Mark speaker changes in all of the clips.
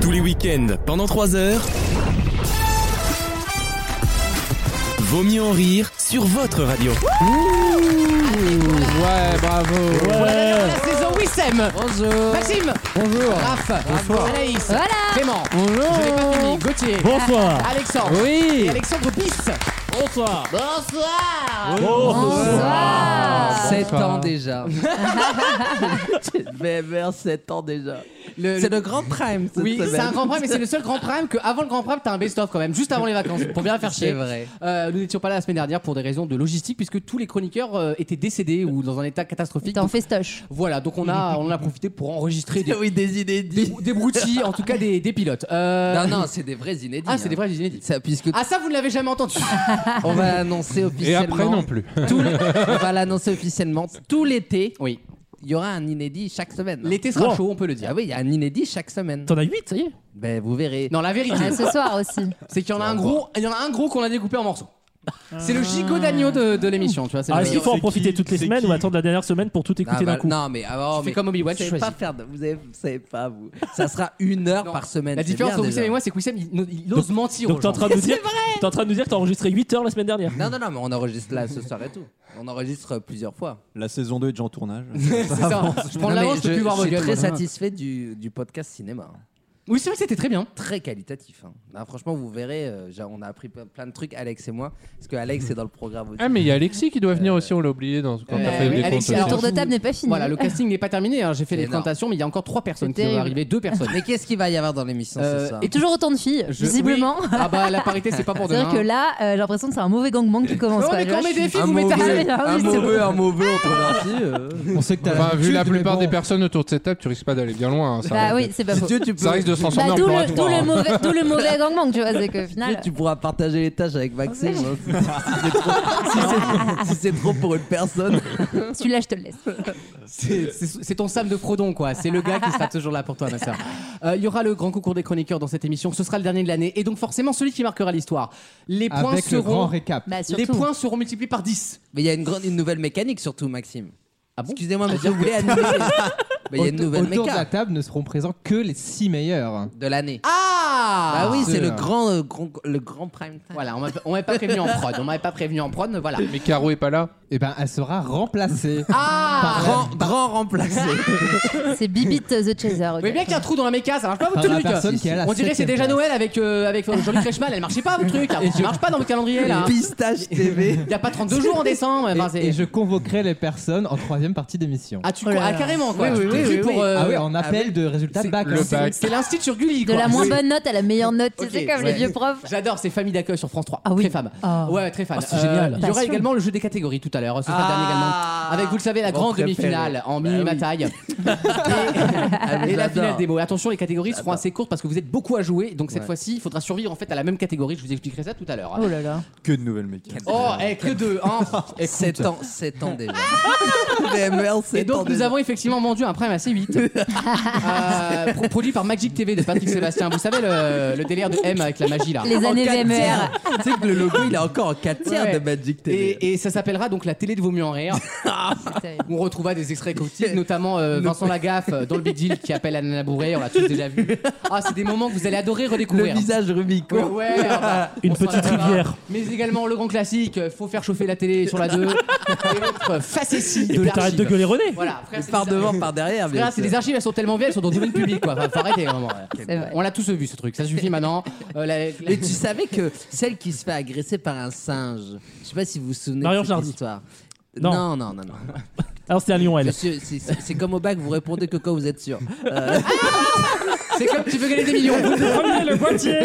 Speaker 1: Tous les week-ends, pendant 3 heures. Vaut mieux en rire sur votre radio.
Speaker 2: Ouais, bravo.
Speaker 3: Voilà la saison Wissem,
Speaker 2: Bonjour.
Speaker 3: Maxime,
Speaker 2: Bonjour.
Speaker 3: Raph, Anaïs, Clément,
Speaker 2: Bonjour.
Speaker 3: je l'ai pas fini, Gauthier,
Speaker 4: Bonsoir.
Speaker 3: Alexandre
Speaker 2: Oui.
Speaker 3: et Alexandre Pisse.
Speaker 4: Bonsoir.
Speaker 3: Bonsoir
Speaker 5: Oh.
Speaker 2: Bonsoir.
Speaker 6: 7
Speaker 2: Bonsoir.
Speaker 6: ans déjà. Bébert, 7 ans déjà. C'est le grand prime cette
Speaker 3: Oui,
Speaker 6: semaine.
Speaker 3: c'est un grand prime, mais c'est le seul grand prime que avant le grand prime, t'as un best-of quand même, juste avant les vacances, pour bien faire
Speaker 6: C'est
Speaker 3: chier.
Speaker 6: vrai.
Speaker 3: Euh, nous n'étions pas là la semaine dernière pour des raisons de logistique, puisque tous les chroniqueurs euh, étaient décédés ou dans un état catastrophique.
Speaker 7: T'es en festoche.
Speaker 3: Voilà, donc on, a, on en a profité pour enregistrer des,
Speaker 6: Oui, des
Speaker 3: des,
Speaker 6: inédits.
Speaker 3: des broutilles, en tout cas des, des pilotes. Euh,
Speaker 6: Non, non, c'est des vrais inédits.
Speaker 3: Ah, c'est des
Speaker 6: vrais
Speaker 3: vrais inédits.
Speaker 6: ça, puisque
Speaker 3: Ah, ça, vous ne l'avez jamais entendu.
Speaker 6: on va l'annoncer
Speaker 2: Et
Speaker 6: officiellement.
Speaker 2: après non plus.
Speaker 6: tout l'- on va l'annoncer officiellement tout l'été.
Speaker 3: Oui.
Speaker 6: Il y aura un inédit chaque semaine.
Speaker 3: L'été sera
Speaker 4: Wow.
Speaker 3: chaud, on peut le dire.
Speaker 6: Ah oui, il y a un inédit chaque semaine.
Speaker 4: T'en as 8, ça y est
Speaker 6: Ben vous verrez.
Speaker 3: Non, la vérité,
Speaker 7: Ah, ce soir aussi.
Speaker 3: c'est qu'il y en a un gros, il y en a un gros qu'on a découpé en morceaux. C'est le
Speaker 6: Ah.
Speaker 3: gigot d'agneau de, de l'émission, tu vois. c'est
Speaker 4: Ah,
Speaker 3: le-
Speaker 4: Est-ce qu'il faut en
Speaker 5: C'est
Speaker 4: profiter
Speaker 5: qui
Speaker 4: toutes les
Speaker 5: C'est
Speaker 4: semaines
Speaker 5: qui
Speaker 4: ou attendre la dernière semaine pour tout écouter
Speaker 6: Ah,
Speaker 4: d'un
Speaker 6: bah,
Speaker 4: coup
Speaker 6: non, mais alors,
Speaker 3: Tu fais
Speaker 6: mais
Speaker 3: comme Obi-Wan,
Speaker 6: vous savez
Speaker 3: tu choisis.
Speaker 6: pas faire de- vous, avez- vous savez pas vous. Ça sera une heure
Speaker 3: Non.
Speaker 6: par semaine.
Speaker 3: La
Speaker 6: c'est
Speaker 3: différence
Speaker 6: bien,
Speaker 3: entre
Speaker 6: déjà.
Speaker 3: Wissem et moi, c'est que Wissem, il, il ose mentir.
Speaker 4: Donc
Speaker 3: aux
Speaker 4: t'es en
Speaker 3: gens.
Speaker 4: train de nous dire t'es en train de nous dire que t'as enregistré 8 heures la semaine dernière.
Speaker 6: Non, non, non, mais on enregistre là ce soir et tout. On enregistre plusieurs fois.
Speaker 5: La saison 2 est déjà en tournage.
Speaker 3: c'est ça. Je prends de
Speaker 6: Non, mais
Speaker 3: l'avance, je peux
Speaker 6: je,
Speaker 3: plus voir vos
Speaker 6: suis
Speaker 3: gueules,
Speaker 6: très
Speaker 3: moi.
Speaker 6: satisfait du, du podcast cinéma. hein.
Speaker 3: Oui, c'est vrai que c'était très bien.
Speaker 6: Très qualitatif. hein. Non, franchement, vous verrez, euh, j'ai- on a appris plein plein de trucs, Alex et moi, parce que Alex est dans le programme aussi.
Speaker 2: Ah mais il y a Alexis qui doit venir aussi, on l'a oublié dans quand
Speaker 3: Euh,
Speaker 2: t'as fait
Speaker 3: oui,
Speaker 2: des
Speaker 3: Alexis,
Speaker 2: comptes.
Speaker 7: Le
Speaker 3: alors-
Speaker 2: aussi.
Speaker 7: tour de table n'est pas fini.
Speaker 3: Voilà, le casting n'est pas terminé. hein. J'ai fait
Speaker 6: C'est
Speaker 3: les
Speaker 6: énorme.
Speaker 3: présentations, mais il y a encore trois personnes
Speaker 7: C'est
Speaker 3: qui vont
Speaker 7: terrible.
Speaker 3: arriver. Deux personnes.
Speaker 6: Mais qu'est-ce qu'il va y avoir dans l'émission
Speaker 3: Euh,
Speaker 6: ce soir
Speaker 3: et
Speaker 7: Et toujours autant de filles,
Speaker 3: Je-
Speaker 7: visiblement.
Speaker 3: oui. Ah bah la parité, c'est pas pour
Speaker 7: C'est
Speaker 3: demain. hein.
Speaker 7: vrai que là, euh, j'ai l'impression que c'est un mauvais gangbang qui commence.
Speaker 3: Non,
Speaker 7: quoi.
Speaker 3: mais
Speaker 7: Je-
Speaker 3: quand
Speaker 7: je
Speaker 3: mes
Speaker 7: suis-
Speaker 3: défis,
Speaker 6: un
Speaker 3: vous mettez.
Speaker 6: mauvais,
Speaker 7: Ah, oui, ah,
Speaker 6: un
Speaker 7: oui, c'est
Speaker 6: mauvais, un mauvais controversé. euh.
Speaker 8: On sait que t'as
Speaker 2: Enfin, vu la
Speaker 8: l'habitude, mais
Speaker 2: plupart
Speaker 8: bon.
Speaker 2: des personnes autour de cette table, tu risques pas d'aller bien loin. hein, ça,
Speaker 7: Bah
Speaker 2: risque-
Speaker 7: oui, c'est pas
Speaker 6: Si
Speaker 7: faux.
Speaker 6: tu veux, tu peux-
Speaker 2: ça risque de se
Speaker 7: Bah,
Speaker 2: transformer en
Speaker 7: d'où
Speaker 2: plan à
Speaker 7: le, d'où
Speaker 2: trois,
Speaker 7: le
Speaker 2: hein.
Speaker 7: mauvais, d'où le mauvais gangbang, tu vois, c'est que au
Speaker 6: Tu-
Speaker 7: final.
Speaker 6: Tu pourras partager les tâches avec Maxime.
Speaker 2: Ah,
Speaker 6: hein, si c'est trop, si c'est- si c'est trop pour une personne.
Speaker 7: Celui-là, je te le laisse.
Speaker 3: C'est- C'est c'est ton Sam de Frodon, quoi. C'est le gars qui sera toujours là pour toi, ma soeur. Euh, Il y aura le grand concours des chroniqueurs dans cette émission. Ce sera le dernier de l'année. Et donc, forcément, celui qui marquera l'histoire. Les points
Speaker 8: Avec le grand
Speaker 3: seront.
Speaker 8: récap.
Speaker 7: Bah,
Speaker 3: les
Speaker 7: surtout.
Speaker 3: points seront multipliés par 10.
Speaker 6: Mais il y a une, grande, une nouvelle mécanique surtout, Maxime.
Speaker 3: Ah bon
Speaker 6: Excusez-moi, mais je voulais annuler. les- Mais il y a une
Speaker 8: Autour-
Speaker 6: nouvelle
Speaker 8: Autour de la
Speaker 6: méca
Speaker 8: table ne seront présents que les 6 meilleurs.
Speaker 6: de l'année. Ah
Speaker 3: Ah
Speaker 6: oui,
Speaker 8: c'est
Speaker 6: c'est le
Speaker 8: là.
Speaker 6: grand, euh, grand- le grand prime time.
Speaker 3: Voilà, on m'avait- on m'avait pas prévenu en prod. On m'avait pas prévenu en prod, mais voilà.
Speaker 2: Mais Caro est pas là.
Speaker 8: Et ben, elle sera remplacée.
Speaker 3: Ah
Speaker 6: Grand, grand remplacé.
Speaker 7: C'est Bibit the Chaser. ok.
Speaker 3: Vous voyez bien qu'il y a un trou dans la méca, ça marche pas
Speaker 8: Par
Speaker 3: votre
Speaker 8: Ah, la
Speaker 3: truc
Speaker 8: personne qui est à la
Speaker 3: On dirait que c'est
Speaker 8: septième
Speaker 3: déjà
Speaker 8: place.
Speaker 3: Noël avec, euh, avec Jean-Luc Reichmann, elle marchait pas votre truc, là. ça marche pas dans votre calendrier là.
Speaker 6: Pistache TV.
Speaker 3: Il y a pas 32 jours en décembre. enfin,
Speaker 8: Et,
Speaker 3: c'est-
Speaker 8: et je convoquerai les personnes en troisième partie d'émission.
Speaker 3: Ah, tu
Speaker 7: Oh là
Speaker 3: ah,
Speaker 7: là.
Speaker 3: carrément quoi.
Speaker 6: Oui,
Speaker 3: Tu
Speaker 6: oui,
Speaker 3: t'es
Speaker 6: oui,
Speaker 3: pris
Speaker 6: oui,
Speaker 3: pour,
Speaker 6: oui.
Speaker 3: euh,
Speaker 8: ah ouais, en appel de résultats de bac.
Speaker 2: Le
Speaker 8: hein.
Speaker 2: bac.
Speaker 3: C'est l'instit sur Gulli
Speaker 7: De
Speaker 3: quoi.
Speaker 7: la moins
Speaker 3: C'est-
Speaker 7: bonne note à la meilleure note, tu
Speaker 3: Ok,
Speaker 7: sais, comme
Speaker 3: ouais.
Speaker 7: les vieux profs.
Speaker 3: J'adore ces familles d'accueil sur France 3.
Speaker 7: Ah oui.
Speaker 3: Très femme.
Speaker 7: Ah.
Speaker 3: Ouais, très fan.
Speaker 4: Ah, c'est génial.
Speaker 3: Il y aura
Speaker 7: Passion.
Speaker 3: également le jeu des catégories tout à l'heure.
Speaker 6: Ah.
Speaker 3: Ce sera le dernier également.
Speaker 7: Ah.
Speaker 3: Avec, vous le savez, la
Speaker 6: Mon
Speaker 3: grande
Speaker 6: préféré.
Speaker 3: demi-finale en
Speaker 6: Bah
Speaker 3: mini
Speaker 6: oui.
Speaker 3: bataille.
Speaker 6: Ah, mais
Speaker 3: Et la
Speaker 6: j'adore.
Speaker 3: finale des mots. Attention, les catégories seront assez courtes parce que vous êtes beaucoup à jouer. Donc cette
Speaker 6: Ouais.
Speaker 3: fois-ci, il faudra survivre en fait à la même catégorie. Je vous expliquerai ça tout à l'heure.
Speaker 7: Oh là là.
Speaker 5: Que de nouvelles mécaniques.
Speaker 3: Oh, eh, que deux. hein. Écoute.
Speaker 6: 7 ans, 7 ans déjà. VML, 7
Speaker 3: Et
Speaker 6: E ans
Speaker 3: donc nous
Speaker 6: déjà.
Speaker 3: avons effectivement vendu un prime assez vite, Euh, pro- produit par Magic TV de Patrick Sébastien. Vous savez le, le délire de M avec la magie là.
Speaker 7: Les années
Speaker 6: En quatre
Speaker 7: VMR.
Speaker 6: tiers. E tu sais que le logo, il est encore en 4 tiers
Speaker 3: Ouais.
Speaker 6: de Magic TV.
Speaker 3: Et, et ça s'appellera donc la télé de Vaut mieux en rire.
Speaker 7: C'est terrible.
Speaker 3: On retrouvera des extraits quotidiens, notamment euh, Vincent Lagaffe euh, dans le Big Deal qui appelle Anna Bourré, on l'a tous déjà vu. Ah, c'est des moments que vous allez adorer
Speaker 6: le
Speaker 3: redécouvrir.
Speaker 6: visage Rubico.
Speaker 3: Ouais, ouais, ah bah,
Speaker 4: Une
Speaker 3: on s'en
Speaker 4: petite
Speaker 3: rappellera.
Speaker 4: rivière.
Speaker 3: Mais également le grand classique, euh, faut faire chauffer la télé sur la 2. Et l'autre facétie
Speaker 4: Et
Speaker 3: de
Speaker 4: puis t'arrêtes de
Speaker 3: l'archive.
Speaker 4: gueuler René
Speaker 3: Voilà, frère, c'est
Speaker 6: Par
Speaker 3: des-
Speaker 6: devant, par derrière.
Speaker 3: Frère,
Speaker 6: bien
Speaker 3: c'est
Speaker 6: sûr.
Speaker 3: des archives, elles sont tellement vieilles, elles sont dans le domaine public quoi. Enfin, faut arrêter hein, vraiment.
Speaker 7: C'est vrai.
Speaker 3: On l'a tous vu ce truc, ça suffit maintenant. Euh, la- la-
Speaker 6: Mais tu savais que celle qui se fait agresser par un singe, je sais pas si vous vous souvenez
Speaker 4: Marion
Speaker 6: de cette
Speaker 4: Jardy.
Speaker 6: histoire.
Speaker 4: Non.
Speaker 6: non, non, non. non.
Speaker 4: Alors c'était à Lyon elle.
Speaker 6: Monsieur, c'est- c'est c'est comme au bac, vous répondez que quand vous êtes sûr. Euh,
Speaker 3: C'est comme tu veux gagner des millions.
Speaker 4: Prenez le boîtier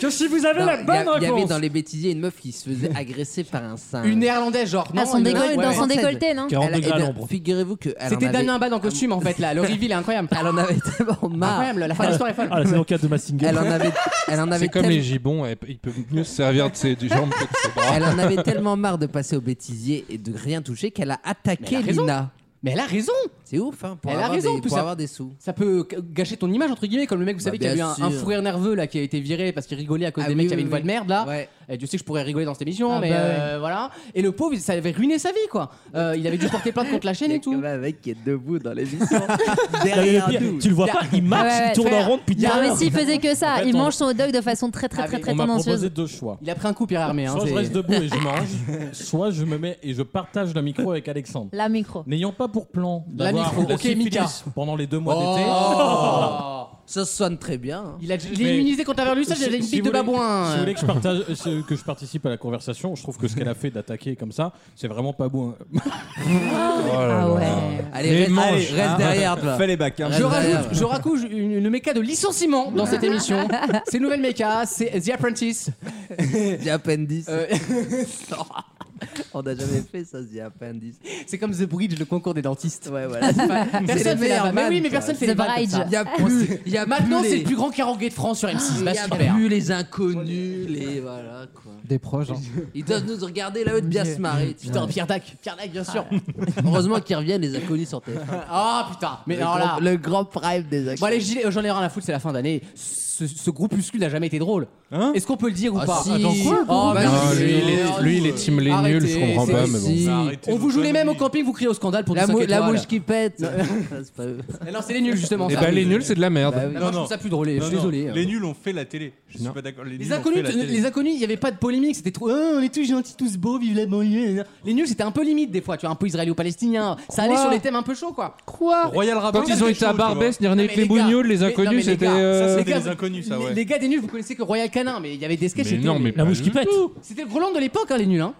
Speaker 4: que si vous avez
Speaker 6: non, il y a- Il y avait dans les bêtisiers une meuf qui se faisait agresser par un singe.
Speaker 3: Une néerlandaise, genre. Non,
Speaker 7: Ah, son
Speaker 3: une-
Speaker 7: décol-
Speaker 6: ouais,
Speaker 7: dans
Speaker 6: ouais.
Speaker 7: son décolleté, non
Speaker 4: 40
Speaker 6: Elle a- eh
Speaker 4: degrés à
Speaker 6: bien,
Speaker 4: l'ombre.
Speaker 6: Figurez-vous que. elle en
Speaker 3: C'était
Speaker 6: avait-
Speaker 3: Damien Bad en costume en fait là. Le reveal est incroyable.
Speaker 6: Elle en avait tellement marre.
Speaker 3: Incroyable, la fin de l'histoire est folle.
Speaker 4: Ah la saison 4 de Massinger.
Speaker 6: Elle en avait, elle en
Speaker 2: C'est
Speaker 6: avait,
Speaker 2: comme
Speaker 6: tel-
Speaker 2: les gibbons, elle- ils peuvent mieux se servir de ses des jambes que de ses bras.
Speaker 6: elle en avait tellement marre de passer au bêtisier et de rien toucher qu'elle a
Speaker 3: Mais
Speaker 6: attaqué
Speaker 3: elle a raison.
Speaker 6: Lina.
Speaker 3: Mais elle a raison.
Speaker 6: C'est ouf, hein, pour,
Speaker 3: Elle a
Speaker 6: avoir,
Speaker 3: raison, en
Speaker 6: des,
Speaker 3: plus,
Speaker 6: pour
Speaker 3: ça-
Speaker 6: avoir des sous.
Speaker 3: Ça peut g- gâcher ton image, entre guillemets, comme le mec, vous
Speaker 6: Bah,
Speaker 3: savez, qui a eu
Speaker 6: bien
Speaker 3: un, un
Speaker 6: sûr.
Speaker 3: fou rire nerveux là, qui a été viré parce qu'il rigolait à cause
Speaker 6: Ah
Speaker 3: des
Speaker 6: oui,
Speaker 3: mecs qui
Speaker 6: oui,
Speaker 3: avaient une voix
Speaker 6: oui.
Speaker 3: de merde là.
Speaker 6: Ouais.
Speaker 3: Et Dieu sait que je pourrais rigoler dans cette émission,
Speaker 8: Ah
Speaker 3: mais
Speaker 8: bah
Speaker 3: euh, voilà. Et le pauvre, ça avait ruiné sa vie, quoi. Euh, il avait dû porter plainte contre la chaîne et tout.
Speaker 6: Il y a un mec qui est debout dans l'émission.
Speaker 4: Non, mais le
Speaker 6: derrière
Speaker 4: pire,
Speaker 6: nous.
Speaker 4: tu le vois pas, il marche,
Speaker 7: Ouais, ouais,
Speaker 4: il tourne en
Speaker 7: frère.
Speaker 4: rond depuis tout
Speaker 7: Non,
Speaker 4: à
Speaker 7: mais
Speaker 4: l'heure.
Speaker 7: s'il faisait que ça,
Speaker 4: En fait,
Speaker 7: il
Speaker 4: on-
Speaker 7: mange son hot dog de façon très, très,
Speaker 3: Ah,
Speaker 7: très,
Speaker 3: mais
Speaker 7: très
Speaker 9: On m'a
Speaker 7: tendancieuse.
Speaker 9: proposé deux choix.
Speaker 3: Il a pris un coup, Pierre Hermé. Hein,
Speaker 9: Soit je
Speaker 3: c'est-
Speaker 9: reste debout et je mange, soit je me mets et je partage le micro avec Alexandre.
Speaker 7: La micro.
Speaker 9: N'ayant pas pour plan
Speaker 3: La
Speaker 9: d'avoir
Speaker 3: micro,
Speaker 9: la
Speaker 3: ok, Mika.
Speaker 9: syphilis pendant les deux mois d'été,
Speaker 3: Oh
Speaker 6: Ça sonne très bien. hein.
Speaker 3: Il, a, il est
Speaker 9: Mais-
Speaker 3: immunisé contre la virus, ça,
Speaker 9: Si-
Speaker 3: j'ai une
Speaker 9: si
Speaker 3: pique
Speaker 9: vous
Speaker 3: de
Speaker 9: voulez- Si vous
Speaker 3: babouin.
Speaker 9: voulez que je, partage, euh, ce- que je participe à la conversation, je trouve que ce qu'elle a fait d'attaquer comme ça, c'est vraiment pas beau. hein.
Speaker 7: Ah ouais.
Speaker 6: Allez,
Speaker 2: Mais
Speaker 6: reste,
Speaker 2: mange,
Speaker 6: allez, reste
Speaker 5: hein.
Speaker 6: derrière, toi.
Speaker 5: Fais les bacs. hein.
Speaker 3: Je
Speaker 6: Ouais,
Speaker 3: rajoute,
Speaker 6: ouais.
Speaker 3: je raccouche une, une méca de licenciement dans cette émission. c'est une nouvelle méca, c'est The Apprentice.
Speaker 6: The Appendice.
Speaker 3: Euh,
Speaker 6: On n'a jamais fait ça, The Appendice.
Speaker 3: c'est comme The Bridge, le concours des dentistes.
Speaker 6: Ouais, voilà. Personne
Speaker 3: Personne fait la vanne. Mais oui, mais personne fait
Speaker 7: The
Speaker 3: les vannes comme
Speaker 7: Bridge.
Speaker 3: ça.
Speaker 6: Il y a plus. Il y a
Speaker 3: Maintenant,
Speaker 6: plus
Speaker 3: c'est
Speaker 6: les-
Speaker 3: le plus grand karaoké de France sur M6.
Speaker 6: Ah, Il
Speaker 3: Bah,
Speaker 6: y a
Speaker 3: super.
Speaker 6: plus les inconnus, les. Voilà, quoi.
Speaker 8: Des proches. hein.
Speaker 6: Ils doivent nous regarder là-haut de bien se marrer. tu
Speaker 3: Putain,
Speaker 6: vois.
Speaker 3: Pierre Dac, Pierre Dac, bien sûr.
Speaker 6: Heureusement qu'ils reviennent, les inconnus sur TF1.
Speaker 3: Ah putain, mais
Speaker 6: le,
Speaker 3: alors là.
Speaker 6: grand, le grand prime des inconnus.
Speaker 3: Bon, allez, j'y- j'en ai rien à foutre, c'est la fin d'année. Ce, ce groupuscule n'a jamais été drôle.
Speaker 5: Hein
Speaker 3: Est-ce qu'on peut le dire ou
Speaker 6: Ah,
Speaker 3: pas
Speaker 6: si. Attends, quoi, le
Speaker 3: Oh,
Speaker 6: groupe
Speaker 3: bah,
Speaker 2: Non,
Speaker 3: si.
Speaker 2: Ah, lui, il est, lui, il est team les nuls, je
Speaker 3: Arrêtez,
Speaker 2: comprends
Speaker 3: c'est
Speaker 2: pas, mais bon. Bah,
Speaker 6: Si.
Speaker 9: Arrêtez
Speaker 3: On
Speaker 9: vos
Speaker 3: vous joue les mêmes au
Speaker 9: conneries.
Speaker 3: camp-camping, vous criez au scandale pour
Speaker 6: La,
Speaker 3: des
Speaker 6: mou-
Speaker 3: cinq
Speaker 6: la
Speaker 3: étoiles.
Speaker 6: mouche qui pète. Ça, c'est pas eux.
Speaker 3: Mais Non, c'est les nuls justement.
Speaker 2: Et
Speaker 3: ça.
Speaker 2: bah, les nuls, c'est de la merde.
Speaker 6: Bah oui.
Speaker 3: Ah,
Speaker 6: Non,
Speaker 3: moi, je trouve ça plus drôle, je
Speaker 5: Non,
Speaker 3: suis
Speaker 5: non,
Speaker 3: désolé.
Speaker 5: Les nuls ont fait la télé. Je suis
Speaker 2: Non.
Speaker 5: pas d'accord.
Speaker 3: Les
Speaker 5: nuls ont
Speaker 3: inconnus,
Speaker 5: fait la
Speaker 3: tu-
Speaker 5: télé.
Speaker 3: les inconnus, il n'y avait pas de polémique, c'était trop. Ah, on est tous gentils, tous beaux, vive la banlieue. Les nuls, c'était un peu limite des fois, tu vois, un peu israélo-palestinien. Ça allait
Speaker 2: Quoi
Speaker 3: sur les thèmes un peu chauds, quoi.
Speaker 2: Quoi
Speaker 5: Royal Rabbit.
Speaker 2: Quand ils ont été à Barbès, ni
Speaker 3: Non,
Speaker 2: René
Speaker 3: mais les gars,
Speaker 2: Clébougnoul, les
Speaker 3: mais- non, mais
Speaker 2: inconnus,
Speaker 3: les
Speaker 2: c'était.
Speaker 3: gars, ça,
Speaker 2: euh,
Speaker 3: c'est-
Speaker 5: C'était les inconnus, ça,
Speaker 3: les,
Speaker 5: ouais.
Speaker 3: les gars des nuls, vous connaissez que Royal Canin, mais il y avait des sketchs
Speaker 2: Mais
Speaker 3: et tout,
Speaker 2: non, mais
Speaker 4: La
Speaker 2: pas
Speaker 4: mouche qui
Speaker 2: du
Speaker 4: pète.
Speaker 6: Mmh.
Speaker 2: tout.
Speaker 3: C'était vraiment de l'époque, hein, les nuls. Hein.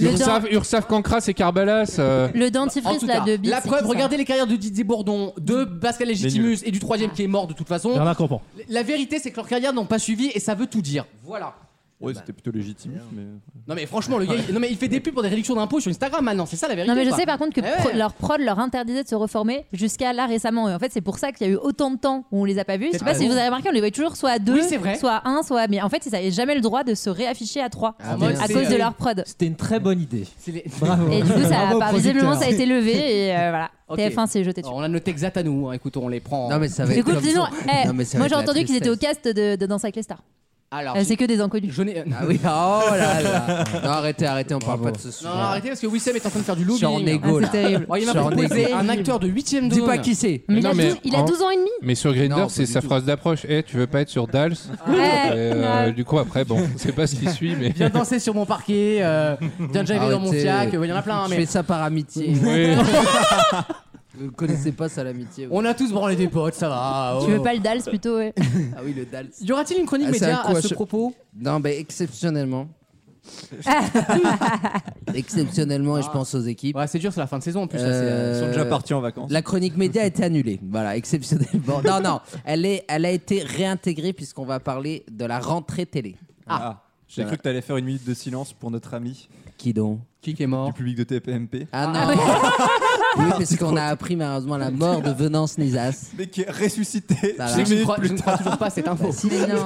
Speaker 7: Le, dent-
Speaker 2: Ursaf, Ursaf Cancras et Carbalas. euh,
Speaker 7: le
Speaker 3: En
Speaker 7: dentifrice
Speaker 3: tout
Speaker 7: là,
Speaker 3: cas,
Speaker 7: de Bix,
Speaker 3: la
Speaker 7: c'est
Speaker 3: preuve,
Speaker 7: qui, ça
Speaker 3: regardez les carrières de Didier Bourdon, de Pascal Legitimus et du troisième qui est mort de toute façon.
Speaker 4: Bernard Campan.
Speaker 3: La vérité, c'est que leurs carrières n'ont pas suivi et ça veut tout dire. Voilà.
Speaker 5: Ouais, c'était plutôt légitime. Mais...
Speaker 3: Non mais franchement, le gars, il- non mais il fait des pubs pour des réductions d'impôts sur Instagram maintenant, c'est ça la vérité.
Speaker 7: Non mais je
Speaker 3: ou pas
Speaker 7: sais par contre que
Speaker 3: Eh ouais.
Speaker 7: pro- leur prod leur interdisait de se reformer jusqu'à là récemment et en fait c'est pour ça qu'il y a eu autant de temps où on les a pas vus. Je sais
Speaker 3: Peut-être
Speaker 7: pas
Speaker 3: pas
Speaker 7: si
Speaker 3: bon.
Speaker 7: vous avez remarqué, on les voyait toujours soit à deux,
Speaker 3: Oui, c'est vrai.
Speaker 7: soit à un, soit à... mais en fait ils avaient jamais le droit de se réafficher à trois
Speaker 6: Ah,
Speaker 3: En
Speaker 6: merde.
Speaker 3: mode,
Speaker 7: à
Speaker 3: c'est,
Speaker 7: cause de
Speaker 3: euh,
Speaker 7: leur prod.
Speaker 8: C'était une très bonne idée.
Speaker 3: c'est les-
Speaker 8: Bravo.
Speaker 7: Et du coup ça
Speaker 8: Bravo au
Speaker 7: bah, visiblement
Speaker 8: producteur.
Speaker 7: ça a été levé et euh, voilà.
Speaker 3: Ok.
Speaker 7: TF1 s'est jeté dessus.
Speaker 3: Alors, on a notre exact à nous, hein, écoute, on les prend.
Speaker 6: Non, mais ça va
Speaker 7: Du
Speaker 6: être.
Speaker 7: coup,
Speaker 6: comme
Speaker 7: sinon,
Speaker 6: ça.
Speaker 7: eh,
Speaker 6: Non, mais ça va
Speaker 7: moi
Speaker 6: être la
Speaker 7: j'ai entendu qu'ils étaient au
Speaker 6: tristesse.
Speaker 7: cast de, de Danse avec les stars.
Speaker 3: Alors,
Speaker 7: Euh, c'est que des inconnus.
Speaker 3: Ah, je n'ai- Non,
Speaker 6: Ah oui, oh là là. Non, arrêtez, arrêtez, on parle pas de ce sujet.
Speaker 3: non, arrêtez parce que Wissem est en train de faire du
Speaker 6: J'en
Speaker 3: lobbying.
Speaker 6: égo, là.
Speaker 7: c'est terrible.
Speaker 3: Oh, il m'a
Speaker 6: J'en
Speaker 3: proposé
Speaker 6: égo.
Speaker 3: un acteur de 8ème de
Speaker 6: Dis pas qui c'est.
Speaker 7: Mais, il, a
Speaker 2: Non, mais
Speaker 7: 12, il a
Speaker 2: en-
Speaker 7: 12 ans et demi.
Speaker 2: Mais sur Grinder,
Speaker 6: Non,
Speaker 2: c'est
Speaker 6: pas du
Speaker 2: sa
Speaker 6: tout.
Speaker 2: phrase d'approche. Eh, tu veux pas être sur Dals Et, euh,
Speaker 7: Ouais.
Speaker 2: Du coup, après, bon, c'est pas ce qui suit, mais.
Speaker 3: Viens danser sur mon parquet, euh, viens driver dans mon
Speaker 6: Arrêtez.
Speaker 3: fiac, euh, il y en a plein, hein,
Speaker 6: Je
Speaker 3: mais
Speaker 6: fais ça par amitié.
Speaker 2: Oui.
Speaker 6: Vous ne connaissez pas ça, l'amitié. vous.
Speaker 3: on a tous branlé des potes, ça va. oh.
Speaker 7: Tu veux pas le DALS plutôt ouais.
Speaker 6: Ah oui, le DALS.
Speaker 3: Y aura-t-il une chronique
Speaker 6: Ah, c'est
Speaker 3: média
Speaker 6: un coup
Speaker 3: à
Speaker 6: à
Speaker 3: ce
Speaker 6: che-
Speaker 3: propos
Speaker 6: Non, mais exceptionnellement. exceptionnellement, et je pense aux équipes.
Speaker 3: Ouais, c'est dur, c'est la fin de saison en plus. là, c'est,
Speaker 6: Euh,
Speaker 5: Ils sont déjà partis en vacances.
Speaker 6: La chronique média a été annulée. Voilà, exceptionnellement. Non, non, elle, est, elle a été réintégrée puisqu'on va parler de la rentrée télé.
Speaker 5: Ah. J'ai
Speaker 6: Voilà.
Speaker 5: cru que t'allais faire une minute de silence pour notre ami
Speaker 6: Qui donc
Speaker 3: Qui qui est mort
Speaker 5: du public de TPMP,
Speaker 6: Ah non Oui,
Speaker 5: Ah,
Speaker 6: parce qu'on a appris malheureusement la mort de Venance Nizas.
Speaker 5: mais qui est ressuscité.
Speaker 6: Voilà.
Speaker 3: Je
Speaker 6: Ah,
Speaker 3: sais que
Speaker 5: J'ai
Speaker 3: je
Speaker 5: mis
Speaker 3: ne crois-
Speaker 5: plus
Speaker 3: je ne crois toujours pas à cette info.
Speaker 7: Mais non.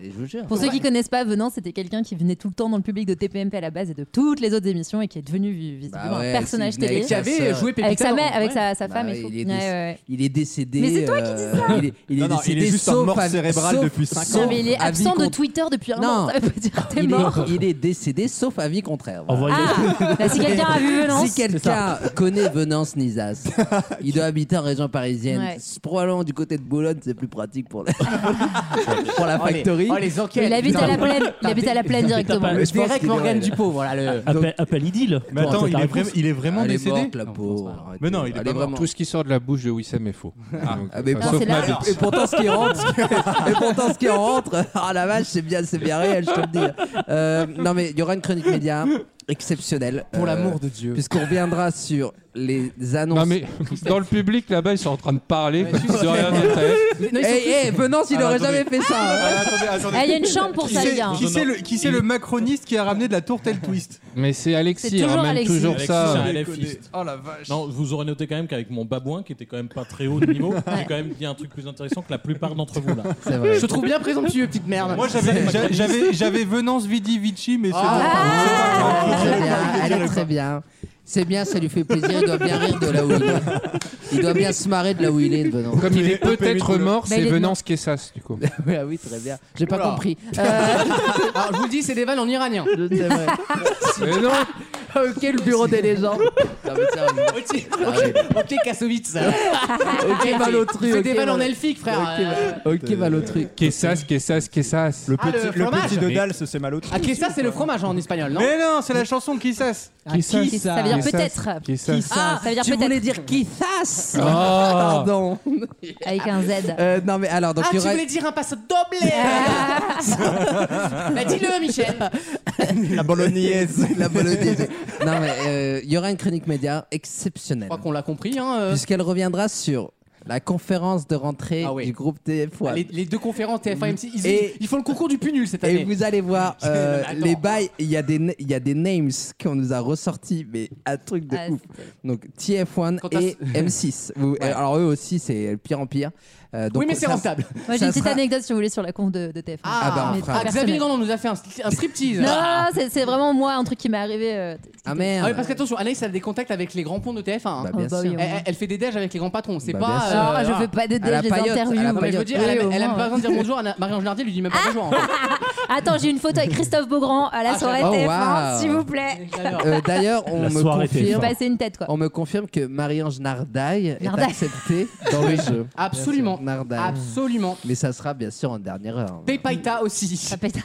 Speaker 6: Et je vous jure.
Speaker 7: Pour ceux qui connaissent pas, Venant, c'était quelqu'un qui venait tout le temps dans le public de TPMP à la base et de toutes les autres émissions et qui est devenu vi- visiblement
Speaker 6: Bah ouais,
Speaker 7: un personnage
Speaker 6: s'il venait
Speaker 7: télé.
Speaker 3: Qui avait
Speaker 6: Ça,
Speaker 3: joué Pépita
Speaker 7: Avec sa
Speaker 3: dans-
Speaker 7: mère, avec
Speaker 3: Ouais.
Speaker 7: sa, sa
Speaker 6: Bah
Speaker 7: femme et
Speaker 6: ouais,
Speaker 7: tout.
Speaker 6: il est
Speaker 7: Ouais,
Speaker 6: décédé.
Speaker 7: ouais.
Speaker 6: Il est décédé.
Speaker 7: Mais c'est toi
Speaker 6: qui dis ça Il est, il est
Speaker 5: Non, non, il est
Speaker 6: décédé
Speaker 5: juste en
Speaker 6: sauf
Speaker 5: mort
Speaker 6: à-
Speaker 5: cérébrale
Speaker 6: sauf-
Speaker 5: depuis cinq
Speaker 6: sauf
Speaker 7: Non, mais il est
Speaker 6: avis
Speaker 7: absent de
Speaker 6: contre-
Speaker 7: Twitter depuis un
Speaker 6: Non.
Speaker 7: an. Ça veut pas dire que t'es
Speaker 6: il
Speaker 7: mort.
Speaker 6: est, il est décédé sauf avis contraire.
Speaker 4: Envoyez.
Speaker 7: Bah, si quelqu'un a vu Venant,
Speaker 6: Si quelqu'un connaît Venance Nizas, il doit habiter en région parisienne.
Speaker 7: Ouais.
Speaker 6: C'est Probablement du côté de Boulogne, c'est plus pratique pour la, pour la
Speaker 3: Oh, les-
Speaker 6: factory.
Speaker 3: Oh, les enquêtes.
Speaker 7: il habite à la
Speaker 3: Putain,
Speaker 7: plaine. Il habite à la plaine directement.
Speaker 4: pas-
Speaker 3: Le
Speaker 6: Je pense
Speaker 3: Derek
Speaker 6: qu'il
Speaker 3: Morgan
Speaker 6: est- Ah,
Speaker 3: du pauvre, voilà le.
Speaker 4: Appel, appel idylle.
Speaker 5: Mais
Speaker 4: Pour
Speaker 5: attends,
Speaker 4: attendre
Speaker 5: il
Speaker 4: ta
Speaker 5: est,
Speaker 4: réponse.
Speaker 5: vraiment- il est vraiment
Speaker 6: Elle est
Speaker 5: décédé
Speaker 6: morte, la
Speaker 3: Non,
Speaker 6: pauvre.
Speaker 3: je pense pas.
Speaker 6: Arrêtez.
Speaker 5: Mais non, il est
Speaker 6: Elle
Speaker 5: pas mort.
Speaker 6: vraiment-
Speaker 2: Tout ce qui sort de la bouche de Wissem est faux. Donc,
Speaker 6: Ah, mais
Speaker 2: enfin,
Speaker 6: pour-
Speaker 2: sauf
Speaker 7: c'est
Speaker 2: ma
Speaker 7: la-
Speaker 2: bite.
Speaker 6: et pourtant ce qui rentre, et pourtant ce qui rentre, ah la vache c'est bien, c'est bien réel, je te le dis. Euh, non mais il y aura une chronique média exceptionnelle.
Speaker 3: Pour
Speaker 6: euh,
Speaker 3: l'amour de Dieu.
Speaker 6: Puisqu'on reviendra sur les annonces.
Speaker 2: Non, mais dans le public là-bas, ils sont en train de parler. comme si de rien n'était.
Speaker 3: Non, ils sont
Speaker 6: Hey, hey, Eh, Venance, il
Speaker 5: Ah,
Speaker 6: aurait
Speaker 5: attendez.
Speaker 6: jamais fait ça. hein.
Speaker 5: Ah, attendez, attendez.
Speaker 7: Ah, il y a une chambre pour
Speaker 5: Qui
Speaker 7: ça,
Speaker 5: c'est-
Speaker 7: les gars. hein.
Speaker 5: qui c'est le, qui c'est le macroniste qui a ramené de la tourtelle twist
Speaker 2: Mais c'est Alexis,
Speaker 7: C'est
Speaker 2: il
Speaker 7: toujours
Speaker 2: ramène
Speaker 7: Alexis.
Speaker 2: toujours
Speaker 7: Alexis,
Speaker 2: ça.
Speaker 5: Déconner.
Speaker 9: LFiste.
Speaker 5: Oh la vache.
Speaker 9: Ah, Non, vous aurez noté quand même qu'avec mon babouin, qui était quand même pas très haut de niveau, j'ai quand même dit un truc plus intéressant que la plupart d'entre vous là.
Speaker 3: Je te trouve bien présomptueux, petite merde.
Speaker 5: Moi j'avais- j'a- j'avais j'avais Venance Vidi Vici mais c'est bon.
Speaker 3: Ah.
Speaker 5: C'est pas grave.
Speaker 6: très bien, elle est très bien. C'est bien, ça lui fait plaisir. Il doit bien rire de là où il est. Il doit bien se marrer de là où il est. le Venance.
Speaker 2: Comme il est peut-être mort,
Speaker 7: Bah,
Speaker 2: c'est
Speaker 7: il est
Speaker 2: Venance Kessas, du coup.
Speaker 6: Oui, ah oui, très bien.
Speaker 3: J'ai pas compris. Euh, alors, je vous le dis, c'est des vannes en iranien.
Speaker 6: C'est vrai.
Speaker 2: Mais non
Speaker 6: Euh, ok, le bureau des légendes. Non, mais ça, on-
Speaker 3: ok, Kassovitz.
Speaker 6: Ah,
Speaker 3: ok,
Speaker 6: Malotru,
Speaker 3: C'est
Speaker 6: ok,
Speaker 3: des vannes en
Speaker 6: Malotru.
Speaker 3: elfique, frère.
Speaker 6: Ok, Malotru.
Speaker 2: Kessas, Kessas, Kessas.
Speaker 5: Le
Speaker 3: Ah, le
Speaker 5: petit, le
Speaker 3: fromage.
Speaker 5: petit de Dals, c'est mal autre.
Speaker 3: Ah, Kessa, c'est le fromage en espagnol, non
Speaker 5: Mais non, c'est la chanson qui cesse.
Speaker 8: Ah, qui
Speaker 7: Ça, ça veut dire peut-être.
Speaker 2: Kessas.
Speaker 7: Ah, ça veut dire
Speaker 6: Tu voulais
Speaker 7: peut-être.
Speaker 6: dire Kithas
Speaker 2: Ah
Speaker 6: Pardon.
Speaker 7: Avec un Z.
Speaker 6: Euh, non, mais alors, donc
Speaker 3: Ah,
Speaker 6: il y
Speaker 3: tu
Speaker 6: aura-
Speaker 3: voulais dire un passe double Bah, dis-le, Michel.
Speaker 5: La bolognaise.
Speaker 6: La bolognaise. non, mais euh, il y aura une chronique média
Speaker 3: Je
Speaker 6: exceptionnelle.
Speaker 3: crois qu'on l'a compris. Hein, euh,
Speaker 6: Puisqu'elle reviendra sur la conférence de rentrée
Speaker 3: Ah oui.
Speaker 6: du groupe TF1.
Speaker 3: les, les deux conférences TF1 MC, ils,
Speaker 6: Et-
Speaker 3: ils font le concours du punul cette
Speaker 6: Et
Speaker 3: année.
Speaker 6: vous allez voir euh,
Speaker 3: Attends.
Speaker 6: les bails, il y, a des na- il y a des names qu'on nous a ressortis, mais un truc de
Speaker 7: Ah,
Speaker 6: ouf. Donc TF1
Speaker 3: Quand t'as-
Speaker 6: et M6. Vous- Alors eux aussi, c'est pire en pire. Euh, donc
Speaker 3: oui, mais
Speaker 6: ça-
Speaker 3: c'est rentable.
Speaker 7: Moi, j'ai
Speaker 6: Ça
Speaker 7: une petite
Speaker 6: sera-
Speaker 7: anecdote, si vous voulez, sur la conf de, de TF1.
Speaker 6: Ah, bah, on
Speaker 7: Mais très
Speaker 6: fera.
Speaker 3: Ah, Xavier
Speaker 7: personnel.
Speaker 3: Grand nous a fait un, un striptease.
Speaker 7: Non, non, c'est c'est vraiment moi un truc qui m'est arrivé. euh,
Speaker 6: Ah
Speaker 3: Ah
Speaker 6: merde.
Speaker 3: oui, parce qu'attention, Anaïs a des contacts avec les grands ponts de TF1. hein.
Speaker 6: Bah,
Speaker 7: oh,
Speaker 6: bien sûr.
Speaker 7: bah oui, au
Speaker 3: elle,
Speaker 7: moins.
Speaker 3: elle- elle fait des déj avec les grands patrons. C'est
Speaker 6: Bah,
Speaker 3: pas.
Speaker 6: bien sûr.
Speaker 7: Alors,
Speaker 3: euh,
Speaker 7: Ah, je fais pas de
Speaker 6: À
Speaker 7: dé,
Speaker 6: la
Speaker 7: je les
Speaker 6: paillotte, à la
Speaker 7: interviewe.
Speaker 3: Non, mais je veux dire, elle,
Speaker 7: Oui,
Speaker 3: aime-
Speaker 7: au
Speaker 3: elle aime
Speaker 7: moins.
Speaker 3: pas besoin de dire bonjour. Anna- Marie-Ange Nardi lui dit même pas bonjour. hein. en fait.
Speaker 7: Attends, j'ai une photo avec Christophe Beaugrand à la
Speaker 3: Ah,
Speaker 7: soirée
Speaker 6: j'adore. Oh,
Speaker 7: TF1,
Speaker 6: waouh.
Speaker 7: s'il vous plaît.
Speaker 6: Euh, D'ailleurs, on
Speaker 4: La
Speaker 6: me
Speaker 4: soirée
Speaker 7: J'ai
Speaker 6: confirme.
Speaker 4: TF1.
Speaker 7: passé une tête, quoi.
Speaker 6: On me confirme que Marie-Ange Nardaille est
Speaker 7: Nardaille.
Speaker 6: acceptée dans le jeu.
Speaker 3: Absolument.
Speaker 6: Nardaille.
Speaker 3: Absolument.
Speaker 6: Mais ça sera bien sûr en dernière heure. hein.
Speaker 3: Pepaïta aussi.
Speaker 7: Ça pète.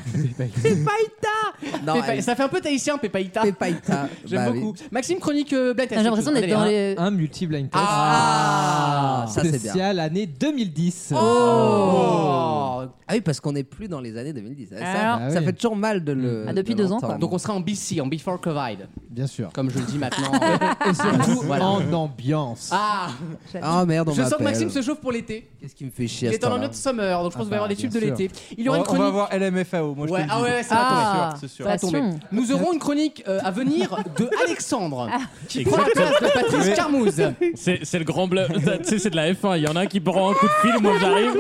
Speaker 6: Non,
Speaker 3: Pépa- Ça fait un peu tahitien, Pepaïta.
Speaker 6: Pépaïta.
Speaker 3: J'aime
Speaker 6: Bah oui.
Speaker 3: beaucoup. Maxime Chronique euh, Blind Test,
Speaker 7: J'ai l'impression
Speaker 3: c'est
Speaker 7: d'être
Speaker 3: tout.
Speaker 7: dans
Speaker 3: Allez,
Speaker 5: hein
Speaker 7: les.
Speaker 8: Un multi-blind test.
Speaker 6: Ah, ça c'est bien.
Speaker 8: Spécial année 2010.
Speaker 3: Oh
Speaker 6: Ah oui, parce qu'on n'est plus dans les années 2010. Ça,
Speaker 7: Alors-
Speaker 6: ça fait toujours mal de le.
Speaker 7: Ah, depuis
Speaker 6: de
Speaker 7: deux ans,
Speaker 6: l'entendre.
Speaker 7: quoi.
Speaker 3: Ah Donc on sera en BC, en Before Covid,
Speaker 8: Bien sûr.
Speaker 3: comme je le dis maintenant.
Speaker 8: Et surtout
Speaker 3: Voilà.
Speaker 8: en ambiance.
Speaker 3: ah
Speaker 6: Ah merde, on
Speaker 3: Je sens que
Speaker 6: m'appelle.
Speaker 3: Maxime se chauffe pour l'été.
Speaker 6: Qu'est-ce qui me fait chier à
Speaker 3: Il est
Speaker 6: ce
Speaker 3: dans
Speaker 6: temps-là
Speaker 3: l'ambiance summer, donc je pense
Speaker 8: Ah
Speaker 3: qu'on va y avoir
Speaker 8: bah,
Speaker 3: les tubes de
Speaker 8: bien sûr.
Speaker 3: l'été. Il y
Speaker 5: On
Speaker 3: aura une
Speaker 5: va, on va
Speaker 3: chronique.
Speaker 5: voir LMFAO. Moi,
Speaker 3: Ouais,
Speaker 5: je te
Speaker 3: ah
Speaker 5: le dis.
Speaker 3: ouais, ça va tomber.
Speaker 7: Ah,
Speaker 9: C'est sûr.
Speaker 3: Ça va tomber.
Speaker 7: passion.
Speaker 3: Nous aurons une chronique euh, à venir de Alexandre, qui prend la place de Patrice Carmouze.
Speaker 9: C'est c'est le grand bleu. tu sais, c'est de la F1. Il y en a un qui prend un coup de fil, moi j'arrive.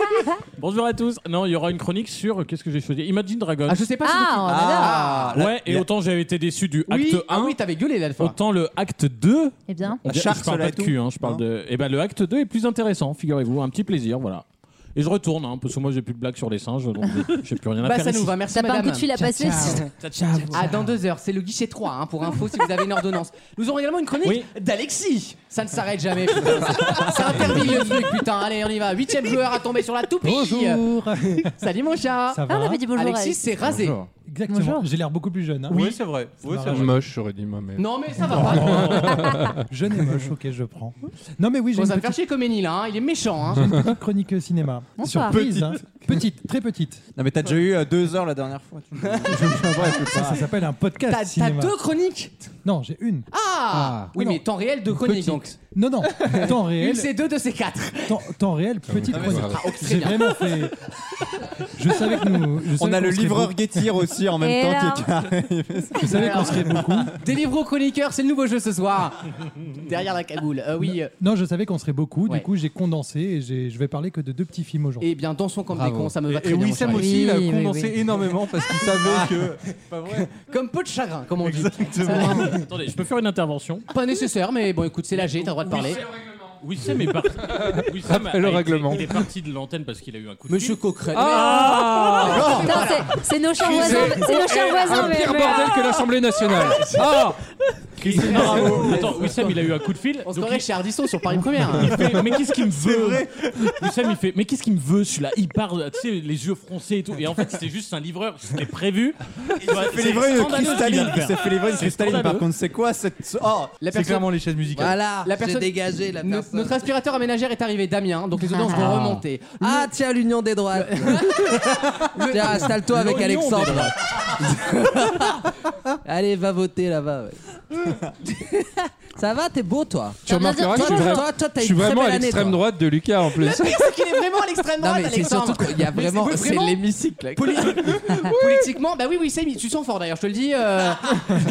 Speaker 9: Bonjour à tous. Non, il y aura une chronique sur. Qu'est-ce que j'ai choisi Imagine Dragon.
Speaker 3: Ah, je sais pas si
Speaker 7: Ah, on adore.
Speaker 5: Ah, la-
Speaker 9: ouais, et autant j'avais été déçu du acte
Speaker 3: Oui,
Speaker 9: 1.
Speaker 3: ah oui, t'avais gueulé l'alpha.
Speaker 9: Autant le acte 2,
Speaker 7: Eh bien,
Speaker 9: on dirait-
Speaker 5: Shark,
Speaker 9: je parle
Speaker 5: cela
Speaker 9: pas
Speaker 5: et
Speaker 9: de
Speaker 5: tout.
Speaker 9: cul, hein, je parle
Speaker 5: Non.
Speaker 9: de. Et ben le acte 2 est plus intéressant, figurez-vous, un petit plaisir, voilà. Et je retourne, hein, parce que moi j'ai plus de blagues sur les singes, donc j'ai plus rien à
Speaker 3: Bah,
Speaker 9: faire.
Speaker 3: ça nous
Speaker 9: ici.
Speaker 3: va, merci
Speaker 7: t'as pas un
Speaker 3: madame.
Speaker 7: coup de fil à passer
Speaker 3: Ah, dans deux heures, c'est le guichet 3, hein, pour info, si vous avez une ordonnance. Nous aurons également une chronique
Speaker 9: Oui.
Speaker 3: d'Alexis. Ça ne s'arrête jamais, putain. C'est interdit le truc, putain. Allez, on y va. Huitième joueur à tomber sur la toupie.
Speaker 10: Bonjour
Speaker 3: Salut mon chat.
Speaker 10: Ça
Speaker 7: Ah, on
Speaker 10: va
Speaker 7: avait dit bonjour.
Speaker 3: Alexis, c'est rasé.
Speaker 10: Exactement. J'ai l'air beaucoup plus jeune. hein.
Speaker 5: Oui, c'est vrai. Oui, c'est vrai.
Speaker 2: Moche, j'aurais dit, moi, mais.
Speaker 3: Non, mais ça va pas.
Speaker 10: Jeune et moche, ok, je prends. Non, mais oui, j'ai
Speaker 3: Bon,
Speaker 10: une
Speaker 3: ça me
Speaker 10: petite,
Speaker 3: faire chier Coménie, là. hein. Il est méchant, hein.
Speaker 10: une petite chronique euh, cinéma.
Speaker 7: Bonsoir.
Speaker 10: Surprise, hein. Petite, très petite.
Speaker 5: Non, mais t'as déjà eu euh, deux heures la dernière fois. tu vois.
Speaker 10: Ça, ça s'appelle un podcast
Speaker 3: T'as t'as
Speaker 10: cinéma.
Speaker 3: deux chroniques
Speaker 10: Non, j'ai une.
Speaker 3: Ah,
Speaker 10: Ah.
Speaker 3: Oui,
Speaker 10: Non.
Speaker 3: mais temps réel, deux chroniques,
Speaker 10: Petite.
Speaker 3: donc.
Speaker 10: Non, non. Temps
Speaker 3: Une,
Speaker 10: réel.
Speaker 3: c'est deux, deux, c'est quatre.
Speaker 10: Temps, temps réel, petite
Speaker 2: mais
Speaker 10: chronique.
Speaker 2: ça
Speaker 3: Ah, ok, très
Speaker 10: J'ai
Speaker 3: bien.
Speaker 10: vraiment fait. Je savais que nous. je
Speaker 5: On
Speaker 10: savais
Speaker 5: a
Speaker 10: qu'on
Speaker 5: le
Speaker 10: serait
Speaker 5: livreur Getir aussi en
Speaker 7: Et
Speaker 5: même temps
Speaker 7: alors
Speaker 5: qui est carré.
Speaker 10: beaucoup- Je savais qu'on serait beaucoup.
Speaker 3: Délivre aux chroniqueurs, c'est le nouveau jeu ce soir. Derrière la cagoule. Euh, oui. euh,
Speaker 10: Non, je savais qu'on serait beaucoup.
Speaker 3: Ouais.
Speaker 10: Du coup, j'ai condensé et j'ai- je vais parler que de deux petits films aujourd'hui.
Speaker 3: Eh bien, dansons comme des
Speaker 8: Bravo.
Speaker 3: cons, ça me va
Speaker 5: Et,
Speaker 3: très
Speaker 5: et
Speaker 3: bien. mon
Speaker 5: Wissem
Speaker 3: chéri.
Speaker 5: aussi, il a
Speaker 7: Oui, oui,
Speaker 5: condensé
Speaker 7: oui.
Speaker 5: énormément parce qu'il savait que. Pas vrai.
Speaker 3: Comme peu de chagrin, comme on dit.
Speaker 5: Exactement.
Speaker 9: Attendez, je peux faire une intervention
Speaker 3: Pas nécessaire, mais bon, écoute, c'est la G, t'as le droit de parler.
Speaker 9: Oui, Sam est parti. Wissem a-
Speaker 2: Rappelle le
Speaker 9: a été-
Speaker 2: règlement.
Speaker 9: Il est parti de l'antenne parce qu'il a eu un coup de
Speaker 3: Monsieur
Speaker 9: fil.
Speaker 3: Coquerel.
Speaker 7: Putain, c'est- c'est nos chers voisins. C'est nos chers voisins,
Speaker 2: Un
Speaker 7: mais.
Speaker 2: pire bordel que l'Assemblée nationale. Ah
Speaker 9: Christine Attends, Wissem, il a eu un coup de fil.
Speaker 3: On se
Speaker 9: donc
Speaker 3: croirait
Speaker 9: il-
Speaker 3: chez Ardisson sur Paris Première.
Speaker 9: il fait, mais qu'est-ce qu'il me veut Wissem, il fait mais qu'est-ce qu'il me veut celui-là Il parle, tu sais, les yeux froncés et tout. Et en fait, c'était juste un livreur. C'était prévu. Il s'est
Speaker 5: fait livrer une cristalline. Il s'est fait livrer une
Speaker 9: C'est
Speaker 5: cristalline. Par
Speaker 9: scandaleux.
Speaker 5: contre, c'est quoi cette. Oh
Speaker 3: La
Speaker 5: C'est
Speaker 3: personne-
Speaker 5: clairement les chaises musicales.
Speaker 6: Voilà,
Speaker 3: La
Speaker 6: la
Speaker 3: personne-
Speaker 6: j'ai dégagé la
Speaker 3: No-
Speaker 6: personne.
Speaker 3: Notre aspirateur aménagère est arrivé, Damien, donc les audiences
Speaker 7: Ah.
Speaker 3: vont remonter.
Speaker 6: Ah tiens, l'union des droites. tiens, installe-toi avec
Speaker 9: L'Union des
Speaker 6: Alexandre. Allez, va voter là-bas. ouais. Ça va, t'es beau toi.
Speaker 2: Tu remarqueras que je suis
Speaker 6: toi,
Speaker 2: vra-
Speaker 6: toi, toi,
Speaker 2: je
Speaker 6: t'as
Speaker 2: suis
Speaker 6: une très
Speaker 2: vraiment à
Speaker 6: belle année,
Speaker 2: l'extrême
Speaker 6: toi.
Speaker 2: droite de Lucas en plus.
Speaker 3: Le pire, c'est qu'il est vraiment à l'extrême
Speaker 6: Non
Speaker 3: droite,
Speaker 6: mais c'est
Speaker 3: Alexandre.
Speaker 6: surtout qu'il y a vraiment,
Speaker 3: c'est
Speaker 6: c'est
Speaker 3: vraiment-
Speaker 6: l'hémicycle. là.
Speaker 3: Politiquement, bah oui, oui, Sam, il- tu sens fort d'ailleurs, je te le dis. euh,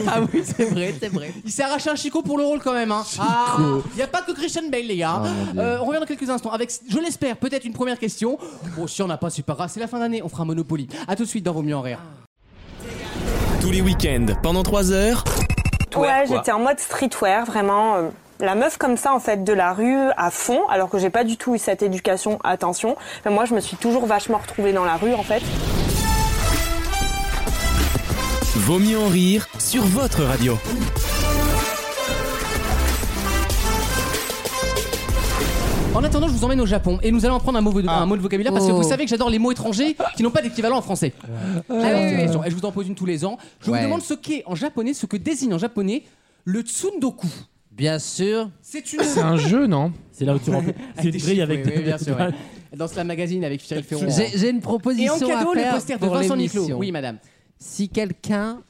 Speaker 6: Ah oui, c'est vrai, c'est vrai.
Speaker 3: il s'est arraché un chicot pour le rôle quand même. Hein. Ah, il n'y a pas que Christian Bale, les
Speaker 6: Ah,
Speaker 3: gars. Euh, on revient dans quelques instants avec, je l'espère, peut-être une première question. Bon, si on n'a pas, c'est pas grave, c'est la fin d'année, on fera un Monopoly. A tout de suite dans Vaut mieux en rire.
Speaker 1: Tous les week-ends, pendant 3 heures.
Speaker 9: streetwear.
Speaker 11: Ouais,
Speaker 9: quoi.
Speaker 11: j'étais en mode streetwear, vraiment. euh, la meuf comme ça, en fait, de la rue à fond, alors que j'ai pas du tout eu cette éducation, attention. Mais moi, je me suis toujours vachement retrouvée dans la rue, en fait.
Speaker 1: Vaut mieux en rire sur votre radio.
Speaker 3: En attendant, je vous emmène au Japon et nous allons apprendre un mot, de, un mot de vocabulaire parce que
Speaker 6: Oh.
Speaker 3: vous savez que j'adore les mots étrangers qui n'ont pas d'équivalent en français. Ah J'adore cette question. Et je vous en pose une tous les ans. Je
Speaker 6: Ouais.
Speaker 3: vous demande ce qu'est en japonais, ce que désigne en japonais le tsundoku.
Speaker 6: Bien sûr.
Speaker 3: C'est une. Ah,
Speaker 2: C'est un jeu, non
Speaker 9: C'est là où tu remplis. C'est une grille avec
Speaker 3: oui, oui,
Speaker 9: des.
Speaker 3: bien sûr. ouais. Dans Slam Magazine avec Cyril Ferron.
Speaker 6: J'ai j'ai une
Speaker 3: Et
Speaker 6: proposition
Speaker 3: en cadeau,
Speaker 6: à
Speaker 3: le
Speaker 6: faire
Speaker 3: poster de
Speaker 6: pour
Speaker 3: Vincent
Speaker 6: l'émission.
Speaker 3: Niclot. Oui, madame.
Speaker 6: Si quelqu'un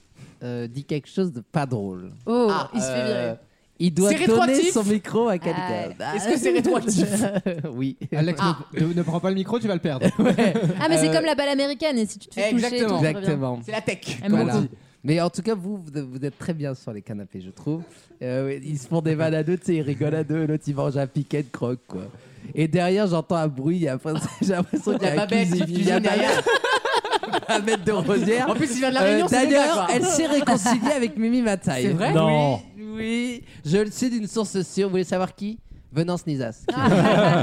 Speaker 6: euh, dit quelque chose de pas drôle,
Speaker 7: Oh,
Speaker 3: Ah,
Speaker 7: il se fait
Speaker 3: euh,
Speaker 7: virer.
Speaker 6: il doit
Speaker 3: C'est
Speaker 6: donner
Speaker 3: rétroactif Ah, bah.
Speaker 6: son micro à quelqu'un.
Speaker 3: Est-ce que c'est rétroactif Ah,
Speaker 6: Oui.
Speaker 10: Alex, ne, ne- ne prends pas le micro, tu vas le perdre.
Speaker 7: Ah, mais c'est
Speaker 6: Euh,
Speaker 7: comme la balle américaine, et si tu te fais toucher,
Speaker 3: exactement.
Speaker 7: tu te reviens.
Speaker 6: Exactement.
Speaker 3: C'est la tech.
Speaker 7: Elle me
Speaker 6: Voilà.
Speaker 7: dit.
Speaker 6: Mais en tout cas, vous, vous vous êtes très bien sur les canapés, je trouve. Euh, ils se font des vannes à deux, tu sais, ils rigolent à deux, l'autre il mange un piquet de croque, quoi. Et derrière, j'entends un bruit, et après, j'ai l'impression qu'il y a un
Speaker 3: Babette
Speaker 6: cuisinier,
Speaker 3: qui
Speaker 6: il y a
Speaker 3: cuisine derrière.
Speaker 6: Babette de Rosière.
Speaker 3: En plus, il vient de la
Speaker 6: Euh,
Speaker 3: Réunion, c'est mon gars,
Speaker 6: D'ailleurs,
Speaker 3: quoi.
Speaker 6: elle s'est réconciliée avec Mimi Mataille.
Speaker 3: C'est vrai
Speaker 9: Non.
Speaker 6: Oui, oui. je le sais d'une source sûre. Vous voulez savoir qui Venance Nizas.
Speaker 7: Ah.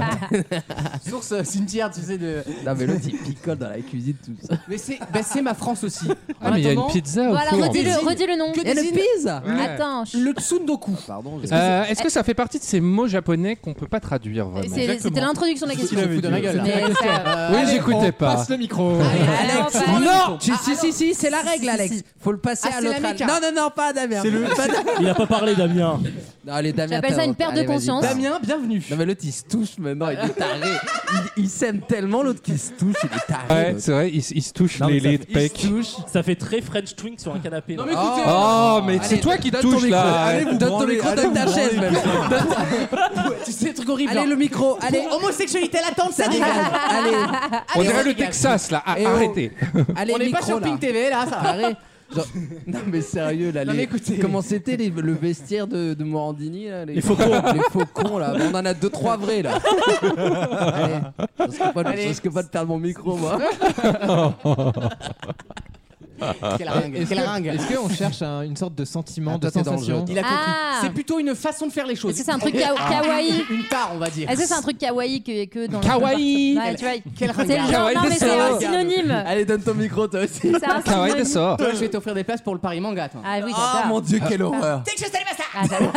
Speaker 3: Source euh, cimetière, tu sais, de.
Speaker 6: non, mais l'autre, il picole dans la cuisine, tout ça.
Speaker 3: Mais c'est ben, c'est ma France aussi.
Speaker 2: Ah, mais il y a une
Speaker 3: attendant,
Speaker 2: pizza au
Speaker 7: Voilà,
Speaker 2: four. en
Speaker 7: redis
Speaker 2: fait.
Speaker 7: le, redis le nom.
Speaker 3: Que
Speaker 6: Et le
Speaker 3: désigne
Speaker 6: pizza
Speaker 2: Ouais.
Speaker 7: Attends, je-
Speaker 3: le tsundoku.
Speaker 6: Pardon,
Speaker 2: Euh, Est-ce que ça fait partie de ces mots japonais qu'on peut pas traduire
Speaker 7: c'est-
Speaker 2: vraiment
Speaker 7: c'était l'introduction de la question.
Speaker 3: Je me fous de ma gueule.
Speaker 7: Mais ça-
Speaker 2: Oui, j'écoutais pas.
Speaker 10: Passe le micro.
Speaker 6: Alex,
Speaker 7: Ah, on
Speaker 6: non Tu- Si, si, si, c'est la
Speaker 7: Si,
Speaker 6: règle,
Speaker 7: si,
Speaker 6: Alex.
Speaker 7: si.
Speaker 6: Faut le passer
Speaker 3: Ah,
Speaker 6: à
Speaker 3: c'est
Speaker 6: l'autre.
Speaker 3: l'Américain.
Speaker 6: Non, non, non, pas à Damien. Pas à Damien.
Speaker 9: Il a pas parlé, Damien.
Speaker 6: Non, allez, Damien.
Speaker 7: J'appelle ça
Speaker 6: t'as
Speaker 7: une
Speaker 6: honte.
Speaker 7: perte de
Speaker 6: Allez, vas-y,
Speaker 7: conscience.
Speaker 6: parle.
Speaker 3: Damien, bienvenue.
Speaker 6: Non, mais l'autre, il se touche maintenant, il est taré. Il, il s'aime tellement, l'autre, qu'il se touche, il est taré.
Speaker 2: Ouais,
Speaker 6: l'autre.
Speaker 2: c'est vrai, ils, ils se touchent
Speaker 9: Non, mais
Speaker 2: les,
Speaker 9: ça
Speaker 2: les
Speaker 9: fait-
Speaker 2: pecs.
Speaker 9: Ça fait très French twink sur un canapé. là.
Speaker 3: Non, mais écoutez,
Speaker 2: Oh, mais c'est
Speaker 6: Allez,
Speaker 2: toi qui te
Speaker 6: donne ton
Speaker 2: touches
Speaker 6: micro.
Speaker 2: là.
Speaker 6: Allez,
Speaker 2: ouais.
Speaker 6: donne ton micro, donne ta chaise même.
Speaker 3: tu sais, le truc horrible.
Speaker 6: Allez,
Speaker 3: hein.
Speaker 6: le micro, allez,
Speaker 3: Pour homosexualité latente, ça
Speaker 6: ça
Speaker 3: dégage.
Speaker 6: dégage. Allez,
Speaker 2: On
Speaker 3: Allez,
Speaker 2: dirait
Speaker 3: on
Speaker 2: le
Speaker 3: dégage.
Speaker 2: Texas là. Ah,
Speaker 6: Eh oh.
Speaker 2: Arrêtez.
Speaker 6: allez,
Speaker 3: On n'est pas
Speaker 6: micro,
Speaker 3: sur
Speaker 6: là.
Speaker 3: Pink TV là, ça.
Speaker 6: Taré. Genre- Non mais sérieux là,
Speaker 3: Non,
Speaker 6: les-
Speaker 3: mais écoutez.
Speaker 6: comment c'était les- le vestiaire de, de Morandini là, les...
Speaker 9: Les faucons.
Speaker 6: les faucons là, on en a deux trois vrais là. Allez, je risque pas, de- je risque pas de perdre mon micro moi.
Speaker 3: Quelle ringue, quelle ringue.
Speaker 8: Ah. Est-ce qu'on cherche un- une sorte de sentiment,
Speaker 6: Ah,
Speaker 8: de
Speaker 6: toi, t'es dans le
Speaker 8: sensation
Speaker 3: Il a compris.
Speaker 7: Ah.
Speaker 3: C'est plutôt une façon de faire les choses. Ah.
Speaker 7: Est-ce que c'est un truc ka- kawaii
Speaker 3: Une tare, on va dire.
Speaker 7: Est-ce que c'est un truc kawaii que, que dans le-
Speaker 2: Kawaii.
Speaker 7: Ouais, tu vois,
Speaker 3: Quel
Speaker 7: c'est le
Speaker 3: ringard.
Speaker 7: genre, non, mais c'est un
Speaker 3: Kawaii.
Speaker 7: synonyme.
Speaker 6: Allez donne ton micro toi aussi.
Speaker 7: C'est un
Speaker 2: Kawaii
Speaker 7: synonyme.
Speaker 2: desu.
Speaker 3: Toi, je vais t'offrir des places pour le Paris Manga. toi.
Speaker 7: Ah oui,
Speaker 6: Ah
Speaker 7: j'adore.
Speaker 6: mon dieu quelle horreur.
Speaker 7: Ah, j'adore.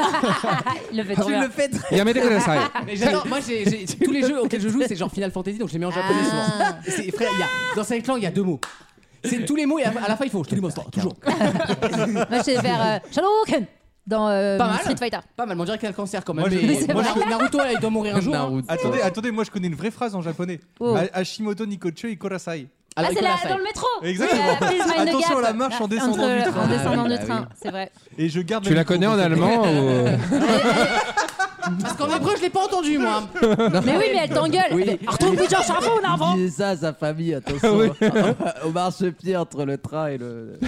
Speaker 7: Il le fait trop
Speaker 6: Tu
Speaker 7: bien.
Speaker 6: le fais très-
Speaker 2: Yamete kudasai.
Speaker 3: Mais j'adore, moi j'ai j'ai- tous les jeux auxquels je joue, c'est genre Final Fantasy, donc je les mets en japonais souvent.
Speaker 7: Ah.
Speaker 3: Et c'est- frère, il y a, dans cette langue, il y a deux mots. C'est tous les mots et à, à la fin il faut, je te les montre, toujours.
Speaker 7: Moi, je vais faire euh, Shadowken dans euh,
Speaker 3: Pas mal.
Speaker 7: Street Fighter.
Speaker 3: Pas mal, on dirait qu'il a le cancer quand même.
Speaker 5: Moi, je-
Speaker 3: mais-
Speaker 7: c'est
Speaker 3: moi,
Speaker 7: vrai.
Speaker 3: je- Naruto, là, il doit mourir un jour. hein.
Speaker 6: Naruto.
Speaker 5: Attendez, attendez, moi je connais une vraie phrase en japonais.
Speaker 7: Oh.
Speaker 5: Ha- Hashimoto Nikocho Ikorasai.
Speaker 7: Ah,
Speaker 3: Alors,
Speaker 7: c'est
Speaker 3: il
Speaker 7: là,
Speaker 3: connaît
Speaker 7: dans le métro.
Speaker 5: Exactement.
Speaker 7: Euh, please mind the
Speaker 5: Attention
Speaker 7: gap.
Speaker 5: à la marche en descendant
Speaker 7: Entre-
Speaker 5: du train.
Speaker 7: En descendant
Speaker 6: Ah,
Speaker 7: du
Speaker 6: bah
Speaker 7: train, c'est vrai.
Speaker 5: Et je garde.
Speaker 2: Tu la connais en allemand ou... euh,
Speaker 3: ça. Parce qu'en hébreu, je l'ai pas entendu moi.
Speaker 7: Mais oui, mais elle t'engueule.
Speaker 6: Oui.
Speaker 7: Retourne plus sur cerveau, avant.
Speaker 6: Il dit ça à sa famille attention. Au marchepied entre le train et le.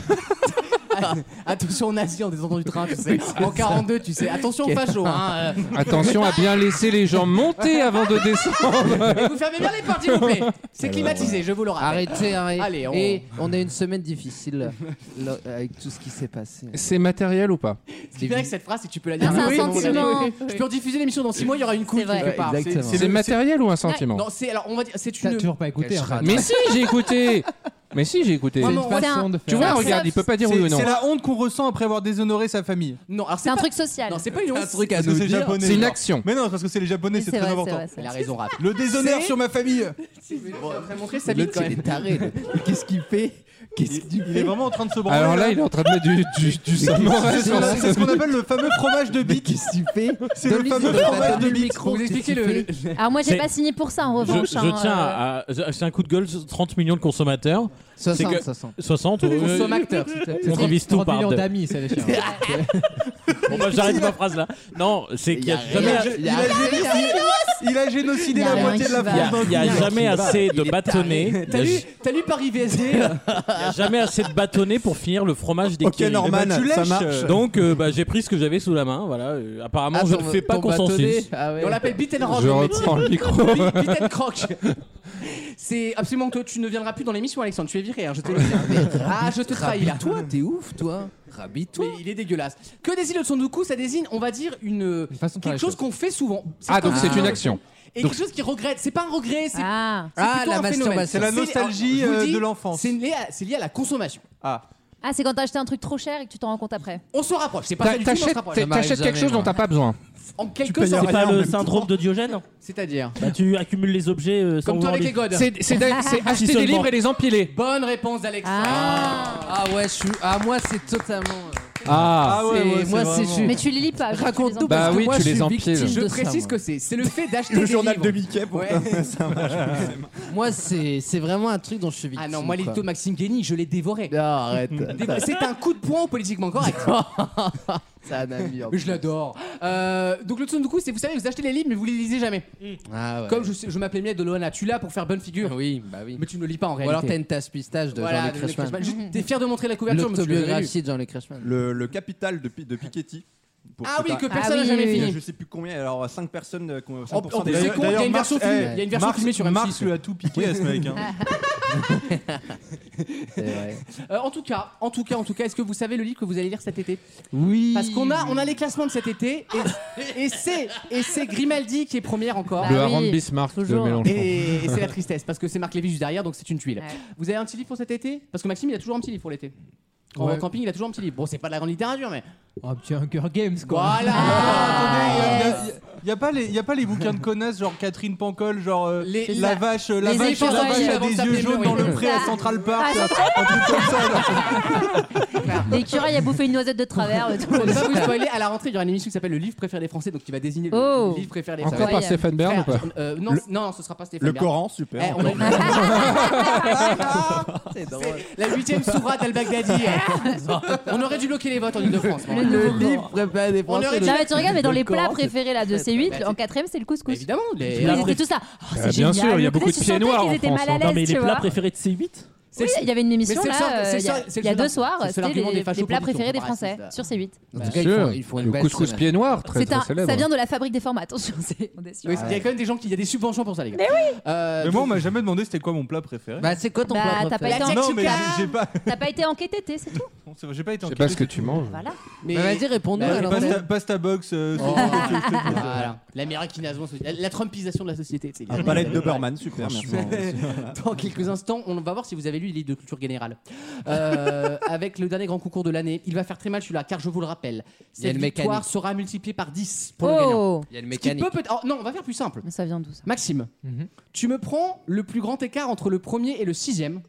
Speaker 3: Attention en Asie en descendant du train, tu sais. En 42, tu sais. Attention aux fachos. Hein.
Speaker 2: Attention à bien laisser les gens monter avant de descendre.
Speaker 3: euh. Et vous fermez bien les portes, s'il vous plaît. C'est climatisé, je vous le rappelle.
Speaker 6: Arrêtez hein, et,
Speaker 3: Allez, on-
Speaker 6: et on a une semaine difficile là, avec tout ce qui s'est passé.
Speaker 2: C'est matériel ou pas
Speaker 3: Ce qui est bien avec cette phrase, c'est que tu peux la
Speaker 7: C'est
Speaker 3: dire.
Speaker 7: un
Speaker 3: Oui, oui,
Speaker 7: sentiment.
Speaker 3: oui. Je peux rediffuser l'émission dans 6 mois, il y aura une couille
Speaker 7: C'est vrai.
Speaker 3: quelque part.
Speaker 6: Exactement.
Speaker 2: C'est matériel ou un sentiment
Speaker 3: Non, c'est alors on va dire c'est
Speaker 10: T'as
Speaker 3: une
Speaker 10: toujours pas écouté.
Speaker 6: Quel
Speaker 10: en fait.
Speaker 6: chat.
Speaker 2: Mais si, j'ai écouté. Mais si, j'ai écouté.
Speaker 3: Vraiment,
Speaker 7: C'est
Speaker 10: Façon
Speaker 7: un-
Speaker 10: de
Speaker 2: Tu
Speaker 10: faire.
Speaker 2: vois,
Speaker 7: C'est-
Speaker 2: regarde, il peut pas dire oui ou
Speaker 5: C'est
Speaker 2: non.
Speaker 5: c'est la honte qu'on ressent après avoir déshonoré sa famille.
Speaker 3: Non, alors
Speaker 7: C'est
Speaker 3: c'est
Speaker 7: un
Speaker 3: pas-
Speaker 7: truc social.
Speaker 3: Non, c'est pas une honte.
Speaker 6: à
Speaker 5: Parce que c'est japonais.
Speaker 2: C'est une
Speaker 5: genre.
Speaker 2: action.
Speaker 5: Mais non, parce que c'est les japonais,
Speaker 7: Oui,
Speaker 5: c'est
Speaker 7: c'est
Speaker 5: très
Speaker 7: vrai, c'est
Speaker 5: important.
Speaker 7: vrai, c'est
Speaker 3: Elle
Speaker 7: vrai.
Speaker 3: a raison, Raph.
Speaker 5: Le déshonneur
Speaker 3: C'est-
Speaker 5: sur ma famille.
Speaker 3: On va vraiment montrer sa bite
Speaker 6: L'autre,
Speaker 3: quand
Speaker 6: il est
Speaker 3: même.
Speaker 6: taré. lui. Qu'est-ce qu'il fait Qu'est-ce qu'il
Speaker 5: Il est vraiment en train de se branler.
Speaker 2: Alors là, il est en train de mettre du, du, du samouraï
Speaker 5: C'est ce
Speaker 2: sur
Speaker 5: qu'on a-
Speaker 2: sa-
Speaker 5: c'est ce qu'on appelle le fameux fromage de
Speaker 6: fait
Speaker 5: bite.
Speaker 6: Qu'est-ce qu'il fait
Speaker 5: C'est le
Speaker 6: Donne-lui-
Speaker 5: fameux
Speaker 6: donne-lui-
Speaker 5: fromage de
Speaker 6: donne-lui
Speaker 5: bite.
Speaker 6: micro,
Speaker 3: Vous
Speaker 6: qu'est-ce
Speaker 3: expliquez
Speaker 6: qu'il
Speaker 3: le.
Speaker 6: fait
Speaker 3: le-
Speaker 7: Alors moi, j'ai
Speaker 9: C'est-
Speaker 7: pas signé pour ça, en
Speaker 9: Je,
Speaker 7: revanche.
Speaker 9: je
Speaker 7: hein,
Speaker 9: tiens
Speaker 7: euh,
Speaker 9: à, à- C'est un coup de gueule, 30 millions de consommateurs. C'est
Speaker 6: 60,
Speaker 9: que-
Speaker 6: 60.
Speaker 9: 60. ouais.
Speaker 3: Nous sommes acteurs.
Speaker 9: Euh, on divise tout
Speaker 8: 30
Speaker 9: par
Speaker 8: millions
Speaker 9: deux.
Speaker 8: d'amis, ça les chiens.
Speaker 9: Bon, bah, j'arrête ma phrase là. Non, c'est qu'il y a
Speaker 5: Il
Speaker 9: jamais.
Speaker 5: a gé- il a génocidé- Il a génocidé
Speaker 7: Il y a
Speaker 5: la
Speaker 7: rien
Speaker 5: moitié de
Speaker 7: qui
Speaker 5: la
Speaker 7: va.
Speaker 5: France. dans le
Speaker 9: Il y a
Speaker 5: monde.
Speaker 9: jamais assez de
Speaker 3: T'as
Speaker 9: bâtonnets. Il y a
Speaker 3: lu,
Speaker 9: j-
Speaker 3: t'as lu Paris VSD euh,
Speaker 9: il y a jamais assez de bâtonnets pour finir le fromage des
Speaker 5: Ok,
Speaker 9: Kerry.
Speaker 5: Norman,
Speaker 9: Eh ben, tu
Speaker 5: ça
Speaker 9: lèches.
Speaker 5: marche.
Speaker 9: Donc, euh, bah, j'ai pris ce que j'avais sous la main. Voilà. Euh, Apparemment, je ne fais pas consensus.
Speaker 6: Ah ouais.
Speaker 3: On l'appelle Bitten
Speaker 2: Je
Speaker 3: Rock.
Speaker 2: reprends le micro.
Speaker 3: Bitten Croc. C'est absolument que tu ne viendras plus dans l'émission, Alexandre. Tu es viré. hein, je te le dis. Ah, je te trahis là.
Speaker 6: Toi, t'es ouf, toi. Rabis-toi.
Speaker 3: Mais il est dégueulasse. Que désigne le Tsunduku Ça désigne, on va dire, une, euh,
Speaker 10: façon de faire
Speaker 3: quelque
Speaker 10: les
Speaker 3: chose
Speaker 10: choses.
Speaker 3: qu'on fait souvent. C'est
Speaker 2: Ah, donc
Speaker 3: comme-
Speaker 2: c'est une action.
Speaker 3: Et
Speaker 2: Donc-
Speaker 3: quelque chose qui regrette. C'est pas un regret, c'est
Speaker 7: Ah.
Speaker 3: c'est
Speaker 6: Ah,
Speaker 3: plutôt
Speaker 6: la
Speaker 3: un phénomène.
Speaker 6: masturbation. C'est
Speaker 5: la
Speaker 3: lié-
Speaker 5: nostalgie,
Speaker 3: je vous
Speaker 5: euh,
Speaker 3: dis,
Speaker 5: de l'enfance.
Speaker 3: C'est lié, à- c'est lié à la consommation.
Speaker 5: Ah.
Speaker 7: Ah, c'est quand t'as acheté un truc trop cher et que tu t'en rends compte après.
Speaker 3: On se rapproche. C'est pas ça
Speaker 2: T'a-
Speaker 3: du tout, mais on se
Speaker 2: T'achètes
Speaker 3: rapproche.
Speaker 2: t'achètes
Speaker 10: m'arrive
Speaker 2: quelque
Speaker 10: jamais,
Speaker 2: chose
Speaker 10: moi.
Speaker 2: dont t'as pas besoin.
Speaker 3: En quelque
Speaker 4: C'est
Speaker 3: sorte.
Speaker 4: pas le syndrome de Diogène
Speaker 3: C'est-à-dire.
Speaker 4: Bah, tu accumules les objets euh, sans
Speaker 3: Comme toi
Speaker 4: vouloir
Speaker 3: avec
Speaker 4: les-
Speaker 3: les godes.
Speaker 2: C'est c'est d'a- c'est acheter des
Speaker 4: seulement.
Speaker 2: livres et les empiler.
Speaker 3: Bonne réponse d'Alexandre.
Speaker 7: Ah.
Speaker 6: Ah ouais, je suis. Ah, moi, c'est totalement. euh,
Speaker 2: Ah,
Speaker 5: Ah ouais,
Speaker 6: c'est-
Speaker 5: ouais, c'est
Speaker 6: moi, c'est
Speaker 5: vraiment-
Speaker 6: je-
Speaker 7: Mais tu les lis pas. juste, tu les
Speaker 6: Raconte-nous
Speaker 7: empruntes.
Speaker 2: Bah
Speaker 6: parce que
Speaker 2: oui,
Speaker 6: moi,
Speaker 2: tu
Speaker 6: je
Speaker 2: les
Speaker 6: suis
Speaker 2: empiles.
Speaker 6: victime
Speaker 3: Je
Speaker 6: de ça,
Speaker 3: précise
Speaker 6: moi.
Speaker 3: que c'est c'est le fait d'acheter
Speaker 5: Le
Speaker 3: des
Speaker 5: journal
Speaker 3: livres.
Speaker 5: de Mickey, pour
Speaker 3: Ouais. Ah
Speaker 6: Moi, c'est c'est vraiment un truc dont je suis victime.
Speaker 3: Ah non, moi les
Speaker 6: quoi.
Speaker 3: taux Maxime Guény, je les dévorais.
Speaker 6: Non, arrête.
Speaker 3: Dévo- C'est un coup de poing au politiquement correct.
Speaker 6: Ah. C'est un ami. en
Speaker 3: Mais je l'adore. Euh, donc le Tsunduku, c'est vous savez, vous achetez les livres mais vous les lisez jamais.
Speaker 6: plus. Ah ouais.
Speaker 3: Comme je, sais- je m'appelais Mia Doloana, tu l'as pour faire bonne figure.
Speaker 6: Oui, bah oui.
Speaker 3: Mais tu ne lis pas en
Speaker 6: Ou
Speaker 3: réalité.
Speaker 6: alors t'as une tasse pistache de
Speaker 3: Voilà,
Speaker 6: Jean-Luc
Speaker 3: Jean-Luc
Speaker 6: Reichmann.
Speaker 3: Reichmann. Je- T'es fier de montrer la couverture, mais tu l'as jamais lu.
Speaker 6: L'autobiographie de Jean-Luc Reichmann.
Speaker 12: Le, le capital de, Pi- de Piketty. Pour
Speaker 3: Ah oui, que
Speaker 7: Ah
Speaker 3: personne n'a
Speaker 7: oui,
Speaker 3: jamais
Speaker 7: oui,
Speaker 12: Il y a
Speaker 3: fini.
Speaker 12: je sais plus combien, alors 5 personnes, euh, qui ont-
Speaker 3: En- en
Speaker 12: 5%
Speaker 3: plus,
Speaker 12: des-
Speaker 3: Oh, c'est con, il y a une
Speaker 5: Marx-
Speaker 3: version filmée.
Speaker 5: eh,
Speaker 3: Il y a une version
Speaker 5: Marx-
Speaker 3: filmée sur M6.
Speaker 5: Marx lui a tout piqué à ce mec. hein.
Speaker 6: C'est vrai.
Speaker 3: Euh, en tout cas, en tout cas, en tout cas, est-ce que vous savez le livre que vous allez lire cet été
Speaker 6: Oui.
Speaker 3: Parce qu'on a, on a les classements de cet été et, et c'est et c'est Grimaldi qui est première encore.
Speaker 7: Bah
Speaker 2: Le
Speaker 7: oui,
Speaker 2: Haran Bismarck de
Speaker 7: toujours.
Speaker 2: Mélenchon.
Speaker 3: Ah Et, et c'est la tristesse parce que c'est Marc Lévy juste derrière donc c'est une tuile.
Speaker 7: Ouais.
Speaker 3: Vous avez un petit livre pour cet été Parce que Maxime il a toujours un petit livre pour l'été. Quand on va en camping il a toujours un petit livre. Bon c'est pas de la grande littérature mais.
Speaker 10: Oh, petit Hunger Games, quoi. Ah, euh,
Speaker 3: Voilà
Speaker 5: Attendez, il n'y a, pas les- y a pas les bouquins de connasses, genre Catherine Pancol, genre euh,
Speaker 3: Les-
Speaker 5: la
Speaker 3: la-
Speaker 5: vache, euh, la
Speaker 3: les
Speaker 5: vache, la
Speaker 3: éléphants
Speaker 5: vache
Speaker 3: enragés
Speaker 5: a
Speaker 3: avant
Speaker 5: des
Speaker 3: de
Speaker 5: yeux
Speaker 3: s'appeler
Speaker 5: jaunes
Speaker 3: Noé.
Speaker 5: dans le pré à
Speaker 7: Ça.
Speaker 5: Central Park.
Speaker 7: Ah,
Speaker 5: un truc comme ça, là.
Speaker 7: L'écureuil a bouffé une noisette de travers. euh, tout le
Speaker 3: Pour ne
Speaker 7: monde.
Speaker 3: pas vous spoiler, à la rentrée, il y aura une émission qui s'appelle Le livre préféré des Français, donc qui va désigner le-
Speaker 7: Oh.
Speaker 3: le livre préféré des
Speaker 2: Encore
Speaker 3: Français.
Speaker 2: par Stéphane Bern ou pas
Speaker 3: Frère, euh, non, non, ce sera pas Stéphane
Speaker 12: Le
Speaker 3: Bern.
Speaker 12: Coran, super.
Speaker 3: Eh, on a-
Speaker 6: C'est drôle.
Speaker 3: C'est la huitième sourate al-Baghdadi. hein. on aurait dû bloquer les votes en Ile-de-France. bon.
Speaker 7: Le nouveau
Speaker 6: Le livre préparé des
Speaker 3: On aurait
Speaker 6: Français.
Speaker 3: dû-
Speaker 7: Non, mais tu regardes, mais dans
Speaker 6: Le
Speaker 7: les plats
Speaker 6: Coran, c'est
Speaker 7: préférés là, de
Speaker 3: Bah,
Speaker 7: C8,
Speaker 3: c'est-
Speaker 7: en quatrième, c'est le
Speaker 3: Mais
Speaker 7: couscous.
Speaker 3: Évidemment, les-
Speaker 7: Ils
Speaker 4: Là,
Speaker 7: étaient tous là. Oh,
Speaker 9: Ah,
Speaker 7: c'est
Speaker 2: Euh, bien
Speaker 7: génial.
Speaker 2: sûr, il y a
Speaker 7: Le
Speaker 2: beaucoup
Speaker 7: côté,
Speaker 2: de
Speaker 7: tu
Speaker 2: pieds
Speaker 7: sentais
Speaker 2: noirs
Speaker 7: qu'ils
Speaker 2: en
Speaker 7: étaient
Speaker 2: France,
Speaker 7: mal
Speaker 2: hein.
Speaker 7: à
Speaker 4: Non, mais
Speaker 7: l'aise,
Speaker 4: les
Speaker 7: tu
Speaker 4: plats
Speaker 7: vois.
Speaker 4: préférés de C8
Speaker 3: c'est
Speaker 7: Oui, il y avait une émission
Speaker 3: Mais c'est le seul-
Speaker 7: là, euh,
Speaker 3: c'est le
Speaker 7: il y a-
Speaker 3: seul- c'est le
Speaker 7: il y a
Speaker 3: seul
Speaker 7: deux
Speaker 3: argument-
Speaker 7: soirs,
Speaker 3: c'est le seul
Speaker 7: c'était
Speaker 3: argument
Speaker 7: les,
Speaker 3: des fachos
Speaker 7: les plats
Speaker 3: contre les
Speaker 7: préférés des
Speaker 3: racistes,
Speaker 7: Français
Speaker 3: là.
Speaker 7: sur C8.
Speaker 6: En
Speaker 3: Bien
Speaker 6: tout cas, ils
Speaker 2: Bah, Sûr.
Speaker 6: font, ils font une
Speaker 2: le
Speaker 6: belle
Speaker 2: couscous
Speaker 6: semaine.
Speaker 2: pied noir, très
Speaker 7: C'est
Speaker 2: très
Speaker 7: un-
Speaker 2: célèbre.
Speaker 7: ça vient de la fabrique des formats, attention, c'est- on est sûr.
Speaker 3: Oui, Il y a quand même des gens qui. Il y a des subventions pour ça, les gars. Euh,
Speaker 5: Mais moi, on m'a jamais demandé c'était quoi mon plat préféré.
Speaker 6: Bah, c'est quoi ton
Speaker 7: Bah,
Speaker 6: plat
Speaker 7: t'as pas
Speaker 6: préféré
Speaker 7: été en-
Speaker 5: non, mais
Speaker 7: Katsuka.
Speaker 5: j'ai- j'ai pas,
Speaker 7: T'as pas été enquêté, c'est tout.
Speaker 5: j'ai pas été
Speaker 2: Je
Speaker 5: en
Speaker 2: sais pas ce que tu manges.
Speaker 7: Voilà.
Speaker 3: mais-
Speaker 6: Bah, Vas-y, réponds-nous.
Speaker 3: Bah,
Speaker 6: à
Speaker 3: j'ai
Speaker 6: l'antenne.
Speaker 5: Pasta, pasta box, euh,
Speaker 3: Oh.
Speaker 5: c'est- c'est- c'est- c'est-
Speaker 3: Voilà. L'américanisation, la, la trumpisation de la société. tu sais.
Speaker 12: Un palette de Berman, super, merci.
Speaker 3: Dans quelques instants, on va voir si vous avez lu les livres de culture générale. Euh, avec le dernier grand concours de l'année, il va faire très mal celui-là, car je vous le rappelle,
Speaker 6: y a
Speaker 3: cette
Speaker 6: une
Speaker 3: victoire
Speaker 6: mécanique.
Speaker 3: sera multipliée par 10 pour le gagnant.
Speaker 7: Oh
Speaker 6: Il y a le
Speaker 3: Ce qui
Speaker 6: mécanique.
Speaker 3: peut peut oh, non, on va faire plus simple.
Speaker 7: Mais ça vient d'où ça
Speaker 3: Maxime,
Speaker 10: Mhm.
Speaker 3: tu me prends le plus grand écart entre le premier et le sixième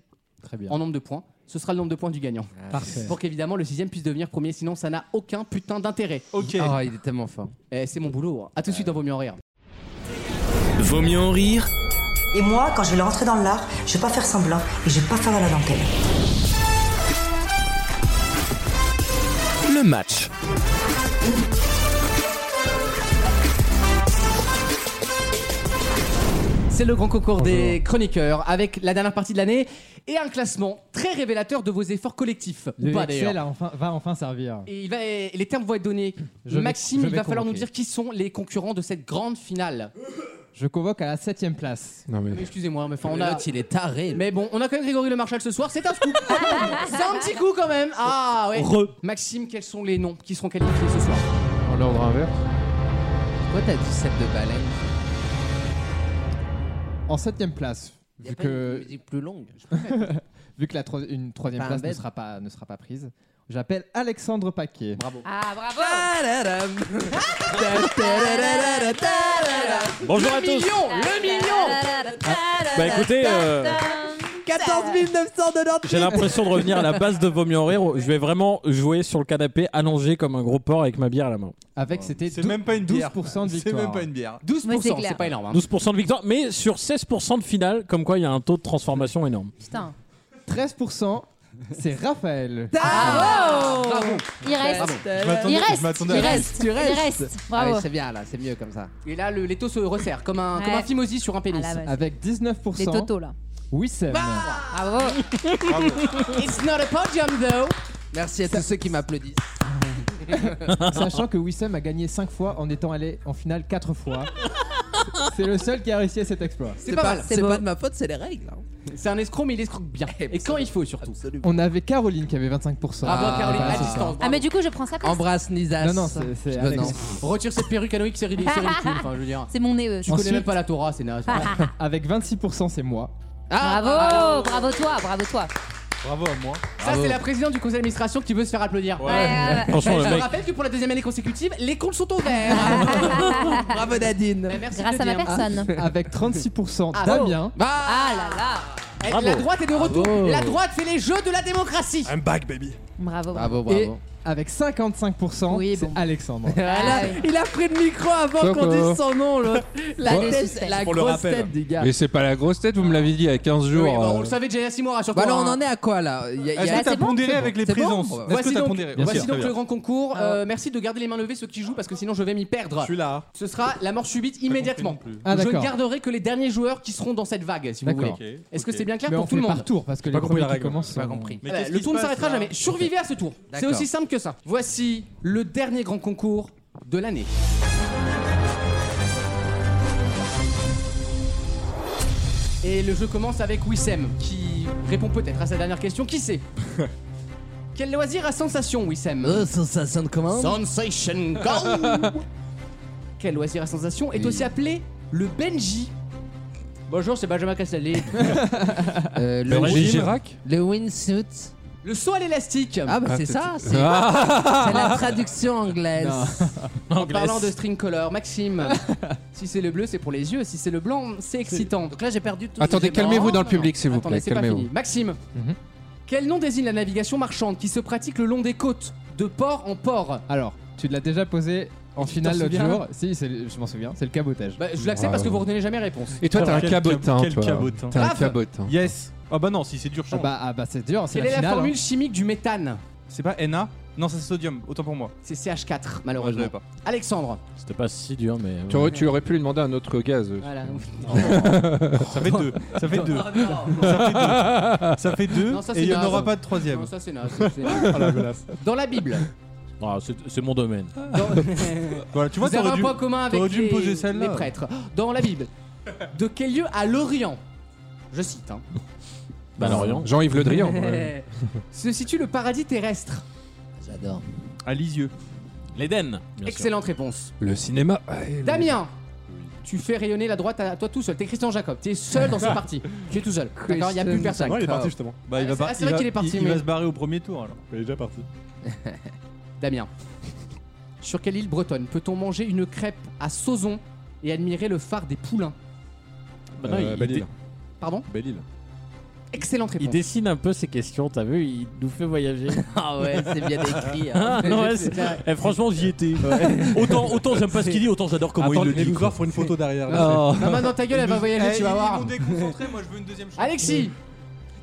Speaker 10: Très bien.
Speaker 3: en nombre de points. Ce sera le nombre de points du gagnant.
Speaker 10: Ah, Parfait.
Speaker 3: Pour qu'évidemment le sixième puisse devenir premier, sinon ça n'a aucun putain d'intérêt.
Speaker 5: Ok.
Speaker 6: Oh, il est tellement fort.
Speaker 3: Eh, c'est mon boulot. hein. À tout de suite dans Vaut mieux en rire.
Speaker 1: Vaut mieux en rire
Speaker 13: Et moi, quand je vais rentrer dans l'art, je vais pas faire semblant et je vais pas faire de la dentelle.
Speaker 1: le match.
Speaker 3: C'est le grand concours des chroniqueurs avec la dernière partie de l'année et un classement très révélateur de vos efforts collectifs. Ou
Speaker 6: Bah,
Speaker 10: Le
Speaker 3: pas,
Speaker 10: Excel
Speaker 3: d'ailleurs.
Speaker 10: a enfin, va enfin servir.
Speaker 3: Et il va- et les termes vont être donnés.
Speaker 10: Je vais-
Speaker 3: Maxime,
Speaker 10: je
Speaker 3: il
Speaker 10: vais
Speaker 3: va falloir nous
Speaker 10: convoquer.
Speaker 3: dire qui sont les concurrents de cette grande finale.
Speaker 10: Je convoque à la 7ème place.
Speaker 2: Non, mais-
Speaker 3: Mais Excusez-moi, mais enfin on
Speaker 6: Le
Speaker 3: a.
Speaker 6: L'autre, il est taré.
Speaker 3: Mais bon, on a quand même Grégory Le Marchal ce soir, c'est un scoop. c'est un petit coup quand même. Ah ouais.
Speaker 4: Re.
Speaker 3: Maxime, quels sont les noms qui seront qualifiés ce soir
Speaker 2: En l'ordre inverse.
Speaker 6: Pourquoi t'as dit 7 de baleine
Speaker 10: En 7ème place,
Speaker 6: Il y a
Speaker 10: vu
Speaker 6: pas une
Speaker 10: que,
Speaker 6: musique plus longue.
Speaker 10: vu que la troi- une troisième
Speaker 6: Pas un
Speaker 10: place ne
Speaker 6: bête.
Speaker 10: sera, pas, ne sera pas prise, j'appelle Alexandre Paquet.
Speaker 7: Ah bravo
Speaker 6: Tadadam. Tadadadadada, tadadam.
Speaker 9: Bonjour à tous.
Speaker 3: Million, le million.
Speaker 9: Bah écoutez, euh,
Speaker 6: 14 900 de notre
Speaker 9: j'ai l'impression de revenir à la base de Vaut mieux en rire. où Je vais vraiment jouer sur le canapé, allongé comme un gros porc avec ma bière à la main.
Speaker 10: Avec, c'était
Speaker 5: C'est
Speaker 10: dou-
Speaker 5: même pas une bière.
Speaker 10: 12% de
Speaker 5: C'est
Speaker 10: victoire.
Speaker 5: même pas une bière.
Speaker 3: 12
Speaker 7: Ouais, c'est clair.
Speaker 3: c'est pas
Speaker 2: Ah.
Speaker 3: énorme. hein.
Speaker 9: 12% de victoire, mais sur 16% de finale, comme quoi il y a un taux de transformation énorme.
Speaker 7: Putain.
Speaker 10: 13%, c'est Raphaël.
Speaker 6: Ah,
Speaker 7: Bravo
Speaker 3: Bravo.
Speaker 7: Il reste. Euh,
Speaker 5: Je
Speaker 7: Il
Speaker 5: m'attendais- je
Speaker 7: reste.
Speaker 5: m'attendais
Speaker 7: Il
Speaker 5: à-
Speaker 7: reste.
Speaker 6: Tu
Speaker 7: Il
Speaker 6: restes.
Speaker 7: reste.
Speaker 6: Ah
Speaker 7: Bravo.
Speaker 6: oui, c'est bien là, c'est mieux comme ça.
Speaker 3: Et là, le, les taux se resserrent comme un, comme
Speaker 7: Ouais.
Speaker 3: un fimosi sur un
Speaker 7: Ah,
Speaker 3: pénis.
Speaker 7: la vache.
Speaker 10: Avec
Speaker 7: Les
Speaker 10: 19%,
Speaker 7: totos là. Ah,
Speaker 10: Wissem.
Speaker 6: Bah
Speaker 3: Ah
Speaker 6: Ah,
Speaker 7: Bravo.
Speaker 3: It's not a podium though.
Speaker 6: Merci à tous ceux qui m'applaudissent.
Speaker 10: Sachant que Wissem a gagné 5 fois en étant allé en finale 4 fois. C'est le seul qui a réussi à cet exploit.
Speaker 6: C'est pas, mal, c'est pas de ma faute, c'est les règles. hein.
Speaker 3: C'est un escroc, mais il escroque bien. Et quand il faut, surtout.
Speaker 10: On avait Caroline qui avait 25%.
Speaker 3: Bravo, Ah Caroline, à
Speaker 10: bah, c'est ça.
Speaker 3: distance.
Speaker 7: Ah, mais du coup, je prends sa place.
Speaker 6: Embrasse Nizas. Euh,
Speaker 10: Non, non, c'est- c'est
Speaker 6: Je-
Speaker 10: Alex.
Speaker 6: non.
Speaker 3: Retire cette perruque anoïque, c'est ridicule. Enfin, je veux dire.
Speaker 7: C'est mon nez. euh,
Speaker 3: Tu connais même pas la Torah, c'est naze.
Speaker 7: Ah,
Speaker 10: Avec 26%, c'est moi.
Speaker 7: Bravo, bravo toi, bravo toi.
Speaker 9: Bravo à moi.
Speaker 3: Ça, c'est la présidente du conseil d'administration qui veut se faire applaudir.
Speaker 7: Ouais.
Speaker 3: je
Speaker 9: Franchement, Oh, le
Speaker 3: te
Speaker 9: mec.
Speaker 3: rappelle que pour la deuxième année consécutive, les comptes sont ouverts.
Speaker 6: Bravo Nadine.
Speaker 3: Mais merci
Speaker 7: Ah, Grâce
Speaker 3: de
Speaker 7: à ma
Speaker 3: dire.
Speaker 7: personne.
Speaker 10: Avec 36%,
Speaker 3: Ah,
Speaker 10: Damien.
Speaker 3: Bah,
Speaker 7: Ah là là.
Speaker 3: eh,
Speaker 10: bravo.
Speaker 3: la droite est de retour.
Speaker 10: Bravo.
Speaker 3: La droite fait les jeux de la démocratie.
Speaker 1: Ah,
Speaker 12: I'm back, baby.
Speaker 7: Bravo.
Speaker 6: Bravo,
Speaker 10: Et
Speaker 6: bravo.
Speaker 10: avec 55%,
Speaker 7: Oui,
Speaker 10: c'est
Speaker 7: bon.
Speaker 10: Alexandre.
Speaker 6: Voilà,
Speaker 7: Ah oui.
Speaker 6: Il a pris le micro avant qu'on
Speaker 2: Coco.
Speaker 6: dise son nom, l'autre. La,
Speaker 7: Bon.
Speaker 6: tête, la
Speaker 12: Pour le
Speaker 6: grosse
Speaker 12: rappel.
Speaker 6: tête du gars.
Speaker 2: Mais c'est pas la grosse tête, vous me l'avez dit il y a 15 jours.
Speaker 3: Oui, bah, on
Speaker 2: euh,
Speaker 3: le savait déjà il y a 6 mois, rassure-toi.
Speaker 6: Bah là, on
Speaker 3: hein.
Speaker 6: en est à quoi là Il y a- il y a-
Speaker 5: Est-ce que t'as
Speaker 7: bon,
Speaker 5: pondéré
Speaker 6: Bah, c'est
Speaker 5: avec
Speaker 6: bon.
Speaker 5: les
Speaker 6: C'est bon
Speaker 5: présences
Speaker 6: Voici
Speaker 5: Est-ce que
Speaker 3: Voici
Speaker 5: t'as
Speaker 3: donc,
Speaker 5: pondéré
Speaker 2: Bien
Speaker 3: voici
Speaker 2: sûr,
Speaker 3: donc
Speaker 2: très
Speaker 3: le
Speaker 2: bien.
Speaker 3: grand concours. Euh, merci de garder les mains levées ceux qui jouent parce que sinon je vais m'y
Speaker 12: Je
Speaker 3: perdre.
Speaker 12: suis là.
Speaker 5: hein.
Speaker 3: Ce sera la mort subite immédiatement.
Speaker 5: compris non plus.
Speaker 10: Ah,
Speaker 3: je
Speaker 10: d'accord.
Speaker 3: ne garderai que les derniers joueurs qui seront dans cette vague, si vous voulez.
Speaker 10: D'accord.
Speaker 3: Est-ce que c'est bien clair
Speaker 10: Mais on
Speaker 3: pour tout
Speaker 10: fait
Speaker 3: le
Speaker 10: par
Speaker 3: monde
Speaker 10: tour parce que
Speaker 2: pas
Speaker 10: les
Speaker 2: compris
Speaker 10: premiers
Speaker 2: la
Speaker 10: qui
Speaker 2: rêgle.
Speaker 10: commencent.
Speaker 3: J'ai pas
Speaker 10: sont-
Speaker 3: compris.
Speaker 5: Mais
Speaker 3: Voilà,
Speaker 5: qu'est-ce
Speaker 3: le
Speaker 5: qui
Speaker 3: tour
Speaker 5: se
Speaker 3: ne
Speaker 5: passe,
Speaker 3: s'arrêtera
Speaker 5: là
Speaker 3: jamais. Survivez à ce tour. C'est
Speaker 6: D'accord.
Speaker 3: aussi simple que ça. Voici le dernier grand concours de l'année. Et le jeu commence avec Wissem qui répond peut-être à sa dernière question. Qui sait Quel loisir à sensation, Wissem
Speaker 10: Euh,
Speaker 6: Oh, ça, ça sonne comment
Speaker 3: Sensation Go Quel loisir à sensation est aussi appelé le Benji Bonjour, c'est Benjamin Castaldi.
Speaker 6: Euh, le,
Speaker 2: Benji
Speaker 6: win-
Speaker 2: Girac
Speaker 6: le windsuit.
Speaker 3: Le saut à l'élastique
Speaker 6: Ah bah
Speaker 2: Ah,
Speaker 6: c'est
Speaker 2: t'es-
Speaker 6: ça, c'est
Speaker 2: Ah,
Speaker 6: c'est la traduction anglaise.
Speaker 3: En parlant de string color, Maxime, si c'est le bleu, c'est pour les yeux, si c'est le blanc, c'est excitant. Donc là, j'ai perdu tout.
Speaker 2: Attendez, calmez-vous dans le public, s'il vous
Speaker 3: Attendez,
Speaker 2: plaît.
Speaker 3: c'est pas
Speaker 2: Calmez-vous.
Speaker 3: fini. Maxime,
Speaker 10: Mhm.
Speaker 3: quel nom désigne la navigation marchande qui se pratique le long des côtes, de port en port
Speaker 10: Alors, tu l'as déjà posé en finale l'autre
Speaker 3: souviens
Speaker 10: jour. Si, c'est le- je m'en souviens, c'est le cabotage.
Speaker 3: Bah, Je l'accepte parce que vous
Speaker 2: Bravo.
Speaker 3: ne retenez jamais réponse.
Speaker 2: Et toi, t'as un
Speaker 9: Quel
Speaker 2: cabotin.
Speaker 9: cab- quel
Speaker 2: toi.
Speaker 9: cabotin.
Speaker 2: T'as un
Speaker 3: Grave.
Speaker 2: cabotin.
Speaker 5: Yes. Ah bah non, si c'est dur,
Speaker 10: Ah
Speaker 5: change.
Speaker 10: bah, ah bah, c'est dur, c'est
Speaker 3: Quelle
Speaker 10: la
Speaker 3: est la
Speaker 5: hein.
Speaker 3: hein.
Speaker 10: finale.
Speaker 3: formule chimique du méthane
Speaker 5: C'est pas Na Non, ça c'est sodium, autant pour moi.
Speaker 3: C'est CH4,
Speaker 5: Moi, je
Speaker 3: malheureusement.
Speaker 5: l'avais pas.
Speaker 3: Alexandre.
Speaker 9: C'était pas si dur, mais.
Speaker 2: Tu aurais, tu aurais pu lui demander un autre gaz. euh,
Speaker 3: Voilà.
Speaker 5: Ça fait deux. Ça fait deux.
Speaker 3: Oh
Speaker 5: Ça fait deux.
Speaker 3: Non, ça,
Speaker 5: et
Speaker 3: c'est
Speaker 5: il n'y en
Speaker 3: naze.
Speaker 5: aura pas de troisième.
Speaker 3: Non, ça c'est naze, ça, c'est naze. Dans la Bible.
Speaker 9: Ah, c'est- c'est mon domaine.
Speaker 3: Dans...
Speaker 5: Voilà, tu vois,
Speaker 3: Vous avez
Speaker 5: t'aurais
Speaker 3: un
Speaker 5: dû.
Speaker 3: point commun
Speaker 5: t'aurais
Speaker 3: avec
Speaker 5: dû me
Speaker 3: les,
Speaker 5: poser celle-là.
Speaker 3: les prêtres. Dans la Bible, de quel lieu à l'Orient, je cite, hein,
Speaker 9: Bah, l'Orient.
Speaker 2: Jean-Yves Le Drian. ouais.
Speaker 3: se situe le paradis terrestre
Speaker 6: J'adore.
Speaker 5: À Lisieux.
Speaker 9: L'Éden. bien sûr.
Speaker 3: Excellente réponse.
Speaker 2: Le cinéma. ouais, le-
Speaker 3: Damien tu fais rayonner la droite à toi tout seul. T'es Christian Jacob. T'es seul dans cette partie. Tu es tout seul. D'accord, il y a plus personne.
Speaker 12: Ouais, il est parti justement.
Speaker 5: Bah, il va
Speaker 3: Ah,
Speaker 5: pas-
Speaker 3: c'est vrai
Speaker 5: il va-
Speaker 3: qu'il est parti,
Speaker 5: Il, il va
Speaker 3: mais-
Speaker 5: se barrer au premier tour alors.
Speaker 12: Il est déjà parti.
Speaker 3: Damien, sur quelle île bretonne peut-on manger une crêpe à Sauzon et admirer le phare des poulains
Speaker 9: Bah, non, il-
Speaker 12: Belle
Speaker 9: il,
Speaker 12: île.
Speaker 3: Pardon
Speaker 12: Belle île.
Speaker 3: Excellente
Speaker 9: il
Speaker 3: réponse.
Speaker 9: dessine un peu ses questions, t'as vu Il nous fait voyager.
Speaker 6: Ah ouais, c'est bien écrit.
Speaker 9: Ah, non, ouais, c'est- eh, franchement, j'y étais. autant autant j'aime pas ce qu'il dit, autant j'adore comment il le dit. quoi.
Speaker 12: pour une photo derrière.
Speaker 3: Non, maintenant ta gueule, elle va voyager,
Speaker 5: Eh,
Speaker 3: tu vas
Speaker 5: ils
Speaker 3: voir.
Speaker 5: m'ont déconcentré, moi je veux une deuxième chance.
Speaker 3: Alexis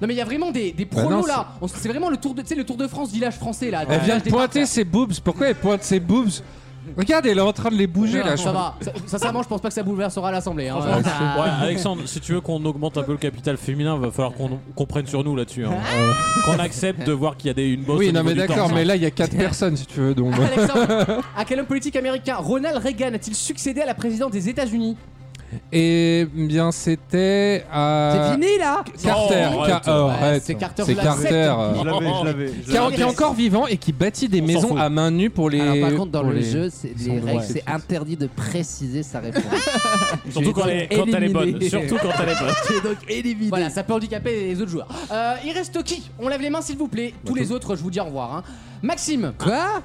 Speaker 3: Non mais il y a vraiment des, des
Speaker 2: Bah
Speaker 3: pronos
Speaker 2: non,
Speaker 3: là On- C'est vraiment le tour de, tu sais, le tour de France village français là
Speaker 2: Elle vient
Speaker 3: Village
Speaker 2: de
Speaker 3: des
Speaker 2: pointer
Speaker 3: parcs,
Speaker 2: ses boobs. Pourquoi elle pointe ses boobs Regarde, elle est en train de les bouger
Speaker 3: là.
Speaker 2: là.
Speaker 3: ça va, Ça- sincèrement je pense pas que ça bouleversera l'assemblée. hein.
Speaker 12: Ah.
Speaker 9: Ouais, Alexandre, si tu veux qu'on augmente un peu le capital féminin, va falloir qu'on qu'on prenne sur nous là-dessus. hein.
Speaker 12: Ah.
Speaker 9: Euh, qu'on accepte de voir qu'il y a des, une bosse. au
Speaker 2: Oui, non,
Speaker 9: niveau
Speaker 2: mais
Speaker 9: du
Speaker 2: d'accord,
Speaker 9: torse,
Speaker 2: mais
Speaker 9: hein.
Speaker 2: là, il y a 4 personnes si tu veux donc.
Speaker 3: Alexandre, à quel homme politique américain Ronald Reagan a-t-il succédé à la présidente des États-Unis
Speaker 2: Et bien, c'était. euh,
Speaker 6: C'est fini là
Speaker 2: Carter.
Speaker 9: Oh,
Speaker 2: Car-
Speaker 9: arrête.
Speaker 2: oh,
Speaker 3: Ouais,
Speaker 2: arrête.
Speaker 3: c'est Carter,
Speaker 2: C'est
Speaker 3: je l'accepte.
Speaker 2: Carter. euh,
Speaker 5: Je l'avais, je l'avais. je
Speaker 2: Qui, a-
Speaker 5: l'avais.
Speaker 2: qui est encore vivant et qui bâtit des
Speaker 9: On s'en
Speaker 2: maisons
Speaker 9: fout.
Speaker 2: à main nue pour les.
Speaker 6: Alors par contre, dans
Speaker 2: pour
Speaker 6: le
Speaker 2: les-
Speaker 6: jeu, c'est- les règles,
Speaker 2: sont vrais.
Speaker 6: c'est interdit de préciser sa réponse.
Speaker 9: Surtout quand, elle est- quand elle est bonne.
Speaker 6: Éliminé.
Speaker 9: Surtout quand elle est bonne.
Speaker 6: Tu es donc éliminé.
Speaker 3: Voilà, ça peut handicaper les autres joueurs. Euh, il reste qui On lève les mains s'il vous plaît. Tous les autres, je vous dis au revoir. hein. Maxime
Speaker 6: Quoi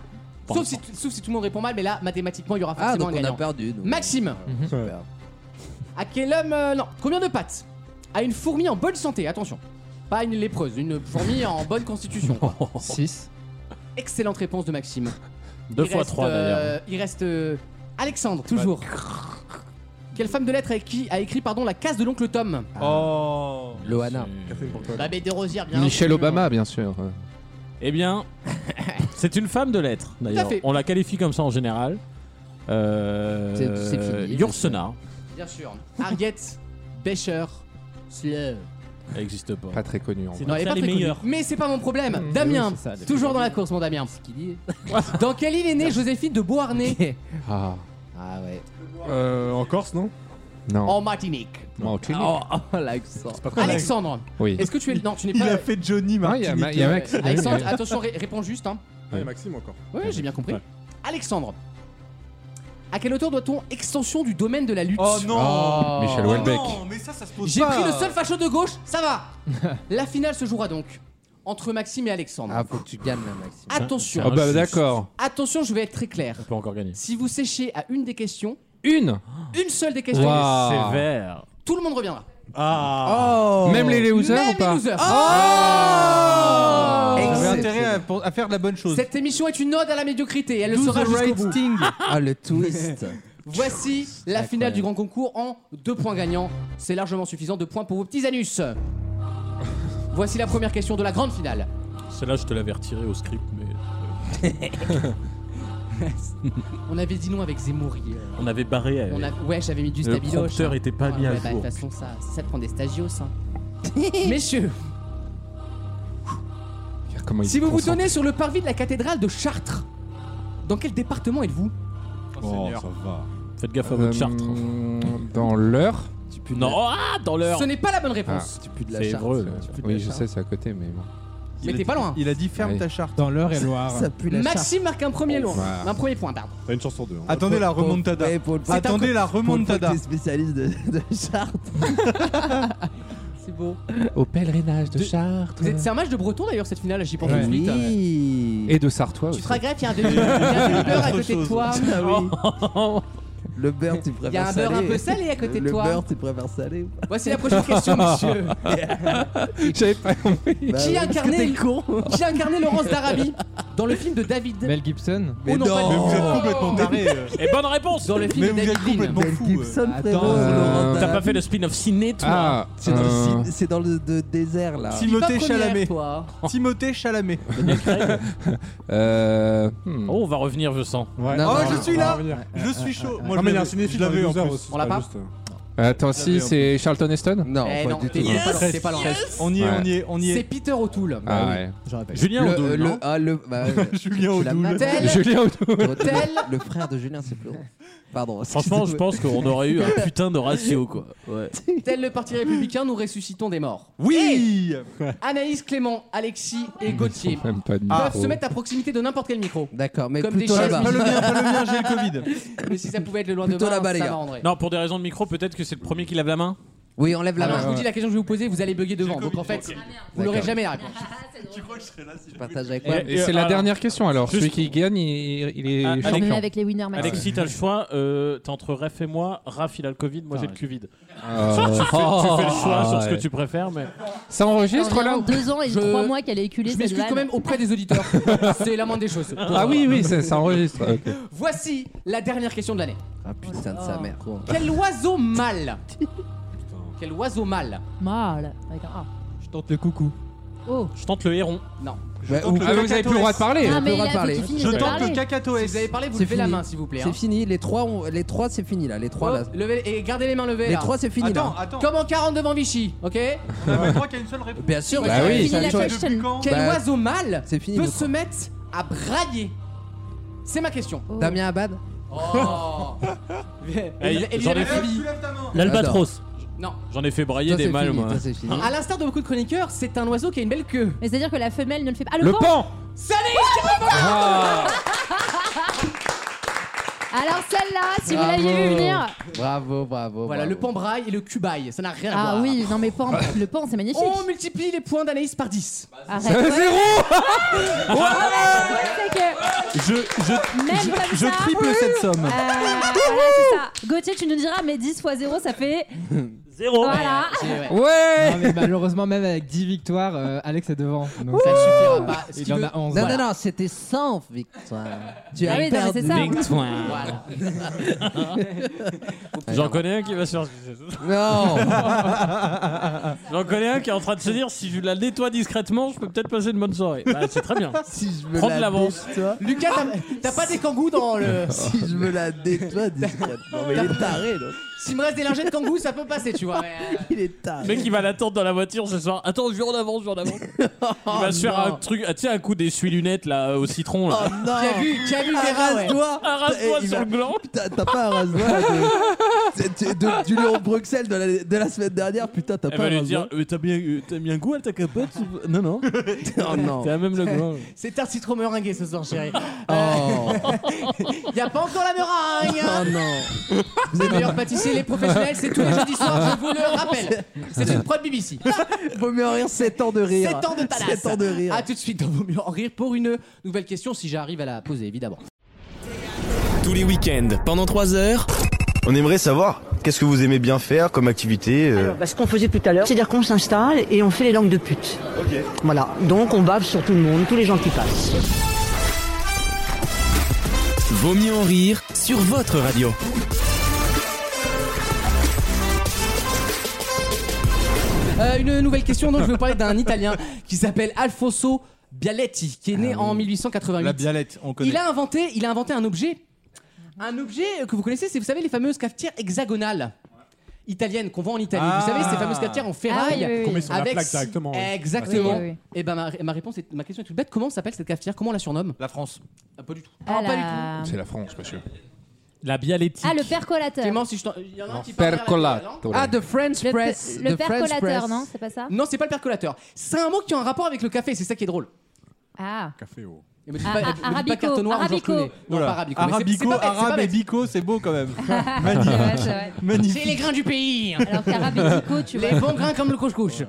Speaker 3: sauf si, sauf si tout le monde répond mal, mais là, mathématiquement, il y aura
Speaker 6: Ah,
Speaker 3: forcément
Speaker 6: donc on
Speaker 3: un
Speaker 6: a
Speaker 3: gagnant.
Speaker 6: perdu. nous.
Speaker 3: Maxime
Speaker 6: Super.
Speaker 3: À quel homme euh, Non, combien de pattes À une fourmi en bonne santé, attention. Pas une lépreuse, une fourmi en bonne constitution. quoi.
Speaker 10: 6.
Speaker 3: Excellente réponse de Maxime.
Speaker 9: Deux
Speaker 3: Il
Speaker 9: fois
Speaker 3: reste,
Speaker 9: trois
Speaker 3: euh,
Speaker 9: d'ailleurs.
Speaker 3: Il reste euh, Alexandre, toujours. Quelle femme de lettres a écrit, a écrit pardon, la case de l'oncle Tom
Speaker 9: Ah,
Speaker 5: Oh.
Speaker 6: Loana.
Speaker 3: Babette de Rosière, bien
Speaker 2: Michelle
Speaker 3: sûr.
Speaker 2: Obama, bien sûr. Euh,
Speaker 9: Eh bien, c'est une femme de lettres d'ailleurs.
Speaker 3: fait.
Speaker 9: On la qualifie comme ça en général.
Speaker 6: C'est- c'est
Speaker 9: Euh,
Speaker 6: fini.
Speaker 9: Yourcenar,
Speaker 3: Bien sûr. Harriet Becher. Sleu.
Speaker 9: elle n'existe pas.
Speaker 2: Pas très connu en
Speaker 9: C'est
Speaker 2: vrai.
Speaker 3: Non, elle est
Speaker 9: ça,
Speaker 3: pas
Speaker 9: les
Speaker 3: très connue.
Speaker 9: meilleurs.
Speaker 3: Mais c'est pas mon problème. Damien,
Speaker 10: oui, c'est ça, les
Speaker 3: toujours dans la course, mon Damien. dans quelle île est née Joséphine de Beauharnais
Speaker 2: Ah.
Speaker 6: Ah ouais.
Speaker 12: Euh, en Corse, non
Speaker 10: Non.
Speaker 3: En Martinique.
Speaker 10: Martinique.
Speaker 3: Oh, oh, l'accent.
Speaker 10: très grave.
Speaker 3: Alexandre.
Speaker 10: Oui.
Speaker 3: Est-ce que tu es. Non, tu n'es
Speaker 10: Il
Speaker 3: pas.
Speaker 10: a fait Johnny
Speaker 2: Ah,
Speaker 3: Non, il y a Ma- il y a
Speaker 10: Martinique. Max.
Speaker 3: Alexandre,
Speaker 10: Oui, oui.
Speaker 3: attention, ré- réponds juste. Hein.
Speaker 10: Il y a
Speaker 14: Maxime encore.
Speaker 3: Oui, j'ai bien compris.
Speaker 14: Ouais.
Speaker 3: Alexandre. À quelle hauteur doit-on extension du domaine de la lutte
Speaker 5: Oh non
Speaker 3: Oh.
Speaker 5: Michel Oh Houellebecq. non, mais ça, ça se pose
Speaker 3: J'ai
Speaker 5: pas.
Speaker 3: pris le seul facho de gauche, ça va La finale se jouera donc entre Maxime et Alexandre.
Speaker 6: Ah, faut que tu gagnes, là, Maxime.
Speaker 3: Attention.
Speaker 2: Ah bah d'accord.
Speaker 3: Attention, je vais être très clair.
Speaker 9: peut encore gagner.
Speaker 3: Si vous séchez à une des questions,
Speaker 2: Une
Speaker 3: une seule des questions,
Speaker 2: Waouh.
Speaker 9: Sévère.
Speaker 3: tout le monde reviendra.
Speaker 9: Ah.
Speaker 2: Même les losers
Speaker 3: Même
Speaker 2: ou pas
Speaker 3: les losers.
Speaker 5: Oh J'avais
Speaker 3: Excellent.
Speaker 5: intérêt à, pour- à faire de la bonne chose.
Speaker 3: Cette émission est une ode à la médiocrité, elle le
Speaker 5: Do
Speaker 3: sera
Speaker 5: the
Speaker 3: jusqu'au
Speaker 5: right
Speaker 3: bout.
Speaker 5: thing.
Speaker 6: Ah, le twist.
Speaker 3: Voici la finale du grand concours en deux points gagnants. C'est largement suffisant, deux points pour vos petits anus. Voici la première question de la grande finale.
Speaker 9: Ah. Celle-là, je te l'avais retirée au script, mais.
Speaker 3: On avait dit non avec Zemmour hier.
Speaker 9: On avait barré. euh,
Speaker 3: On a- Ouais, j'avais mis du
Speaker 9: Le
Speaker 3: stabilo.
Speaker 9: prompteur était pas mis à
Speaker 3: bah, De
Speaker 9: jour.
Speaker 3: toute façon, ça, ça te prend des stagios. hein. Messieurs,
Speaker 2: Comment il
Speaker 3: si vous vous
Speaker 2: concentre
Speaker 3: tenez sur le parvis de la cathédrale de Chartres, dans quel département êtes-vous
Speaker 9: Oh, ça va. Faites gaffe à votre
Speaker 2: Euh,
Speaker 9: charte. hein.
Speaker 2: Dans l'heure
Speaker 9: Non, ah, dans l'heure.
Speaker 3: Ce n'est pas la bonne réponse.
Speaker 9: Ah,
Speaker 6: plus de la
Speaker 9: C'est
Speaker 6: charte,
Speaker 9: hébreu. là.
Speaker 2: Oui, je sais, c'est à côté, mais bon.
Speaker 3: Mais t'es pas loin.
Speaker 5: Il a dit ferme
Speaker 2: Ouais.
Speaker 5: ta charte.
Speaker 14: Dans l'heure et Loire.
Speaker 6: Ça pue la charte.
Speaker 3: Maxime marque un premier,
Speaker 2: Oh,
Speaker 3: loin.
Speaker 2: ouais.
Speaker 3: un premier point. Pardon.
Speaker 14: T'as une chance sur deux. hein.
Speaker 5: Attendez la remontada.
Speaker 6: Ouais, pour le-
Speaker 3: C'est un
Speaker 5: Attendez
Speaker 3: co-
Speaker 5: la
Speaker 6: pour une fois que
Speaker 5: remontada.
Speaker 6: t'es spécialiste de, de Chartres.
Speaker 3: C'est beau.
Speaker 2: Au pèlerinage de Chartres.
Speaker 3: Vous êtes- C'est un match de breton d'ailleurs cette finale, j'y pense
Speaker 2: Ouais.
Speaker 3: tout de suite.
Speaker 2: Et de Sartois
Speaker 3: Tu
Speaker 2: aussi.
Speaker 3: te regrettes, il y a un demi- il y a un demi-beurre à côté de toi.
Speaker 6: Ah oui. Le beurre, tu préfères
Speaker 3: Il y a un beurre un peu salé à côté de
Speaker 6: Le
Speaker 3: toi.
Speaker 6: beurre, tu préfères salé ou pas
Speaker 3: Voici la prochaine question, monsieur.
Speaker 2: J'avais pas compris.
Speaker 6: Bah
Speaker 3: Qui
Speaker 6: oui,
Speaker 3: a
Speaker 6: parce que
Speaker 3: incarné-
Speaker 6: t'es con.
Speaker 3: Qui a incarné Laurence d'Arabie dans le film de David
Speaker 8: Mel Gibson
Speaker 3: Oh non, pas du-
Speaker 5: Mais vous êtes complètement taré. euh.
Speaker 9: Et bonne réponse
Speaker 3: Dans le film de
Speaker 5: Mais vous
Speaker 3: David
Speaker 5: êtes
Speaker 3: Lean.
Speaker 5: complètement
Speaker 6: Mel
Speaker 5: fou. euh.
Speaker 6: Gibson, frérot,
Speaker 2: euh,
Speaker 6: Laurent
Speaker 9: T'as pas
Speaker 6: Darabi.
Speaker 9: fait le spin-off ciné, toi
Speaker 2: Ah,
Speaker 6: C'est dans,
Speaker 2: euh,
Speaker 6: le, cin- c'est dans le de- désert là.
Speaker 3: Dis pas
Speaker 5: Timothée
Speaker 3: première,
Speaker 5: Chalamet.
Speaker 3: toi.
Speaker 5: Timothée Chalamet.
Speaker 2: euh, hmm.
Speaker 9: Oh, on va revenir, je sens.
Speaker 14: Ouais.
Speaker 6: Non,
Speaker 5: Oh,
Speaker 6: non,
Speaker 5: je suis
Speaker 14: on va
Speaker 5: là.
Speaker 14: revenir.
Speaker 5: Je suis chaud. Moi,
Speaker 14: non,
Speaker 5: je
Speaker 14: mais il y a un
Speaker 5: l'avais-
Speaker 14: cinéphile
Speaker 5: je
Speaker 14: dans
Speaker 5: l'avais
Speaker 14: les
Speaker 5: en
Speaker 14: losers
Speaker 5: plus.
Speaker 14: aussi.
Speaker 3: On l'a
Speaker 14: c'est
Speaker 3: pas
Speaker 14: juste, euh,
Speaker 2: Attends, si, c'est Charlton Heston
Speaker 6: Non,
Speaker 3: Eh
Speaker 6: pas
Speaker 3: non,
Speaker 6: du
Speaker 3: t'es
Speaker 6: tout.
Speaker 3: pas loin.
Speaker 9: Yes,
Speaker 3: C'est pas loin.
Speaker 5: On y est,
Speaker 2: Ouais.
Speaker 5: on y est, on y
Speaker 3: C'est
Speaker 5: est.
Speaker 3: Peter O'Toole. Bah
Speaker 2: Ah ouais.
Speaker 9: Julien
Speaker 6: Le,
Speaker 9: Audoul,
Speaker 6: euh, le,
Speaker 9: non
Speaker 6: ah, le, bah, euh,
Speaker 5: Julien
Speaker 6: je suis la
Speaker 5: Audoul.
Speaker 6: main-
Speaker 3: Tel-
Speaker 2: Julien Audoul.
Speaker 6: Le-
Speaker 3: Tel-
Speaker 6: Le frère de Julien, c'est plus drôle. Pardon.
Speaker 9: Franchement, je
Speaker 6: excusez-moi.
Speaker 9: pense qu'on aurait eu un putain de ratio, quoi. Ouais.
Speaker 3: Tel le parti républicain, nous ressuscitons des morts.
Speaker 5: Oui
Speaker 3: Anaïs, Clément, Alexis et Gauthier
Speaker 2: Même pas de
Speaker 3: peuvent
Speaker 2: micro.
Speaker 3: se mettre à proximité de n'importe quel micro.
Speaker 6: D'accord, Ah, oh. mais
Speaker 3: Comme
Speaker 6: plutôt
Speaker 3: des chaises,
Speaker 6: là-bas.
Speaker 5: Pas le mien, pas le mien, j'ai le Covid.
Speaker 3: Mais si ça pouvait être le loin
Speaker 6: Plutôt
Speaker 3: de
Speaker 6: là-bas, les
Speaker 3: ça
Speaker 6: gars.
Speaker 3: m'arrangerait.
Speaker 9: Non, pour des raisons de micro, peut-être que c'est le premier qui lave la main.
Speaker 6: Oui, enlève la
Speaker 3: Alors, je
Speaker 6: main.
Speaker 3: vous dis la question que je vais vous poser, vous allez bugger devant.
Speaker 5: le
Speaker 3: Donc
Speaker 5: Covid,
Speaker 3: en fait,
Speaker 7: Ah,
Speaker 5: ok.
Speaker 3: vous n'aurez
Speaker 6: D'accord.
Speaker 3: jamais la réponse.
Speaker 5: Tu crois que je serais là si
Speaker 6: Je partage avec
Speaker 9: Et-
Speaker 6: moi.
Speaker 2: Et c'est la
Speaker 9: alors,
Speaker 2: dernière question alors.
Speaker 9: Juste-
Speaker 2: Celui qui gagne, il, il est
Speaker 9: Ah,
Speaker 2: champion.
Speaker 9: Alexandre.
Speaker 7: Même avec les winners, Maxime.
Speaker 9: Alexis, t'as le choix. Euh, t'es entre Raph et moi. Raph, il a le Covid. Moi, j'ai le Covid.
Speaker 2: Euh,
Speaker 9: Tu, fais, tu fais le choix
Speaker 2: ah,
Speaker 9: sur ce que
Speaker 2: ouais.
Speaker 9: tu préfères, mais.
Speaker 2: Ça enregistre là
Speaker 7: En deux ans et
Speaker 3: Je-
Speaker 7: trois mois qu'elle a éculé
Speaker 3: Je
Speaker 7: cette
Speaker 3: m'excuse quand
Speaker 7: vanne.
Speaker 3: même auprès des auditeurs. C'est la moindre des choses.
Speaker 2: Ah oui, oui, ça, ça enregistre. Ok. Ah,
Speaker 3: Voici la dernière question de l'année.
Speaker 6: Ah putain de sa mère.
Speaker 3: Quel oiseau mâle Quel oiseau mâle
Speaker 7: Mal. Avec un A.
Speaker 8: Je tente le coucou.
Speaker 7: Oh.
Speaker 9: Je tente le héron.
Speaker 3: Non.
Speaker 6: Ouais,
Speaker 5: tente
Speaker 6: ou-
Speaker 5: le
Speaker 2: Ah, mais vous avez plus le droit de parler.
Speaker 7: Ah,
Speaker 6: on
Speaker 7: mais
Speaker 6: peut
Speaker 7: il a
Speaker 6: reparler.
Speaker 7: faut qu'il finisse
Speaker 5: Je
Speaker 7: de
Speaker 5: tente
Speaker 7: parler.
Speaker 5: le cacatoès.
Speaker 3: Si vous avez parlé, vous
Speaker 6: C'est
Speaker 3: levez la
Speaker 6: fini.
Speaker 3: main s'il vous plaît. hein.
Speaker 6: C'est fini, les trois, ont- les trois c'est fini là, les trois
Speaker 3: Oh,
Speaker 6: là.
Speaker 3: levez- et gardez les mains levées.
Speaker 6: Les
Speaker 3: là.
Speaker 6: trois c'est fini
Speaker 5: Attends,
Speaker 6: là.
Speaker 5: attends. Euh,
Speaker 3: Comme en 40 devant Vichy, ok
Speaker 5: On a le droit qu'à une seule réponse.
Speaker 6: Bien sûr,
Speaker 7: Bah
Speaker 6: mais
Speaker 2: oui.
Speaker 6: c'est-
Speaker 7: Fini la
Speaker 6: c'est-
Speaker 7: question.
Speaker 5: Depuis quand
Speaker 3: Quel
Speaker 6: Bah,
Speaker 3: oiseau mâle
Speaker 6: C'est fini.
Speaker 3: peut
Speaker 6: votre-
Speaker 3: se mettre à brailler C'est ma question.
Speaker 7: Oh.
Speaker 6: Damien Abad
Speaker 3: Oh Et-
Speaker 9: Eh,
Speaker 3: et- et-
Speaker 9: j'en ai
Speaker 3: et-
Speaker 9: fait-
Speaker 5: Tu lèves ta main.
Speaker 6: L'albatros.
Speaker 3: Non.
Speaker 9: J'en ai fait brailler
Speaker 6: Toi,
Speaker 9: des
Speaker 6: c'est
Speaker 9: mâles,
Speaker 6: fini,
Speaker 9: moi.
Speaker 6: toi, c'est fini.
Speaker 7: Ah,
Speaker 3: À l'instar de beaucoup de chroniqueurs, c'est un oiseau qui a une belle queue.
Speaker 7: Mais c'est-à-dire que la femelle ne le fait pas. Ah,
Speaker 2: Le
Speaker 7: le pan
Speaker 2: pan
Speaker 3: Salut
Speaker 7: Alors celle-là, si vous
Speaker 6: Bravo.
Speaker 7: l'aviez vu venir.
Speaker 6: Bravo, bravo.
Speaker 3: Oh, Voilà,
Speaker 6: bravo.
Speaker 3: le pan braille et le cul baille, ça n'a rien à voir.
Speaker 7: Ah oui, non mais pan, le pan, c'est magnifique.
Speaker 3: On multiplie les points d'Anaïs par 10.
Speaker 7: Arrête. C'est que
Speaker 5: Je, je,
Speaker 7: même comme
Speaker 5: je
Speaker 7: ça.
Speaker 5: triple cette somme.
Speaker 7: Euh, voilà, c'est ça. Gauthier, tu nous diras, mais 10 fois 0, ça fait.
Speaker 9: Zéro.
Speaker 7: Voilà.
Speaker 3: C'est- ouais,
Speaker 2: Ouais
Speaker 8: Non, Ah, mais malheureusement, même avec 10 victoires, euh, Alex est devant. Donc
Speaker 3: Ça
Speaker 8: ça
Speaker 3: ne
Speaker 8: suffit.
Speaker 3: suffira pas. Ce qui
Speaker 8: Il en
Speaker 3: veut-
Speaker 8: a 11.
Speaker 6: Non,
Speaker 8: Voilà.
Speaker 6: non, non, c'était 100 victoires. Tu
Speaker 7: Ah
Speaker 6: as
Speaker 7: oui, non, mais c'est
Speaker 6: perdu.
Speaker 7: ça.
Speaker 3: Voilà.
Speaker 9: J'en connais un qui va sur.
Speaker 6: Non
Speaker 9: J'en connais un qui est en train de se dire si je la nettoie discrètement, je peux peut-être passer une bonne soirée. Bah, c'est très bien.
Speaker 6: Si je me
Speaker 9: Prends de
Speaker 6: la
Speaker 9: l'avance.
Speaker 6: détoie,
Speaker 3: Lucas, t'as- t'as pas des kangous dans le.
Speaker 6: si je me la détoie discrètement. Mais il est taré, l'autre.
Speaker 3: S'il me reste des lingettes kangous, ça peut passer, tu vois.
Speaker 6: Il est tard.
Speaker 9: Le mec, il va l'attendre dans la voiture ce soir. Attends, je vais en avant, je vais en avant. Il
Speaker 12: Oh
Speaker 9: va se faire
Speaker 6: non.
Speaker 9: un truc, ah, tu sais, un coup d'essuie-lunettes là, au citron.
Speaker 6: Oh,
Speaker 12: Oh.
Speaker 9: Là.
Speaker 6: T'as vu, t'as vu les rasoirs
Speaker 9: Un rasoir sur le gland
Speaker 6: T'as t'as pas un rasoir de- de- de- du Léon de Bruxelles de la, de la semaine dernière, putain, t'as
Speaker 9: Elle
Speaker 6: pas
Speaker 9: va
Speaker 6: un
Speaker 9: lui
Speaker 6: rasoir.
Speaker 9: dire euh, T'as bien, euh, t'as mis un goût à ta capote ou- Non, non.
Speaker 6: Oh non.
Speaker 9: T'as même le goût.
Speaker 3: C'est tard, c'est trop meringué ce soir, chérie.
Speaker 6: Oh.
Speaker 3: Y a pas encore la
Speaker 6: Oh
Speaker 3: meringue
Speaker 6: non.
Speaker 3: Vous êtes meilleurs pâtissiers, les professionnels, c'est tous les jeudis soirs, je vous le rappelle. C'est une prod BBC.
Speaker 6: Vaut mieux en rire 7 ans de rire.
Speaker 3: 7 ans de talasse.
Speaker 6: Sept ans de rire.
Speaker 3: A tout de suite dans Vaut mieux en rire pour une nouvelle question, si j'arrive à la poser, évidemment.
Speaker 1: Tous les week-ends, pendant 3 heures.
Speaker 14: On aimerait savoir qu'est-ce que vous aimez bien faire comme activité euh,
Speaker 15: Bah, ce qu'on faisait tout à l'heure, c'est-à-dire qu'on s'installe et on fait les langues de pute. Voilà, donc on bave sur tout le monde, tous les gens qui passent.
Speaker 1: Vaut mieux en rire sur votre radio.
Speaker 3: Euh, une nouvelle question, donc je vais vous parler d'un Italien qui s'appelle Alfonso Bialetti, qui est né en 1888.
Speaker 5: Ah La bialette, on connaît.
Speaker 3: Il a inventé, il a inventé un objet. Un objet que vous connaissez, c'est vous savez les fameuses cafetières hexagonales italiennes qu'on vend en Italie.
Speaker 5: Ah.
Speaker 3: vous savez ces fameuses cafetières en ferraille
Speaker 5: Ah oui, oui, oui. Qu'on met sur la plaque directement, oui.
Speaker 3: Exactement.
Speaker 5: Oui, oui, oui.
Speaker 3: Et ben ma, ma réponse est ma question est toute bête, comment s'appelle cette cafetière Comment on la surnomme
Speaker 5: La France.
Speaker 3: Pas du tout.
Speaker 7: Ah, la-
Speaker 2: C'est la France, monsieur.
Speaker 9: La bialetti.
Speaker 7: Ah, le percolateur.
Speaker 3: Clément, si je t'en- il y en a un
Speaker 7: Ah,
Speaker 3: qui parle.
Speaker 2: Percolato.
Speaker 3: Ah, The French
Speaker 7: Le,
Speaker 3: Press.
Speaker 7: pe- le
Speaker 3: The French
Speaker 7: percolateur,
Speaker 3: Press.
Speaker 7: non C'est pas ça
Speaker 3: Non, c'est pas le percolateur. C'est un mot qui a un rapport avec le café, c'est ça qui est drôle.
Speaker 7: Ah.
Speaker 5: Café au.
Speaker 3: Ne me dites
Speaker 7: Ah,
Speaker 3: pas,
Speaker 7: ah,
Speaker 3: ne me dites pas
Speaker 7: arabico,
Speaker 3: carte noire ou Georges
Speaker 7: arabico.
Speaker 3: Clooney. Non,
Speaker 5: Oula.
Speaker 3: pas arabico. mais c'est- c'est
Speaker 5: Arabico,
Speaker 3: pas bête, c'est pas
Speaker 5: arabe et
Speaker 3: bête.
Speaker 5: bico, c'est beau quand même.
Speaker 7: Ouais, c'est vrai.
Speaker 5: Magnifique.
Speaker 3: C'est les grains du pays.
Speaker 7: Alors qu'arabico, tu vois.
Speaker 3: Les bons grains comme le couscous.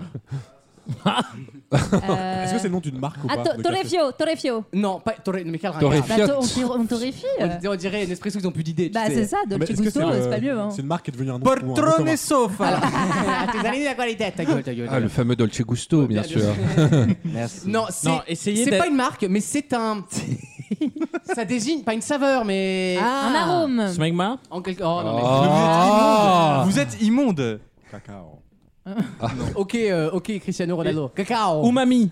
Speaker 7: Euh,
Speaker 5: Est-ce que c'est le nom d'une marque ou
Speaker 7: Ah,
Speaker 5: pas
Speaker 7: to-
Speaker 5: de café
Speaker 7: torrefio, torrefio.
Speaker 3: Non, pas Torre, mais quel ringard.
Speaker 7: Bah, to- on tor- on torréfie.
Speaker 3: On dirait- On dirait Nespresso, ils ont plus d'idées. tu
Speaker 7: Bah,
Speaker 3: sais.
Speaker 7: c'est ça, Dolce Gusto, c'est pas mieux. hein.
Speaker 5: C'est une marque qui est devenue un nom. Portrone sofa.
Speaker 3: Artisanalité de la qualité, ta gueule, ta gueule.
Speaker 2: Ah, le fameux Dolce Gusto, bien sûr.
Speaker 3: Non, c'est
Speaker 9: Non, essayez
Speaker 3: c'est
Speaker 9: d'être-
Speaker 3: pas une marque, mais c'est un. ça désigne pas une saveur, mais
Speaker 6: Ah.
Speaker 7: Un arôme.
Speaker 9: Smegma
Speaker 3: En quelque. Oh non, mais.
Speaker 2: Ah.
Speaker 5: Vous êtes immonde. Cacao.
Speaker 3: Ah. Ok, euh, ok, Cristiano Ronaldo. Cacao.
Speaker 9: Umami.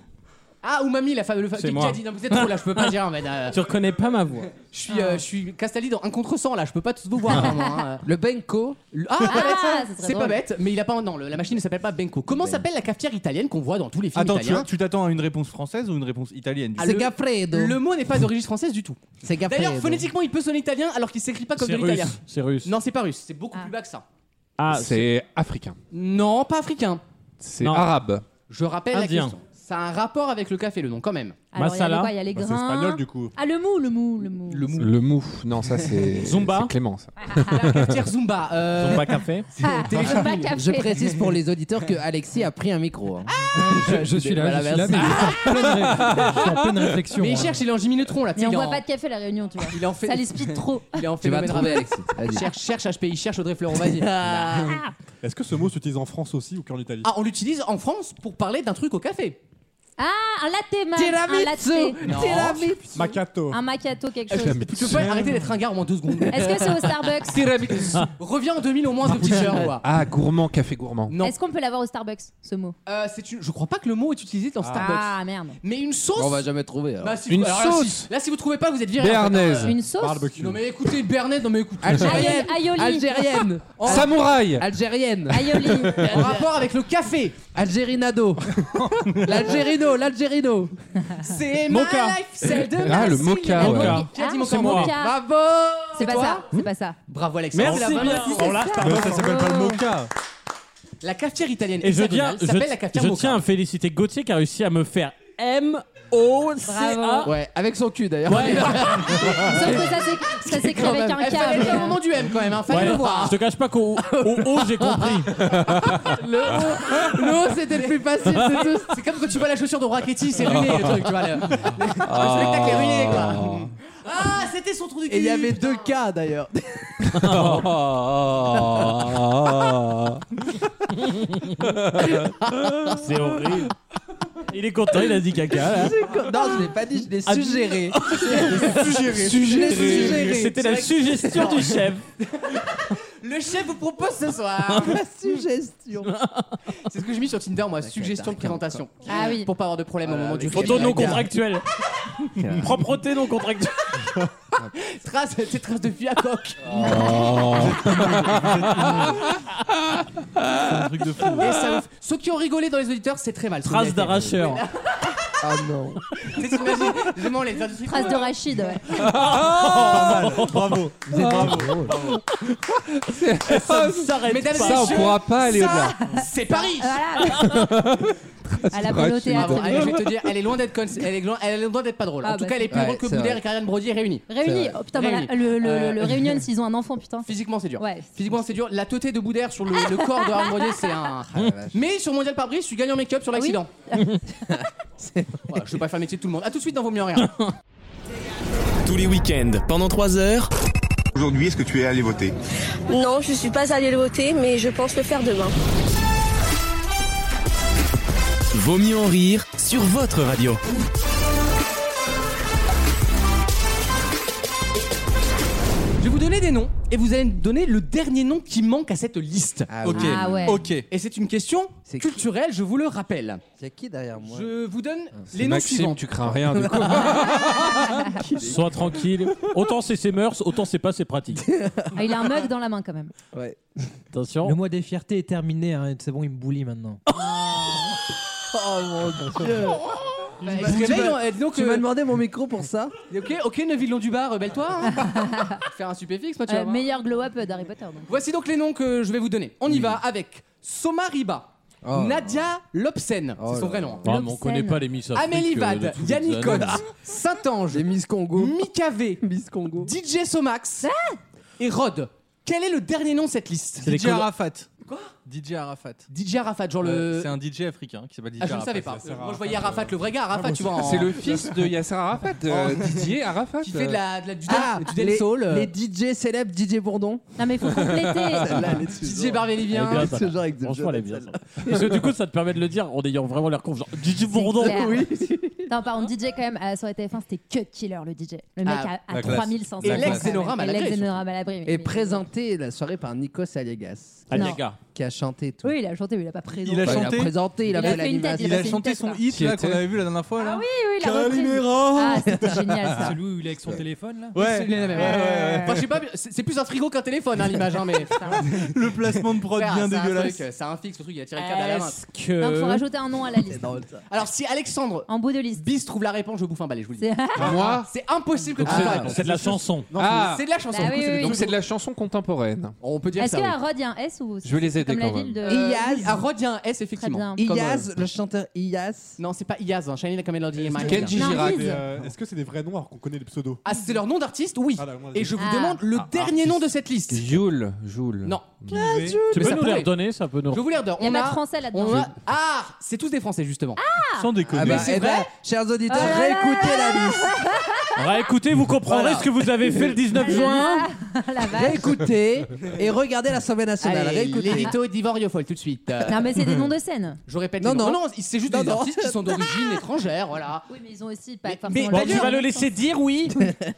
Speaker 3: Ah, Umami, la femme. Le fa...
Speaker 9: Oh. C'est
Speaker 3: qui- qui
Speaker 9: moi.
Speaker 3: a dit Non, vous êtes trop là, je peux pas dire. Mais, euh,
Speaker 9: Tu reconnais pas ma voix.
Speaker 3: je suis, euh, je suis Castaldi dans un contre sang là, je peux pas tous vous voir. vraiment, hein.
Speaker 6: Le Benko.
Speaker 3: Le- Ah,
Speaker 7: Ah,
Speaker 3: pas bête.
Speaker 7: ça serait
Speaker 3: c'est pas
Speaker 7: drôle.
Speaker 3: bête, mais il a pas. Non, le- la machine ne s'appelle pas Benko. Comment s'appelle la cafetière italienne qu'on voit dans tous les films
Speaker 5: Attends, tu,
Speaker 3: italiens
Speaker 5: tu t'attends à une réponse française ou une réponse italienne du
Speaker 3: Ah,
Speaker 5: coup
Speaker 3: le-
Speaker 6: C'est Gaffredo.
Speaker 3: Le mot n'est pas d'origine française du tout.
Speaker 6: C'est Gaffredo.
Speaker 3: D'ailleurs, phonétiquement, il peut sonner italien alors qu'il s'écrit pas comme de
Speaker 9: C'est
Speaker 3: l'italien.
Speaker 9: russe. C'est russe.
Speaker 3: Non, c'est pas russe, c'est beaucoup plus bas que ça.
Speaker 9: Ah,
Speaker 2: C'est africain.
Speaker 3: Non, pas africain.
Speaker 2: C'est
Speaker 9: Non.
Speaker 2: arabe.
Speaker 3: Je rappelle
Speaker 9: Indien.
Speaker 3: la question. Ça a un rapport avec le café, le nom, quand même.
Speaker 7: Alors, il y a
Speaker 9: Masala.
Speaker 7: le quoi, Il y a les
Speaker 2: Bah,
Speaker 7: grains.
Speaker 2: c'est espagnol, du coup.
Speaker 7: Ah, le mou, le mou, le mou.
Speaker 2: Le mou. Le mou. Non, ça c'est.
Speaker 9: Zumba.
Speaker 2: c'est Clément, ça.
Speaker 3: La cafetière Zumba. euh,
Speaker 9: Zumba café.
Speaker 3: téléshopping.
Speaker 7: Ah, Pas café.
Speaker 6: Je précise pour les auditeurs que Alexis a pris un micro. hein.
Speaker 3: Ah,
Speaker 8: Je, je suis
Speaker 6: Voilà,
Speaker 8: là, je suis là,
Speaker 6: merci.
Speaker 8: mais je suis en pleine, ré- je suis en pleine réflexion.
Speaker 3: Mais il
Speaker 8: hein.
Speaker 3: cherche, il est en gymnotron là. tu
Speaker 7: Mais
Speaker 3: sais,
Speaker 7: on
Speaker 3: il est
Speaker 7: boit
Speaker 3: en-
Speaker 7: pas de café à la réunion, tu vois.
Speaker 3: Il est en fait.
Speaker 7: Ça l'espide trop.
Speaker 3: Il est en
Speaker 6: Tu vas
Speaker 3: Ah, phénomène
Speaker 6: trouver,
Speaker 3: Rabel.
Speaker 6: Alexis. Vas-y.
Speaker 3: Cherche, cherche HPI, cherche Audrey Fleuron, vas-y. ah,
Speaker 12: Est-ce que ce mot s'utilise en France aussi ou qu'en Italie
Speaker 3: on l'utilise en France pour parler d'un truc au café.
Speaker 7: Ah, un latte, man. Un
Speaker 6: Tiramisu.
Speaker 7: latte.
Speaker 3: Non.
Speaker 6: Tiramisu.
Speaker 12: Macato.
Speaker 3: Ah,
Speaker 7: Un macchiato, quelque chose.
Speaker 3: Tu peux pas arrêter d'être un gars en moins deux secondes.
Speaker 7: Est-ce que c'est au Starbucks
Speaker 3: Tiramisu. Reviens en 2000 au moins de t-shirt, quoi.
Speaker 2: Ah, gourmand, café gourmand.
Speaker 3: Non.
Speaker 7: Est-ce qu'on peut l'avoir au Starbucks, ce mot
Speaker 3: Euh, c'est une- Je crois pas que le mot est utilisé dans Starbucks.
Speaker 7: Ah, merde.
Speaker 3: Mais une sauce.
Speaker 6: On va jamais trouver. alors.
Speaker 3: Bah, si
Speaker 2: Une
Speaker 3: vous- alors là,
Speaker 2: sauce.
Speaker 3: si- Là, si vous trouvez pas, vous êtes viré. en fait.
Speaker 2: Béarnaise.
Speaker 7: Une sauce
Speaker 3: Non, mais écoutez, Bernet, non, mais écoutez.
Speaker 6: Algérienne.
Speaker 7: Aioli.
Speaker 6: Algérienne.
Speaker 3: Oh,
Speaker 2: Samouraï.
Speaker 6: Algérienne.
Speaker 7: Aioli.
Speaker 3: En rapport avec le café.
Speaker 6: Algérinado. L'Algérino. L'Algérino.
Speaker 3: C'est ma
Speaker 9: Mocha.
Speaker 3: life, celle de
Speaker 2: Ah, le
Speaker 3: Marseille.
Speaker 2: mocha,
Speaker 7: Ah,
Speaker 2: ouais.
Speaker 7: mocha.
Speaker 3: Qui a dit
Speaker 7: Ah,
Speaker 3: mocha
Speaker 7: c'est
Speaker 3: en
Speaker 7: moi.
Speaker 3: premier Bravo
Speaker 7: C'est
Speaker 3: Et
Speaker 7: pas
Speaker 3: toi
Speaker 7: ça, c'est pas ça.
Speaker 3: Bravo Alexandre.
Speaker 9: Merci
Speaker 3: La bonne-
Speaker 9: bien. Alors là,
Speaker 5: Pardon, ça s'appelle pas le
Speaker 7: Oh.
Speaker 5: mocha.
Speaker 3: La cafetière italienne
Speaker 9: Et je tiens,
Speaker 3: hexagonale
Speaker 9: je,
Speaker 3: s'appelle la cafetière
Speaker 9: je
Speaker 3: mocha.
Speaker 9: tiens à féliciter Gauthier qui a réussi à me faire M-O-C-A.
Speaker 7: Bravo.
Speaker 6: Ouais, avec son cul d'ailleurs.
Speaker 7: Sauf que ça s'éc- ça s'écrit avec un
Speaker 3: Eh, fallait le faire au
Speaker 7: câble.
Speaker 3: moment du M quand même, hein.
Speaker 9: Ouais,
Speaker 3: fallait le voir.
Speaker 9: je te cache pas qu'au au haut j'ai compris.
Speaker 3: Le haut, le haut, c'était le plus facile de tous. C'est comme quand tu vois la chaussure de Rackety, c'est ruiné le truc, tu vois. Le, le spectacle est ruiné quoi. Ah, c'était son trou du cul.
Speaker 6: Ah. Et il y avait deux cas d'ailleurs.
Speaker 9: C'est horrible. Il est content, il a dit caca. là.
Speaker 6: Non, je l'ai pas dit, je l'ai suggéré.
Speaker 5: Suggéré.
Speaker 6: Suggéré. Suggéré.
Speaker 9: C'était la suggestion du chef.
Speaker 3: Le chef vous propose ce soir.
Speaker 6: La suggestion.
Speaker 3: C'est ce que j'ai mis sur Tinder moi, suggestion de présentation.
Speaker 7: Ah oui.
Speaker 3: Pour pas avoir de problème au moment du
Speaker 9: Photo
Speaker 3: film.
Speaker 9: non contractuelle. Propreté non contractuelle.
Speaker 3: Trace, c'est trace de fût à coque.
Speaker 7: Oh.
Speaker 9: un truc de fou.
Speaker 3: Et ça ouf. Ceux qui ont rigolé dans les auditeurs, c'est très mal.
Speaker 9: Trace d'arracheur.
Speaker 3: Ah non. T'imagines, vraiment les industries.
Speaker 7: Trace de Rachid, ouais.
Speaker 9: Bravo.
Speaker 3: Vous êtes
Speaker 9: Bravo.
Speaker 2: Ça ne
Speaker 7: s'arrête
Speaker 3: Mesdames et
Speaker 2: pas. Ça, on
Speaker 3: messieurs,
Speaker 2: pourra pas aller
Speaker 3: ça,
Speaker 2: au-delà.
Speaker 3: C'est Paris.
Speaker 7: À la Polo Théâtre.
Speaker 3: Bravo. Allez, je vais te dire, elle est loin d'être con, elle est loin, elle est loin d'être pas drôle.
Speaker 7: Ah,
Speaker 3: en tout
Speaker 7: bah,
Speaker 3: cas, elle est plus
Speaker 7: c'est-
Speaker 3: drôle
Speaker 7: Ouais,
Speaker 3: que
Speaker 7: c'est
Speaker 3: Boudère
Speaker 7: vrai.
Speaker 3: et Karianne Brodier réunies.
Speaker 7: Réunis. Oh putain, voilà, le, le, le, le
Speaker 3: Euh,
Speaker 7: Réunion, s'ils ont un enfant, putain.
Speaker 3: Physiquement, c'est dur.
Speaker 7: Ouais.
Speaker 3: Physiquement, c'est dur. La teuté de Boudère sur le, le corps de Karianne Brodier, c'est
Speaker 9: Ah,
Speaker 3: un. Mais sur Mondial par brise, je suis gagnant make-up
Speaker 6: Ah
Speaker 3: sur l'accident. C'est- voilà, je vais pas faire le métier de tout le monde. À tout de suite dans Vaut mieux en rire.
Speaker 1: Tous les week-ends, pendant 3 heures.
Speaker 14: Aujourd'hui, est-ce que tu es allé voter
Speaker 16: Non, je suis pas allée le voter, mais je pense le faire demain.
Speaker 1: Vaut mieux en rire sur votre radio.
Speaker 3: Je vais vous donner des noms et vous allez me donner le dernier nom qui manque à cette liste.
Speaker 5: oui. Ok. Ah ouais. Ok.
Speaker 3: Et c'est une question culturelle, je vous le rappelle.
Speaker 6: C'est qui derrière moi
Speaker 3: Je vous donne
Speaker 9: c'est
Speaker 3: les noms
Speaker 9: Maxime,
Speaker 3: suivants.
Speaker 9: tu crains rien, du coup. Sois tranquille. Autant c'est ses mœurs, autant c'est pas ses pratiques.
Speaker 7: Ah, il a un mug dans la main quand même.
Speaker 6: Ouais.
Speaker 9: Attention.
Speaker 4: Le mois des fiertés est terminé, hein, c'est bon, il me boulie maintenant.
Speaker 6: Oh mon dieu.
Speaker 3: Parce que là, ils ont- euh, dis donc,
Speaker 6: tu
Speaker 3: euh,
Speaker 6: m'as demandé mon micro pour ça
Speaker 3: Ok, ok, Neuvillon du Bar, rebelle-toi. hein. Faire un supéfixe, moi, tu
Speaker 7: Euh,
Speaker 3: vas voir.
Speaker 7: meilleur glow-up d'Harry Potter. donc.
Speaker 3: Voici donc les noms que je vais vous donner. On y va avec Somariba,
Speaker 9: Oh.
Speaker 3: Nadia Lobsen, c'est son vrai nom. hein.
Speaker 9: Ah, mais on connaît pas les Miss Afrique,
Speaker 3: Amélie
Speaker 9: euh, de
Speaker 3: Vade,
Speaker 9: toutes les
Speaker 3: Yannick
Speaker 9: années.
Speaker 3: Cotte, Saint-Ange, Miss Congo, Mika V, Miss Congo, DJ Somax et Rod. Quel est le dernier nom de cette liste
Speaker 5: C'est les DJ colo- Arafat.
Speaker 3: Quoi
Speaker 5: DJ Arafat.
Speaker 3: DJ Arafat, genre
Speaker 5: Euh,
Speaker 3: le.
Speaker 5: C'est un DJ africain qui s'appelle DJ
Speaker 3: Ah, je ne
Speaker 5: Arafat.
Speaker 3: savais pas. Moi, je voyais Arafat, le vrai gars,
Speaker 2: Ah,
Speaker 3: Arafat,
Speaker 2: bon,
Speaker 3: tu vois. en-
Speaker 2: C'est le fils de Yasser Arafat, euh, Didier Arafat. euh,
Speaker 3: Qui fait de la, de la- du,
Speaker 6: Ah,
Speaker 3: du
Speaker 6: les,
Speaker 3: dance hall, euh.
Speaker 6: les DJ célèbres, DJ Bourdon.
Speaker 7: Non, mais faut
Speaker 3: Ah.
Speaker 7: compléter.
Speaker 3: DJ Barvelivien.
Speaker 9: Elle est bien, celle-là. Franchement, elle est bien. celle-là. Parce que du coup, ça te permet de le dire en ayant vraiment l'air con. Genre, Gigi Bourdon.
Speaker 7: clair. Non, par contre, DJ quand même, euh, sur la TF1, c'était que killer le DJ. Le mec
Speaker 6: Ah,
Speaker 7: à,
Speaker 6: la
Speaker 7: à
Speaker 6: classe.
Speaker 7: 3500.
Speaker 6: Et l'ex Zénora Malagré,
Speaker 7: Et
Speaker 6: surtout.
Speaker 7: l'ex-Zénora Malagré, mais-
Speaker 6: Et
Speaker 7: mais-
Speaker 6: présenté la soirée par Nikos Aliagas.
Speaker 9: Aliaga.
Speaker 6: Qui a chanté tout.
Speaker 7: Oui, il a chanté, mais il a pas présenté.
Speaker 6: Il a chanté. Il a présenté, il a fait
Speaker 7: fait une tête,
Speaker 6: l'animation.
Speaker 5: Il
Speaker 7: a
Speaker 5: a
Speaker 7: fait une
Speaker 5: chanté
Speaker 7: tête,
Speaker 5: son
Speaker 7: là.
Speaker 5: hit
Speaker 6: Qui
Speaker 5: là
Speaker 6: était
Speaker 5: qu'on avait vu la dernière fois. Là.
Speaker 7: Ah oui, oui, il a repris.
Speaker 5: Calimera.
Speaker 7: Ah, c'était génial ça.
Speaker 8: Celui où il est avec son téléphone là
Speaker 5: Ouais.
Speaker 8: Celui-là,
Speaker 5: Ouais,
Speaker 8: mais-
Speaker 5: ouais, ouais.
Speaker 3: Enfin, je sais pas, c'est c'est plus un frigo qu'un téléphone, hein, l'image, hein, mais.
Speaker 5: Le placement de prod
Speaker 3: Frère,
Speaker 5: bien
Speaker 3: c'est un
Speaker 5: dégueulasse.
Speaker 3: truc, C'est un fixe, le truc, il a tiré le câble à la main.
Speaker 9: Est-ce
Speaker 7: Non, faut rajouter un nom à la liste.
Speaker 3: Alors, si Alexandre
Speaker 7: En bout de liste.
Speaker 3: Bis trouve la réponse, je bouffe un balai, je vous le dis.
Speaker 7: C'est-
Speaker 2: Ah, Moi
Speaker 3: C'est impossible que
Speaker 9: Donc,
Speaker 3: tu
Speaker 9: c'est-
Speaker 3: fasses la
Speaker 9: donc,
Speaker 3: réponse.
Speaker 9: Ah, c'est de la chanson.
Speaker 2: Non,
Speaker 3: Ah.
Speaker 2: c'est-
Speaker 3: C'est de la chanson.
Speaker 7: Bah
Speaker 3: du coup,
Speaker 7: oui,
Speaker 3: c'est
Speaker 7: oui,
Speaker 3: de-
Speaker 2: Donc,
Speaker 7: oui.
Speaker 2: c'est de la chanson contemporaine.
Speaker 3: On peut dire
Speaker 7: Est-ce
Speaker 3: ça.
Speaker 7: que euh,
Speaker 3: oui.
Speaker 7: à Rod, il y a un S ou
Speaker 2: Je vais les
Speaker 7: c'est
Speaker 2: aider
Speaker 7: comme la
Speaker 2: quand
Speaker 7: ville de.
Speaker 6: Iyaz.
Speaker 3: Ah, Rod, il y a un S, effectivement.
Speaker 7: Très bien.
Speaker 3: Comme, euh,
Speaker 6: Iyaz, le chanteur Iyaz.
Speaker 3: Non, c'est pas Iyaz, hein. Shining like a Melody in My Head.
Speaker 2: Kenji
Speaker 7: Non,
Speaker 2: Girac.
Speaker 7: Riz.
Speaker 12: Euh, Est-ce que c'est des vrais noms alors qu'on connaît les pseudos
Speaker 3: Ah, c'est leur nom d'artiste Oui.
Speaker 12: Ah, là, moi,
Speaker 3: Et je vous
Speaker 7: Ah.
Speaker 3: demande le
Speaker 2: Ah,
Speaker 3: dernier nom de cette liste.
Speaker 2: Joule, Joule.
Speaker 3: Non.
Speaker 9: Tu
Speaker 3: Mais
Speaker 9: peux
Speaker 3: ça
Speaker 9: nous les
Speaker 3: pourrait.
Speaker 9: redonner, ça peut nous.
Speaker 3: Je vous les redonne.
Speaker 7: Il y a
Speaker 3: On
Speaker 7: pas
Speaker 3: a.
Speaker 7: de français là-dedans.
Speaker 3: on a- Ah C'est tous des Français, justement.
Speaker 5: Sans
Speaker 6: Ah
Speaker 5: déconner.
Speaker 6: bah,
Speaker 3: c'est
Speaker 6: eh ben,
Speaker 3: vrai
Speaker 6: chers auditeurs,
Speaker 7: Oh là là
Speaker 6: réécoutez la liste.
Speaker 9: Réécoutez, Ah, bah, vous comprendrez ce que vous avez fait le 19 juin.
Speaker 7: Ah, la vache.
Speaker 6: Réécoutez et regardez l'Assemblée nationale.
Speaker 3: Allez,
Speaker 6: réécoutez.
Speaker 3: l'édito d'Ivoriofolle, tout de suite. Euh,
Speaker 7: Non, mais c'est des noms de scène.
Speaker 3: Je répète.
Speaker 6: Non,
Speaker 3: les noms.
Speaker 6: non.
Speaker 3: c'est juste
Speaker 6: Non,
Speaker 3: des
Speaker 6: non.
Speaker 3: artistes qui sont d'origine étrangère, voilà.
Speaker 7: Oui, mais ils ont aussi pas
Speaker 3: mais
Speaker 7: forcément.
Speaker 9: Bon,
Speaker 7: la
Speaker 9: tu
Speaker 3: D'ailleurs,
Speaker 9: vas le
Speaker 7: même
Speaker 9: laisser dire oui.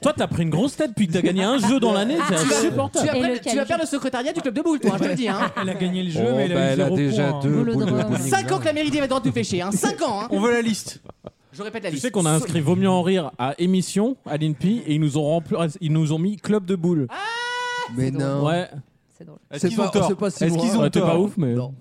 Speaker 9: Toi, t'as pris une grosse tête puis que t'as gagné un jeu dans l'année.
Speaker 3: Tu
Speaker 9: C'est
Speaker 3: vas- Tu
Speaker 9: insupportable.
Speaker 3: vas, perdre-
Speaker 7: Et le
Speaker 3: tu vas perdre le secrétariat du club de boule, toi, hein, je te le dis. Hein.
Speaker 8: Il a gagné le jeu,
Speaker 2: Oh,
Speaker 8: mais il a
Speaker 2: bah,
Speaker 8: eu
Speaker 2: elle a
Speaker 8: zéro
Speaker 2: déjà
Speaker 8: point, hein.
Speaker 2: deux
Speaker 7: Boule au
Speaker 2: boules de
Speaker 7: drame.
Speaker 2: bowling.
Speaker 3: 5 ans que la mairie d'Ivry doit tout fêcher, hein. 5 ans. Hein.
Speaker 5: On veut la liste.
Speaker 3: Je répète la
Speaker 9: Tu
Speaker 3: liste.
Speaker 9: sais qu'on a inscrit Vaut mieux en rire à émission à l'INPI et ils nous ont rempli, ils nous ont mis club de boules.
Speaker 6: Mais non.
Speaker 9: Ouais.
Speaker 7: C'est drôle.
Speaker 5: Est-ce
Speaker 6: C'est
Speaker 5: qu'ils
Speaker 6: pas-
Speaker 5: ont tort
Speaker 6: c'est pas si
Speaker 9: Est-ce
Speaker 6: loin.
Speaker 9: qu'ils ont
Speaker 6: Ouais,
Speaker 9: été pas ouf mais
Speaker 6: Non.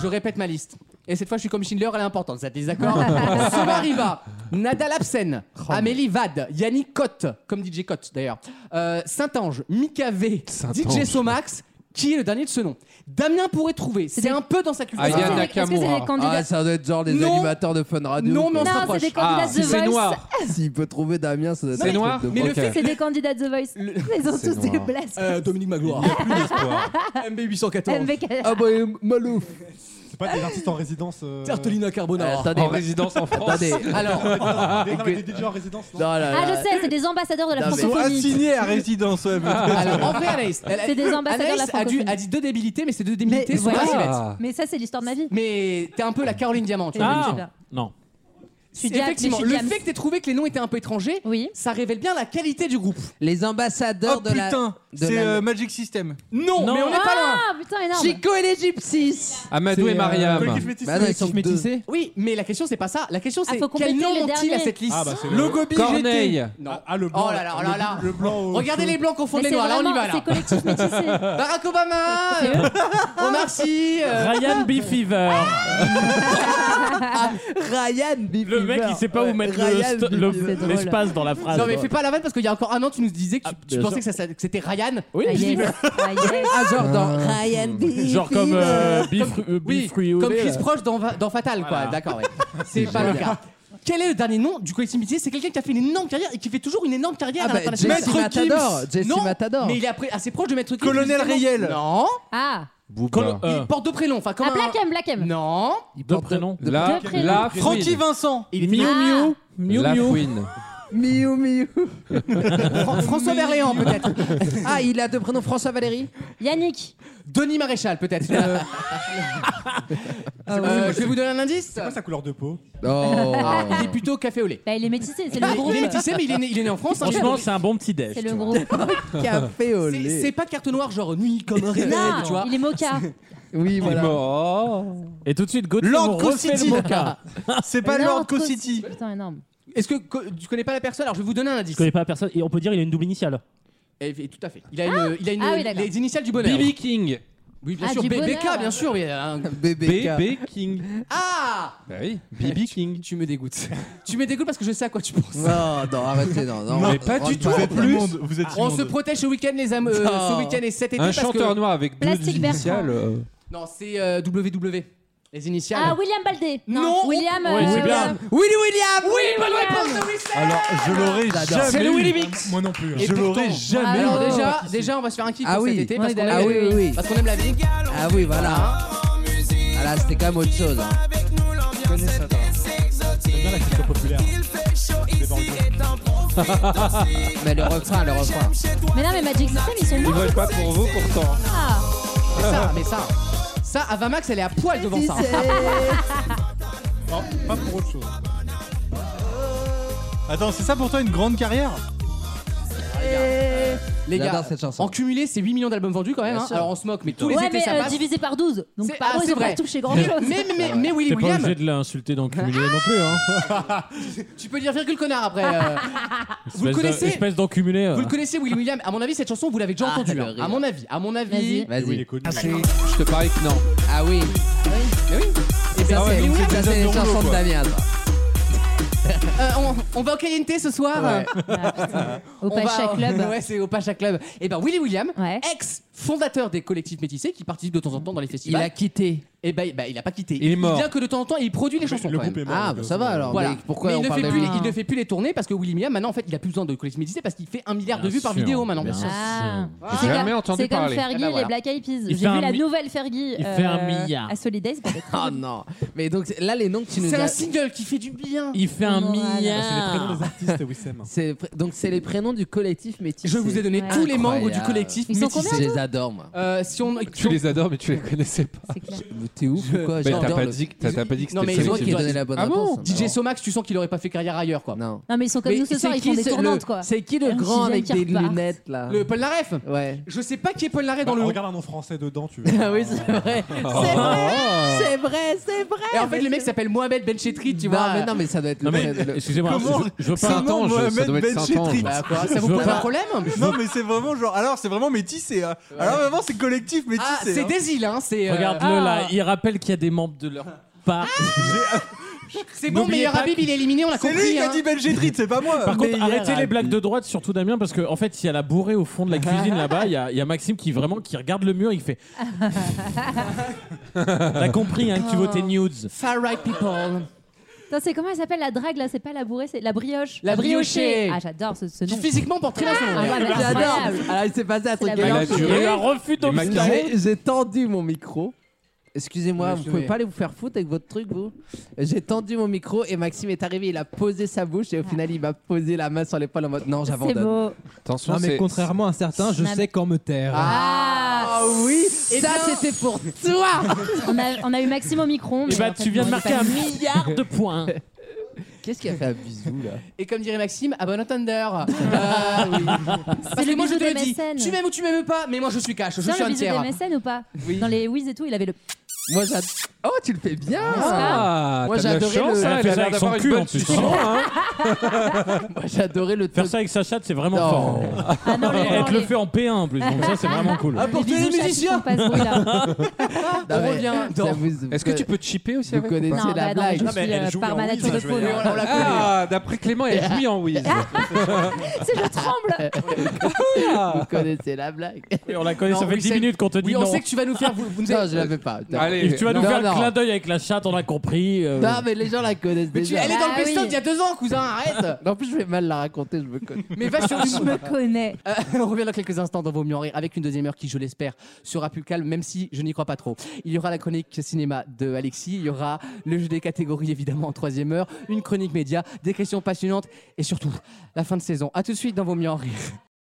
Speaker 3: Je répète ma liste. Et cette fois, je suis comme Schindler, elle est importante, ça t'es d'accord Soumariva, Nadal Absen, Amélie Vade, Yannick Cotte, comme DJ Cotte d'ailleurs, euh, Saint-Ange, Mika V,
Speaker 2: Saint-Ange.
Speaker 3: DJ Somax, qui est le dernier de ce nom Damien pourrait trouver, c'est
Speaker 7: des-
Speaker 3: un peu dans sa culture.
Speaker 2: Ah,
Speaker 7: Est-ce que
Speaker 2: Aya
Speaker 7: c'est des- Est-ce que c'est
Speaker 2: Nakamura.
Speaker 7: des
Speaker 6: Ah,
Speaker 7: candidats
Speaker 6: ça doit être genre les
Speaker 3: Non.
Speaker 6: animateurs de Fun Radio.
Speaker 3: Non, mais on
Speaker 6: quoi.
Speaker 3: se
Speaker 7: Non,
Speaker 3: rapproche.
Speaker 7: c'est des candidats
Speaker 2: Ah,
Speaker 7: The
Speaker 2: si c'est
Speaker 7: Voice.
Speaker 2: noir.
Speaker 6: S'il peut trouver Damien, ça doit être
Speaker 2: C'est
Speaker 6: un truc
Speaker 2: noir
Speaker 6: de
Speaker 3: Mais le
Speaker 6: ouf.
Speaker 3: fait-
Speaker 7: C'est des candidats The Voice. Ils ont
Speaker 2: C'est
Speaker 7: tous des
Speaker 2: noir.
Speaker 7: blagues.
Speaker 3: Euh, Dominique Magloire. MB814.
Speaker 7: MVK.
Speaker 6: Ah, bah, Malouf.
Speaker 7: Euh,
Speaker 12: C'est pas des artistes en résidence euh,
Speaker 3: Tartelina Carbonara.
Speaker 6: Attendez,
Speaker 2: En résidence en France.
Speaker 6: attendez.
Speaker 3: Alors,
Speaker 12: des- non, mais des DJ en résidence, non
Speaker 6: Non, là,
Speaker 7: Ah,
Speaker 6: là.
Speaker 7: je sais, c'est des ambassadeurs de la
Speaker 6: Non, mais-
Speaker 5: Ils sont
Speaker 7: francophonie.
Speaker 5: assignés à résidence. ouais, peut-être.
Speaker 3: alors, en vrai, Anaïs, elle a-
Speaker 7: C'est des ambassadeurs
Speaker 3: Anaïs
Speaker 7: de la
Speaker 3: a, dû-
Speaker 7: francophonie.
Speaker 3: a dit deux débilités, mais ces deux débilités
Speaker 7: Mais
Speaker 3: sont
Speaker 7: voilà.
Speaker 3: pas si bêtes.
Speaker 2: Ah.
Speaker 7: Mais ça, c'est l'histoire de ma vie. Ah.
Speaker 3: Mais t'es un peu la Caroline Diamant, tu vois.
Speaker 9: Ah
Speaker 7: bien.
Speaker 9: non.
Speaker 7: suis Diane, mais je suis
Speaker 3: Effectivement, le
Speaker 7: Diane.
Speaker 3: fait que t'aies trouvé que les noms étaient un peu étrangers, ça révèle bien la qualité du groupe.
Speaker 6: Les ambassadeurs
Speaker 3: de la-
Speaker 5: Oh, Putain,
Speaker 3: de
Speaker 5: c'est
Speaker 3: la-
Speaker 5: euh, Magic System.
Speaker 3: Non, mais on est pas loin.
Speaker 7: Ah putain, énorme.
Speaker 6: Chico et les gypsies
Speaker 2: Amadou
Speaker 5: C'est,
Speaker 2: et
Speaker 5: euh,
Speaker 2: Mariam.
Speaker 5: collectif métissé. Bah non, ils sont que deux.
Speaker 3: Oui, mais la question c'est pas ça. La question
Speaker 7: Ah,
Speaker 3: c'est
Speaker 7: faut compléter
Speaker 3: quel nom
Speaker 7: les
Speaker 3: ont-ils à
Speaker 7: derniers.
Speaker 3: cette liste
Speaker 2: Ah, bah, c'est le-
Speaker 3: Le gobi
Speaker 2: Corneille.
Speaker 3: GT. Non.
Speaker 12: Ah, le blanc.
Speaker 3: Oh là là, oh là
Speaker 12: le-
Speaker 3: là.
Speaker 12: Le blanc. au-
Speaker 3: Regardez les blancs confondent
Speaker 7: Mais
Speaker 3: les
Speaker 7: c'est
Speaker 3: noirs. Là, on y
Speaker 7: vraiment-
Speaker 3: va là.
Speaker 7: c'est collectif métissé.
Speaker 3: Barack Obama, euh, Omar Sy, euh,
Speaker 9: Ryan B. Fever.
Speaker 6: Ryan Bieber.
Speaker 9: Le mec, il sait pas où mettre le
Speaker 3: Ryan
Speaker 9: sto-
Speaker 3: Bieber.
Speaker 9: le-
Speaker 3: C'est drôle.
Speaker 9: l'espace dans la phrase.
Speaker 3: non mais fais pas la vanne parce qu'il y a encore un an tu nous disais que tu, tu
Speaker 9: Ah, bien
Speaker 3: pensais
Speaker 9: sûr.
Speaker 3: que, ça- ça- que c'était Ryan.
Speaker 9: Oui, Ah, yes.
Speaker 3: Bieber.
Speaker 6: Ah, genre dans
Speaker 3: Ah.
Speaker 6: Ryan Bieber.
Speaker 9: Genre comme euh, Beef, euh,
Speaker 3: Oui,
Speaker 9: Beef Rio.
Speaker 3: comme
Speaker 9: là.
Speaker 3: Chris Proche dans, Va- dans Fatal quoi.
Speaker 9: Voilà.
Speaker 3: D'accord. ouais. C'est pas
Speaker 9: génial.
Speaker 3: le cas. Quel est le dernier nom du collectif métier C'est quelqu'un qui a fait une énorme carrière et qui fait toujours une énorme carrière
Speaker 6: Ah
Speaker 3: à
Speaker 6: bah,
Speaker 3: l'international.
Speaker 6: Jesse Matador, Jesse
Speaker 3: non,
Speaker 6: Matador.
Speaker 3: mais il est après- assez proche de Maître Gims.
Speaker 5: Colonel
Speaker 3: justement.
Speaker 5: Riel.
Speaker 3: Non.
Speaker 7: Ah,
Speaker 2: Booba.
Speaker 6: Euh.
Speaker 3: Il porte deux prénoms. Enfin, comme
Speaker 7: ah
Speaker 3: un-
Speaker 7: Black M, Black M.
Speaker 3: Non.
Speaker 9: Euh, Deux prénoms.
Speaker 2: La,
Speaker 7: Deux prénoms.
Speaker 2: la
Speaker 5: Francky
Speaker 2: fouine.
Speaker 5: Vincent.
Speaker 3: Il est
Speaker 9: Miu Miu. Miu
Speaker 2: La
Speaker 9: Miu.
Speaker 2: fouine.
Speaker 6: Miou Miou.
Speaker 3: Fran- François Berléand peut-être.
Speaker 6: Ah, il a deux prénoms François Ah Valérie
Speaker 7: Yannick.
Speaker 3: Denis Maréchal peut-être. Euh, euh, je vais vous donner un indice.
Speaker 12: C'est quoi sa couleur de peau
Speaker 6: Ah Oh.
Speaker 3: Ah, il est plutôt café au lait.
Speaker 7: Bah, il est métissé, c'est
Speaker 3: Il
Speaker 7: le
Speaker 3: est-
Speaker 7: groupe.
Speaker 3: il est métissé, mais il est né, il est né en France. hein,
Speaker 9: Franchement,
Speaker 3: je-
Speaker 9: c'est un bon petit déj.
Speaker 7: C'est le groupe.
Speaker 6: Café au
Speaker 3: c'est
Speaker 6: lait.
Speaker 3: c'est pas carte noire genre nuit comme un réveil,
Speaker 7: Non,
Speaker 3: tu vois.
Speaker 7: il est mocha.
Speaker 6: Oui,
Speaker 2: Il est
Speaker 6: voilà.
Speaker 2: mort.
Speaker 9: Et tout de suite, Gauthier nous
Speaker 5: Lord Co
Speaker 9: refait le
Speaker 5: City.
Speaker 9: mocha.
Speaker 5: C'est pas
Speaker 7: Lord
Speaker 5: Lord Co
Speaker 7: Co-
Speaker 5: City.
Speaker 7: Putain, énorme.
Speaker 3: Est-ce que co- tu connais pas la personne Alors je vais vous donner un indice.
Speaker 9: Je connais pas personne. Et on peut dire il a une double initiale.
Speaker 3: Et, Eh, et tout à fait. Il a, une, il a une-
Speaker 7: Ah oui, d'accord.
Speaker 3: les initiales du bonheur.
Speaker 2: BB King.
Speaker 3: Oui, bien
Speaker 7: Ah,
Speaker 3: sûr.
Speaker 7: du
Speaker 3: BBK,
Speaker 7: bonheur.
Speaker 3: bien sûr. oui, euh, un-
Speaker 6: BBK.
Speaker 2: BB King.
Speaker 3: Ah
Speaker 2: Bah oui, BB King.
Speaker 3: Tu me dégoûtes. tu me dégoûtes parce que je sais à quoi tu penses.
Speaker 6: Non, non, arrêtez, non, non.
Speaker 2: Mais pas du tout,
Speaker 12: Vous
Speaker 2: en
Speaker 12: êtes
Speaker 2: plus.
Speaker 12: immonde, Vous êtes
Speaker 3: On se
Speaker 12: immonde.
Speaker 3: protège ce week-end, les amis. euh,
Speaker 6: Non.
Speaker 3: ce week-end et cet été.
Speaker 2: Un
Speaker 3: parce
Speaker 2: chanteur
Speaker 3: que...
Speaker 2: noir avec deux
Speaker 7: Plastic Bertrand.
Speaker 2: initiales. euh,
Speaker 3: Non, c'est euh, WW. Les initiales.
Speaker 7: Ah, William Baldé.
Speaker 3: Non.
Speaker 7: William.
Speaker 9: Oui,
Speaker 7: euh,
Speaker 9: c'est bien.
Speaker 6: Willy William
Speaker 3: Oui, bonne
Speaker 7: William.
Speaker 3: réponse de Wissem
Speaker 12: Alors, je l'aurais jamais.
Speaker 3: C'est le Willy
Speaker 12: eu.
Speaker 6: Ah,
Speaker 3: Mix.
Speaker 12: Moi non plus. hein.
Speaker 3: Et
Speaker 12: Je l'aurais
Speaker 3: pourtant-
Speaker 12: jamais.
Speaker 3: Alors
Speaker 6: Bravo.
Speaker 3: déjà, déjà, on va se faire un kiff
Speaker 6: Ah
Speaker 3: pour
Speaker 6: oui.
Speaker 3: cet été
Speaker 6: On
Speaker 3: parce
Speaker 6: est
Speaker 3: qu'on aime,
Speaker 6: d'accord. Ah oui, oui, oui.
Speaker 3: parce qu'on aime la vie.
Speaker 6: Ah oui, voilà. Ah là, c'était quand même autre chose. hein.
Speaker 12: Je connais ça, toi. J'aime bien la culture populaire. Les banlieues.
Speaker 6: Mais le refrain, le refrain.
Speaker 7: Mais non, mais Magic System, ils sont
Speaker 2: Ils
Speaker 7: morts.
Speaker 2: veulent pas pour vous pourtant.
Speaker 7: Ah.
Speaker 3: Mais ça, mais ça, ça, Avamax, elle est à poil devant ça.
Speaker 12: Non, pas pour autre chose.
Speaker 5: Attends, c'est ça pour toi une grande carrière
Speaker 3: Les gars,
Speaker 6: J'adore cette chanson.
Speaker 3: en cumulé, c'est 8 millions d'albums vendus quand même.
Speaker 6: Bien
Speaker 3: hein.
Speaker 6: sûr.
Speaker 3: Alors on se moque, mais tous les
Speaker 7: Ouais,
Speaker 3: étés
Speaker 7: mais
Speaker 3: ça
Speaker 7: euh,
Speaker 3: passe.
Speaker 7: divisé par 12.
Speaker 3: C'est-
Speaker 7: Donc,
Speaker 3: ah,
Speaker 7: par
Speaker 3: c'est
Speaker 7: ils ont
Speaker 3: vrai.
Speaker 7: pas touché grand
Speaker 3: Mais,
Speaker 7: chose.
Speaker 3: mais, mais, mais Willy
Speaker 9: T'es pas
Speaker 3: William,
Speaker 9: obligé de l'insulter dans le cumulé non plus. Hein.
Speaker 3: tu peux dire virgule connard après. euh. Vous le
Speaker 9: Espèce de-
Speaker 3: connaissez
Speaker 9: Espèce d'en cumulé. euh.
Speaker 3: Vous le connaissez Willy William À mon avis, cette chanson, vous l'avez déjà
Speaker 6: Ah,
Speaker 3: entendue.
Speaker 6: le
Speaker 3: hein.
Speaker 6: rire.
Speaker 3: À mon avis, à mon avis.
Speaker 12: Oui, il est
Speaker 6: Vas-y.
Speaker 5: Ah,
Speaker 12: connu.
Speaker 2: Je te parie que non.
Speaker 6: Ah oui.
Speaker 3: Mais oui.
Speaker 6: Et
Speaker 3: Ah
Speaker 6: ça,
Speaker 3: ouais,
Speaker 6: c'est
Speaker 3: donc
Speaker 6: ça, c'est les chansons de Damien. ça.
Speaker 3: Euh, on, on va au Caliente ce soir. euh,
Speaker 7: Ah, putain. Au
Speaker 3: on va-
Speaker 7: Pacha Club.
Speaker 3: ouais, c'est au Pacha Club. Et ben Willy William,
Speaker 7: Ouais.
Speaker 3: ex-fondateur des collectifs métissés qui participe de temps en temps dans les
Speaker 6: Il
Speaker 3: festivals.
Speaker 6: a quitté.
Speaker 3: Et ben, ben, il a pas quitté.
Speaker 2: Il est mort.
Speaker 3: vient que de temps en temps et il produit les chansons.
Speaker 12: Le
Speaker 3: quand même.
Speaker 12: groupe est mort.
Speaker 6: Ah,
Speaker 12: donc,
Speaker 6: bah,
Speaker 12: euh,
Speaker 6: ça va alors.
Speaker 3: Voilà.
Speaker 6: Mais pourquoi
Speaker 3: Mais
Speaker 6: on
Speaker 3: il, ne
Speaker 6: parle
Speaker 3: fait
Speaker 6: de
Speaker 3: plus
Speaker 6: lui hein
Speaker 3: les, il ne fait plus les tournées parce que Willy William, maintenant, en fait, il a plus besoin de collectifs métissés parce qu'il fait un milliard de vues par vidéo maintenant.
Speaker 7: Ah.
Speaker 2: J'ai
Speaker 7: C'est
Speaker 2: jamais
Speaker 7: comme-
Speaker 2: entendu
Speaker 7: C'est comme
Speaker 2: parler.
Speaker 7: Fergie
Speaker 3: Eh ben
Speaker 7: et les
Speaker 3: voilà.
Speaker 7: Black Eyed Peas. J'ai
Speaker 9: fait
Speaker 7: vu
Speaker 9: un
Speaker 7: la
Speaker 9: mi-
Speaker 7: nouvelle Fergie.
Speaker 9: Il fait un milliard.
Speaker 7: À Solidays, peut-être.
Speaker 6: Ah non. Mais donc là, les noms que tu nous
Speaker 3: C'est un
Speaker 6: as.
Speaker 3: single qui fait du bien.
Speaker 9: Il fait un
Speaker 7: Moral.
Speaker 9: milliard.
Speaker 12: Les artistes, Wissem.
Speaker 6: c'est pr- Donc c'est les prénoms du collectif métis.
Speaker 3: Je vous ai donné
Speaker 7: Ouais.
Speaker 3: tous les membres du
Speaker 6: Incroyable.
Speaker 3: collectif
Speaker 7: Ils sont
Speaker 3: métissé.
Speaker 6: Je les adore, moi.
Speaker 3: Euh, si on,
Speaker 2: Tu les adores, mais tu les connaissais pas.
Speaker 7: C'est clair.
Speaker 6: T'es ouf ou quoi
Speaker 2: Mais
Speaker 6: J'adore
Speaker 2: t'as pas
Speaker 6: le-
Speaker 2: dit que t'as- t'as pas dit que
Speaker 3: Non,
Speaker 2: c'était
Speaker 3: mais
Speaker 6: C'est moi
Speaker 3: ils ont-
Speaker 6: qui ai
Speaker 2: sélectionné.
Speaker 6: donné la bonne
Speaker 2: Ah bon
Speaker 6: réponse.
Speaker 3: DJ Somax, tu sens qu'il aurait pas fait carrière ailleurs quoi.
Speaker 6: Non.
Speaker 7: Non, mais ils sont comme
Speaker 6: Mais
Speaker 7: nous ce soir,
Speaker 6: c'est
Speaker 7: ils font
Speaker 6: qui,
Speaker 7: des
Speaker 6: ce-
Speaker 7: tournantes,
Speaker 6: le-
Speaker 7: quoi.
Speaker 6: C'est qui
Speaker 7: Ah,
Speaker 6: le
Speaker 7: oui,
Speaker 6: grand
Speaker 7: Julien
Speaker 6: avec des
Speaker 7: Carpart.
Speaker 6: lunettes là
Speaker 3: Le Paul Naref
Speaker 6: Ouais.
Speaker 3: Je sais pas qui est Paul Naref dans
Speaker 12: Bah,
Speaker 3: le groupe.
Speaker 12: Regarde un nom français dedans, tu veux.
Speaker 6: Ah oui, c'est vrai. C'est vrai, c'est vrai.
Speaker 3: Et Eh, en fait, le mec s'appelle Mohamed Benchetri, tu
Speaker 6: Non,
Speaker 3: vois.
Speaker 6: mais non, mais ça doit être
Speaker 9: Non
Speaker 6: le.
Speaker 9: mais
Speaker 6: le-
Speaker 9: excusez-moi,
Speaker 5: Comment
Speaker 9: je, je veux pas.
Speaker 5: Comment
Speaker 2: Saint-Ange, ça doit
Speaker 5: Mohamed
Speaker 2: être Saint-Ange.
Speaker 5: Benchetri
Speaker 3: Bah quoi, ça
Speaker 9: Je
Speaker 3: vous
Speaker 9: veux
Speaker 3: pose
Speaker 9: pas-
Speaker 3: un problème
Speaker 5: Non mais c'est vraiment genre alors c'est vraiment métissé. hein. Alors vraiment c'est collectif métissé.
Speaker 3: Ah, c'est
Speaker 5: hein.
Speaker 3: des îles, hein. C'est euh,
Speaker 9: Regarde-le
Speaker 3: ah,
Speaker 9: là, il rappelle qu'il y a des membres de leur part.
Speaker 3: C'est bon,
Speaker 9: N'oubliez
Speaker 3: meilleur
Speaker 9: pas
Speaker 3: Habib, il est éliminé, on l'a
Speaker 5: C'est
Speaker 3: compris.
Speaker 5: lui qui a
Speaker 3: hein.
Speaker 5: dit Belgétrite, c'est pas moi.
Speaker 9: Par
Speaker 6: Mais
Speaker 9: contre,
Speaker 6: hier,
Speaker 9: arrêtez les
Speaker 6: Habib.
Speaker 9: blagues de droite, surtout Damien, parce que en fait, il y a la bourrée au fond de la cuisine là-bas. Il y, a- il y a Maxime qui vraiment qui regarde le mur et qui fait. T'as compris hein, que tu votais nudes.
Speaker 3: Far right people.
Speaker 7: Putain, c'est comment elle s'appelle la drague là C'est pas la bourrée, c'est la brioche.
Speaker 3: La briochée.
Speaker 7: Ah, j'adore ce, ce nom.
Speaker 3: Qui physiquement porte très bien son nom.
Speaker 7: Ah,
Speaker 3: d'ailleurs.
Speaker 7: voilà,
Speaker 6: J'adore.
Speaker 7: incroyable.
Speaker 6: Alors il s'est passé un truc.
Speaker 7: la
Speaker 6: énorme.
Speaker 2: Elle a
Speaker 9: Il y a eu
Speaker 2: duré.
Speaker 9: un refus
Speaker 2: Les
Speaker 9: d'obstacle.
Speaker 2: macarons.
Speaker 6: J'ai- J'ai tendu mon micro. Excusez-moi,
Speaker 3: Oui,
Speaker 6: vous
Speaker 3: je
Speaker 6: pouvez
Speaker 3: vais.
Speaker 6: pas aller vous faire foutre avec votre truc, vous J'ai tendu mon micro et Maxime est arrivé, il a posé sa bouche et au final il m'a posé la main sur l'épaule en mode non,
Speaker 7: C'est
Speaker 6: j'abandonne.
Speaker 7: beau.
Speaker 2: Attention,
Speaker 4: Non, mais
Speaker 2: c'est.
Speaker 4: contrairement à certains, je
Speaker 7: Non, mais-
Speaker 4: sais quand me taire.
Speaker 7: Ah,
Speaker 6: oui Ça c'était pour toi
Speaker 7: on, a, on a eu Maxime au micron.
Speaker 9: Et
Speaker 7: mais
Speaker 9: bah,
Speaker 7: en fait,
Speaker 9: tu viens de
Speaker 7: non, il
Speaker 9: marquer
Speaker 7: est pas
Speaker 9: un
Speaker 7: venu.
Speaker 9: milliard de points.
Speaker 3: Qu'est-ce qui a fait un bisou là Ah
Speaker 6: Et comme dirait Maxime, à bon entendeur. Euh, Parce
Speaker 7: le
Speaker 6: que moi je
Speaker 7: bisou
Speaker 6: te le
Speaker 7: des
Speaker 6: dis,
Speaker 7: mécènes.
Speaker 6: tu m'aimes ou tu m'aimes pas, mais moi je suis cash, je
Speaker 7: Non,
Speaker 6: suis
Speaker 7: le bisou
Speaker 6: entière.
Speaker 7: des mécènes ou pas Dans les Wiz et tout, il avait le.
Speaker 3: Moi j'adore. Oh, tu le fais bien
Speaker 2: Ah,
Speaker 3: Moi
Speaker 2: t'as de la
Speaker 3: j'adorais
Speaker 2: chance,
Speaker 3: le.
Speaker 2: hein, elle a l'air d'avoir une bonne succion, hein.
Speaker 3: Moi j'adorais le.
Speaker 9: Faire ça avec sa chatte, c'est vraiment
Speaker 3: Non.
Speaker 9: fort.
Speaker 3: non, les-
Speaker 9: Et elle te le
Speaker 3: les-
Speaker 9: fait en P1 en plus, donc ça c'est vraiment cool.
Speaker 3: Apportez
Speaker 7: bisous,
Speaker 3: les
Speaker 7: chat,
Speaker 3: musiciens
Speaker 7: qui font Ah, pas ce bruit-là.
Speaker 3: Non, mais-
Speaker 6: revient
Speaker 3: ça vous-
Speaker 2: Est-ce que tu peux te chipper aussi
Speaker 3: Vous
Speaker 2: avec ou pas
Speaker 3: connaissez la
Speaker 7: Non, bah non,
Speaker 3: blague.
Speaker 7: je suis euh, par ma nature de peau.
Speaker 2: Ah, d'après Clément, elle jouit en Wiz.
Speaker 7: C'est je tremble
Speaker 3: Vous connaissez la blague.
Speaker 9: Et on la connaît, ça
Speaker 6: Non,
Speaker 9: fait
Speaker 6: Ah. oui,
Speaker 9: 10
Speaker 6: c'est-
Speaker 9: minutes qu'on te dit
Speaker 6: oui, on
Speaker 9: non.
Speaker 6: sait que tu vas nous faire. Vous, vous nous
Speaker 3: Non,
Speaker 6: avez-
Speaker 3: je l'avais pas. Non.
Speaker 9: Allez, tu vas nous
Speaker 3: Non,
Speaker 9: faire
Speaker 3: non.
Speaker 9: le clin d'œil avec la chatte, on a compris. euh.
Speaker 3: Non, mais les gens la connaissent
Speaker 6: Mais tu-
Speaker 3: déjà.
Speaker 6: elle est dans
Speaker 7: Bah
Speaker 6: le best-of
Speaker 7: oui.
Speaker 6: d'il y a deux ans, cousin, arrête
Speaker 3: En plus, je vais mal la raconter, je me connais.
Speaker 6: Mais va sur
Speaker 7: Je me connais.
Speaker 6: Euh, on revient dans quelques instants dans Vos mieux en rire avec une deuxième heure qui, je l'espère, sera plus calme, même si je n'y crois pas trop. Il y aura la chronique cinéma de Alexis, il y aura le jeu des catégories évidemment en troisième heure, une chronique média, des questions passionnantes et surtout la fin de saison. À tout de suite dans Vos mieux en rire.